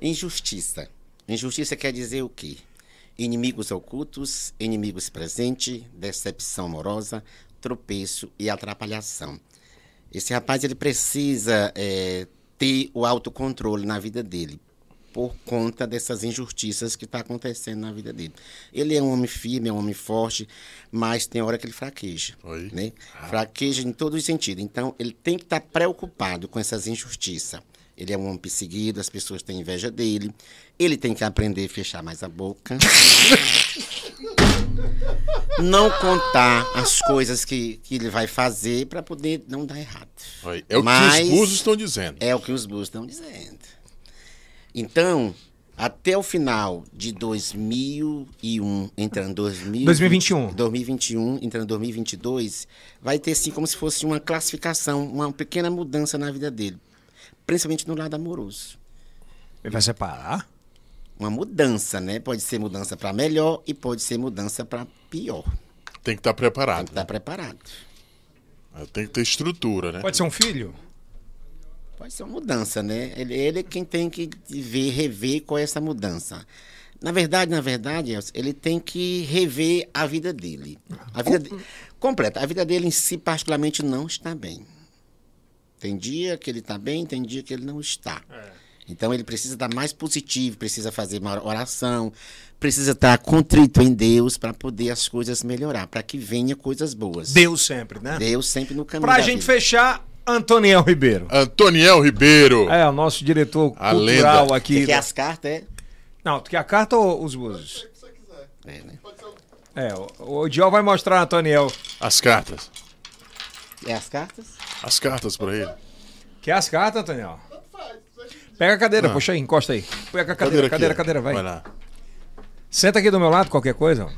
Speaker 3: Injustiça. Injustiça quer dizer o quê? Inimigos ocultos, inimigos presentes, decepção amorosa, tropeço e atrapalhação. Esse rapaz ele precisa eh, ter o autocontrole na vida dele por conta dessas injustiças que está acontecendo na vida dele. Ele é um homem firme, é um homem forte, mas tem hora que ele fraqueja,
Speaker 2: Oi.
Speaker 3: né? Fraqueja em todos os sentidos. Então ele tem que estar preocupado com essas injustiças. Ele é um homem perseguido, as pessoas têm inveja dele. Ele tem que aprender a fechar mais a boca não contar as coisas que, que ele vai fazer para poder não dar errado.
Speaker 2: Aí, É o que
Speaker 3: Mas-
Speaker 2: os búzios estão dizendo.
Speaker 3: É o que os Bulls estão dizendo. Então, até o final de 2001, entrando 2000,
Speaker 1: 2021.
Speaker 3: 2021, entrando 2022, vai ter sim como se fosse uma classificação, uma pequena mudança na vida dele, principalmente no lado amoroso.
Speaker 1: Ele vai separar?
Speaker 3: Uma mudança, né? Pode ser mudança para melhor e pode ser mudança para pior.
Speaker 2: Tem que estar
Speaker 3: Tem
Speaker 2: preparado.
Speaker 3: que estar preparado.
Speaker 2: Tem que ter estrutura, né?
Speaker 1: Pode ser um filho?
Speaker 3: Pode ser uma mudança, né? Ele, ele é quem tem que ver, rever qual é essa mudança. Na verdade, na verdade, Elcio, ele tem que rever a vida dele. A vida de- completa. A vida dele em si, particularmente, não está bem. Tem dia que ele está bem, tem dia que ele não está.
Speaker 1: É.
Speaker 3: Então ele precisa estar mais positivo, precisa fazer uma oração, precisa estar contrito em Deus para poder as coisas melhorar, para que venha coisas boas.
Speaker 1: Deus sempre, né?
Speaker 3: Deus sempre no caminho.
Speaker 1: Pra
Speaker 3: da
Speaker 1: gente
Speaker 3: vida.
Speaker 1: fechar, Antoniel Ribeiro.
Speaker 2: Antoniel Ribeiro.
Speaker 1: É, o nosso diretor
Speaker 2: A
Speaker 1: cultural
Speaker 2: lenda.
Speaker 1: aqui.
Speaker 3: Você quer as cartas, é?
Speaker 1: Não, tu quer a carta ou os búzios?
Speaker 3: É, né?
Speaker 1: É, o, o Diol vai mostrar, Antoniel.
Speaker 2: As cartas.
Speaker 3: É as cartas?
Speaker 2: As cartas pra ele.
Speaker 1: Quer as cartas, Antoniel? Pega a cadeira, puxa aí, encosta aí. Pega a cadeira, cadeira,
Speaker 2: Cadeira,
Speaker 1: cadeira,
Speaker 2: aqui.
Speaker 1: vai.
Speaker 2: Vai lá.
Speaker 1: Senta aqui do meu lado, qualquer coisa.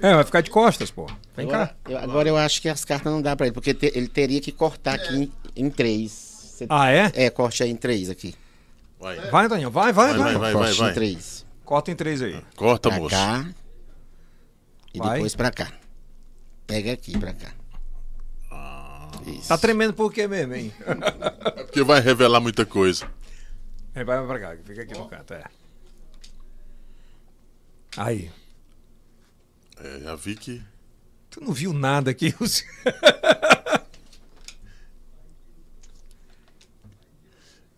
Speaker 1: É, vai ficar de costas, pô. Vem cá.
Speaker 3: Agora, eu, agora eu acho que as cartas não dá pra ele, porque te- ele teria que cortar aqui em, em três. Cê-
Speaker 1: Ah, é?
Speaker 3: É, corte aí em três aqui.
Speaker 2: Vai.
Speaker 1: Vai, Antoniel, vai, vai, vai.
Speaker 2: Vai, vai, vai, vai,
Speaker 3: corte em
Speaker 2: vai. Tá
Speaker 3: três.
Speaker 1: Corta em três aí.
Speaker 2: Corta,
Speaker 3: pra
Speaker 2: moço.
Speaker 3: cá. E
Speaker 1: Vai.
Speaker 3: depois pra cá. Pega aqui pra cá.
Speaker 2: Ah.
Speaker 3: Isso.
Speaker 1: Tá tremendo por quê mesmo, hein?
Speaker 2: É porque vai revelar muita coisa.
Speaker 1: É, vai pra cá, fica aqui no canto, é. Aí.
Speaker 2: É, já vi que.
Speaker 1: Tu não viu nada aqui.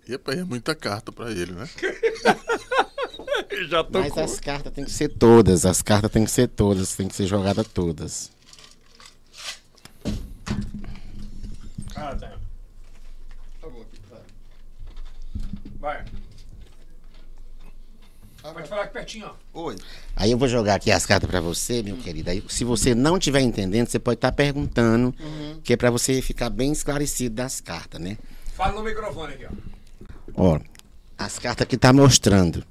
Speaker 2: Epa, é muita carta pra ele, né?
Speaker 1: Eu já tô
Speaker 3: Mas
Speaker 1: com...
Speaker 3: as cartas têm que ser todas. As cartas têm que ser todas. Tem que ser jogada todas.
Speaker 1: Ah, tá. Vai. Pode falar aqui pertinho, ó.
Speaker 3: Oi. Aí eu vou jogar aqui as cartas pra você, meu querido. Aí, se você não estiver entendendo, você pode estar perguntando,
Speaker 1: Uhum.
Speaker 3: que é pra você ficar bem esclarecido das cartas, né?
Speaker 1: Fala no microfone aqui, ó.
Speaker 3: Ó, as cartas que tá mostrando.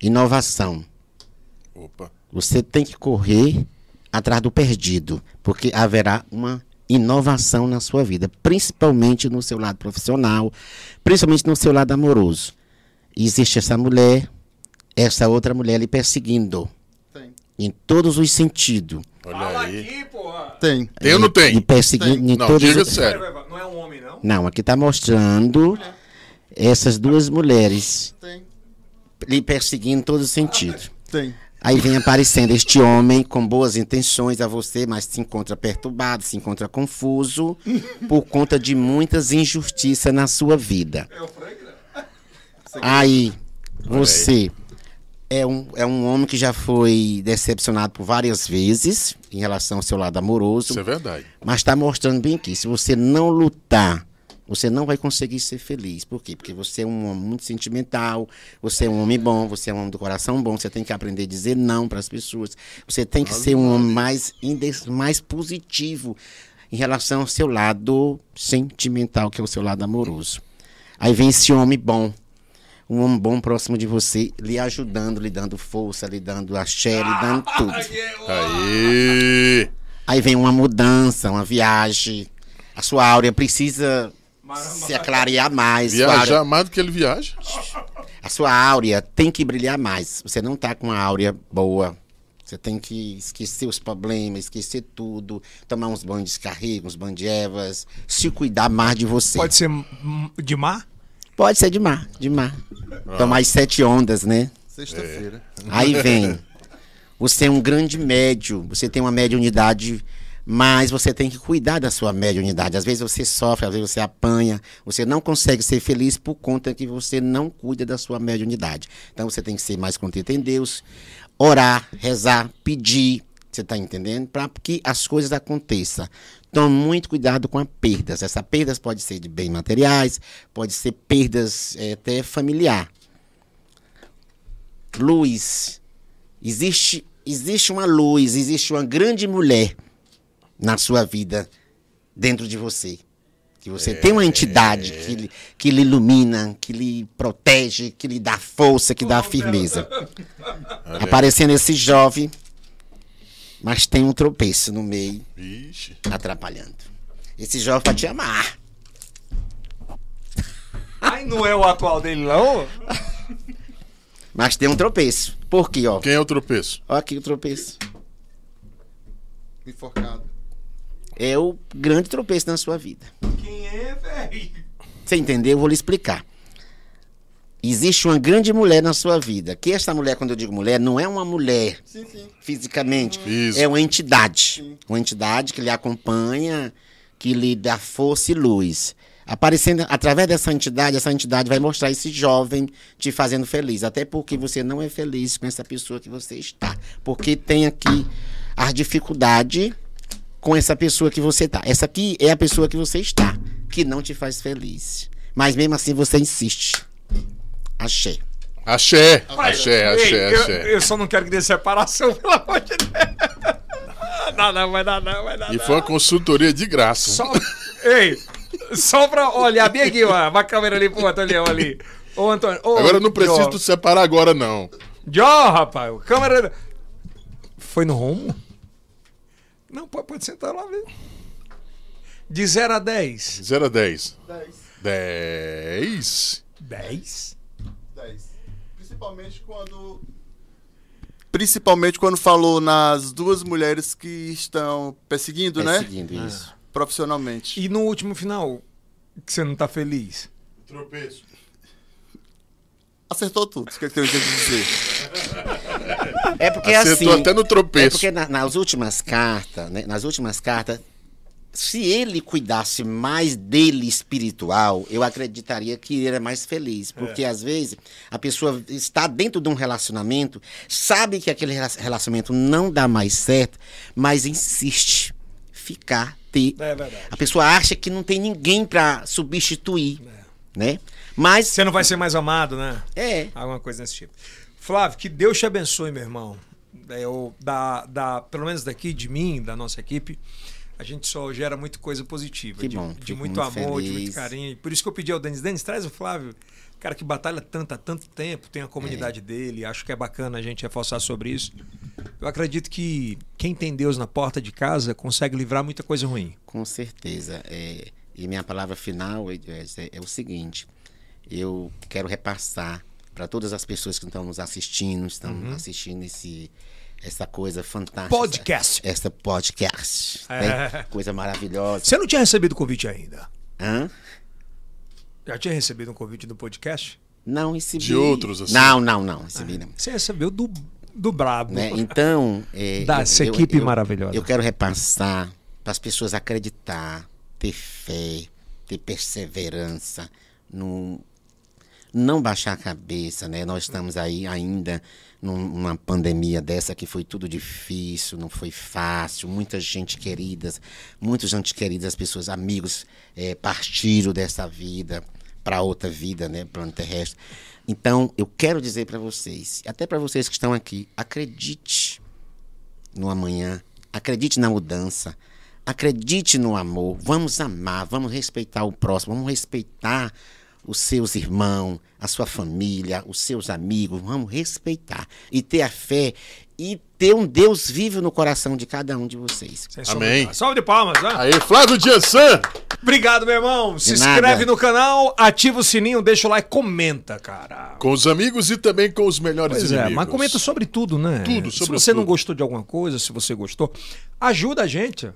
Speaker 3: Inovação.
Speaker 2: Opa.
Speaker 3: Você tem que correr atrás do perdido, porque haverá uma inovação na sua vida, principalmente no seu lado profissional, principalmente no seu lado amoroso. Existe essa mulher, essa outra mulher lhe perseguindo.
Speaker 4: Tem.
Speaker 3: Em todos os sentidos.
Speaker 2: Olha aí.
Speaker 1: porra.
Speaker 4: Tem.
Speaker 2: Tem ou não
Speaker 3: E
Speaker 2: tem?
Speaker 3: perseguindo em
Speaker 2: Não,
Speaker 3: todos
Speaker 2: diga
Speaker 3: os...
Speaker 2: sério.
Speaker 1: Não é um homem, não?
Speaker 3: Não, aqui está mostrando essas duas mulheres
Speaker 4: Tem.
Speaker 3: lhe perseguindo em todos os sentidos.
Speaker 4: Tem.
Speaker 3: Aí vem aparecendo este homem com boas intenções a você, mas se encontra perturbado, se encontra confuso por conta de muitas injustiças na sua vida. Aí você é um, é um homem que já foi decepcionado por várias vezes em relação ao seu lado amoroso,
Speaker 2: Isso é verdade.
Speaker 3: mas está mostrando bem que se você não lutar, você não vai conseguir ser feliz. Por quê? Porque você é um homem muito sentimental, você é um homem bom, você é um homem do coração bom, você tem que aprender a dizer não para as pessoas. Você tem que ser um homem mais, indes- mais positivo em relação ao seu lado sentimental, que é o seu lado amoroso. Aí vem esse homem bom. Um homem bom próximo de você, lhe ajudando, lhe dando força, lhe dando axé, lhe dando tudo.
Speaker 2: Aí.
Speaker 3: Aí vem uma mudança, uma viagem. A sua áurea precisa se aclarear mais. Sua áurea-
Speaker 2: Viajar mais do que ele viaja.
Speaker 3: a sua áurea tem que brilhar mais. Você não tá com uma áurea boa. Você tem que esquecer os problemas, esquecer tudo, tomar uns banhos de descarrego, uns banhos de ervas, se cuidar mais de você.
Speaker 1: Pode ser hum, de mar?
Speaker 3: Pode ser de mar, de mar. Tomar as sete ondas, né?
Speaker 2: Sexta-feira.
Speaker 3: Aí vem. Você é um grande médio, você tem uma média unidade, mas você tem que cuidar da sua média unidade. Às vezes você sofre, às vezes você apanha, você não consegue ser feliz por conta que você não cuida da sua média unidade. Então você tem que ser mais contente em Deus, orar, rezar, pedir, você está entendendo? Para que as coisas aconteçam. Tome muito cuidado com as perdas. Essas perdas podem ser de bens materiais, pode ser perdas eh, até familiar luz. Existe, existe uma luz, existe uma grande mulher na sua vida, dentro de você. Que você tem uma entidade que, lhe- que lhe ilumina, que lhe protege, que lhe dá força, que dá firmeza. Aparecendo esse jovem, mas tem um tropeço no meio,
Speaker 2: Vixe.
Speaker 3: atrapalhando. Esse jovem vai te amar.
Speaker 5: Ai, não é o atual dele, não?
Speaker 3: Mas tem um tropeço. Por quê, ó?
Speaker 2: Quem é o tropeço?
Speaker 3: Ó aqui o tropeço.
Speaker 6: Enforcado.
Speaker 3: É o grande tropeço na sua vida.
Speaker 5: Quem é, velho?
Speaker 3: Você entendeu? Eu vou lhe explicar. Existe uma grande mulher na sua vida. Que essa mulher, quando eu digo mulher, não é uma mulher
Speaker 6: Sim, sim.
Speaker 3: fisicamente.
Speaker 2: Isso.
Speaker 3: É uma entidade. Uma entidade que lhe acompanha, que lhe dá força e luz. Aparecendo através dessa entidade, essa entidade vai mostrar esse jovem te fazendo feliz. Até porque você não é feliz com essa pessoa que você está. Porque tem aqui as dificuldades com essa pessoa que você está. Essa aqui é a pessoa que você está, que não te faz feliz. Mas mesmo assim você insiste. Achei.
Speaker 2: Axé. Axé, axé,
Speaker 1: Ei, Eu,
Speaker 2: axé.
Speaker 1: eu só não quero que dê separação, pelo amor de Deus. Não, não, vai dar, não, vai dar.
Speaker 2: E
Speaker 1: não.
Speaker 2: foi uma consultoria de graça.
Speaker 1: Só, ei, só pra olhar bem aqui, ó. Vai a câmera ali pro Antônio ali. Ô, Antônio. ô,
Speaker 2: Agora eu não preciso
Speaker 1: Jó.
Speaker 2: separar agora, não.
Speaker 1: Jó, rapaz. Câmera. Foi no rumo? Não, pode, pode sentar lá mesmo. De 0 a 10.
Speaker 2: 0 a 10.
Speaker 6: 10.
Speaker 2: 10.
Speaker 1: 10?
Speaker 6: 10. Principalmente quando. Principalmente quando falou nas duas mulheres que estão perseguindo, né?
Speaker 3: Perseguindo É
Speaker 2: É.
Speaker 3: isso.
Speaker 6: Profissionalmente.
Speaker 1: E no último final, que você não tá feliz?
Speaker 2: Tropeço.
Speaker 6: Acertou tudo. O que, é que tem que dizer?
Speaker 3: É porque é assim.
Speaker 2: Acertou até no
Speaker 3: É
Speaker 2: tropeço.
Speaker 3: porque na- nas últimas cartas, né, nas últimas cartas, se ele cuidasse mais dele espiritual, eu acreditaria que ele era mais feliz.
Speaker 1: É.
Speaker 3: Porque às vezes a pessoa está dentro de um relacionamento, sabe que aquele rela- relacionamento não dá mais certo, mas insiste ficar, ter.
Speaker 1: É verdade.
Speaker 3: A pessoa acha que não tem ninguém para substituir,
Speaker 1: É.
Speaker 3: né? Mas
Speaker 1: Você não vai ser mais amado, né?
Speaker 3: é,
Speaker 1: Alguma coisa desse tipo. Flávio, que Deus te abençoe, meu irmão. É, Eu, da, da, pelo menos daqui, de mim, da nossa equipe, a gente só gera muita coisa positiva.
Speaker 3: Que
Speaker 1: de-
Speaker 3: bom,
Speaker 1: De,
Speaker 3: fico
Speaker 1: muito
Speaker 3: muito
Speaker 1: amor, de muito
Speaker 3: feliz.
Speaker 1: carinho. E Por isso que eu pedi ao Denis, Denis, traz o Flávio, cara que batalha tanto há tanto tempo, tem a comunidade dele, acho que é bacana a gente reforçar sobre isso. Eu acredito que quem tem Deus na porta de casa consegue livrar muita coisa ruim.
Speaker 3: Com certeza. é, e minha palavra final é, é- é o seguinte: eu quero repassar para todas as pessoas que estão nos assistindo, estão
Speaker 2: Uhum.
Speaker 3: assistindo esse, essa coisa fantástica.
Speaker 1: Podcast.
Speaker 3: Essa, essa podcast.
Speaker 1: É.
Speaker 3: Né? Coisa maravilhosa.
Speaker 1: Você não tinha recebido o convite ainda?
Speaker 3: Hã?
Speaker 1: Já tinha recebido um convite do podcast?
Speaker 3: Não recebi.
Speaker 2: De outros, assim?
Speaker 3: Não, não, não. Recebi, não.
Speaker 1: Você recebeu do do brabo.
Speaker 3: né? Então, é,
Speaker 1: Dessa
Speaker 3: eu- eu-
Speaker 1: equipe
Speaker 3: eu-
Speaker 1: maravilhosa.
Speaker 3: Eu quero repassar para as pessoas acreditar, ter fé, ter perseverança, não, não baixar a cabeça, né? Nós estamos aí ainda num- numa pandemia dessa que foi tudo difícil, não foi fácil, muita gente querida, muitos gente queridas, pessoas, amigos eh, partiram dessa vida para outra vida, né, plano terrestre. Então, eu quero dizer para vocês, até para vocês que estão aqui, acredite no amanhã. Acredite na mudança. Acredite no amor. Vamos amar, vamos respeitar o próximo, vamos respeitar os seus irmãos, a sua família, os seus amigos. Vamos respeitar e ter a fé e ter um Deus vivo no coração de cada um de vocês.
Speaker 1: Sem sombra
Speaker 2: Amém.
Speaker 1: de dúvida. Salve de palmas. né?
Speaker 2: Aí, Flávio Diançan!
Speaker 1: Obrigado, meu irmão. Se
Speaker 3: Ah. De nada.
Speaker 1: inscreve no canal, ativa o sininho, deixa o like, comenta, cara.
Speaker 2: Com os amigos e também com os melhores
Speaker 1: Pois é,
Speaker 2: inimigos.
Speaker 1: mas comenta sobre tudo, né?
Speaker 2: Tudo,
Speaker 1: Se
Speaker 2: sobre
Speaker 1: você não
Speaker 2: tudo.
Speaker 1: gostou de alguma coisa, se você gostou, ajuda a gente.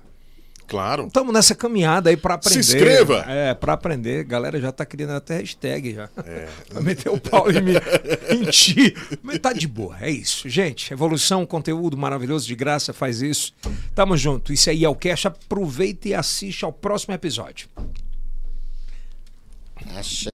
Speaker 2: Claro.
Speaker 1: Estamos nessa caminhada aí pra aprender.
Speaker 2: Se inscreva.
Speaker 1: É, pra aprender. Galera já tá criando até hashtag já. É. Pra meter o pau em mim. em ti. Mas tá de boa, é isso. Gente, evolução, conteúdo maravilhoso, de graça, faz isso. Tamo junto. Isso aí é o Cash. Aproveita e assiste ao próximo episódio.
Speaker 3: Axé.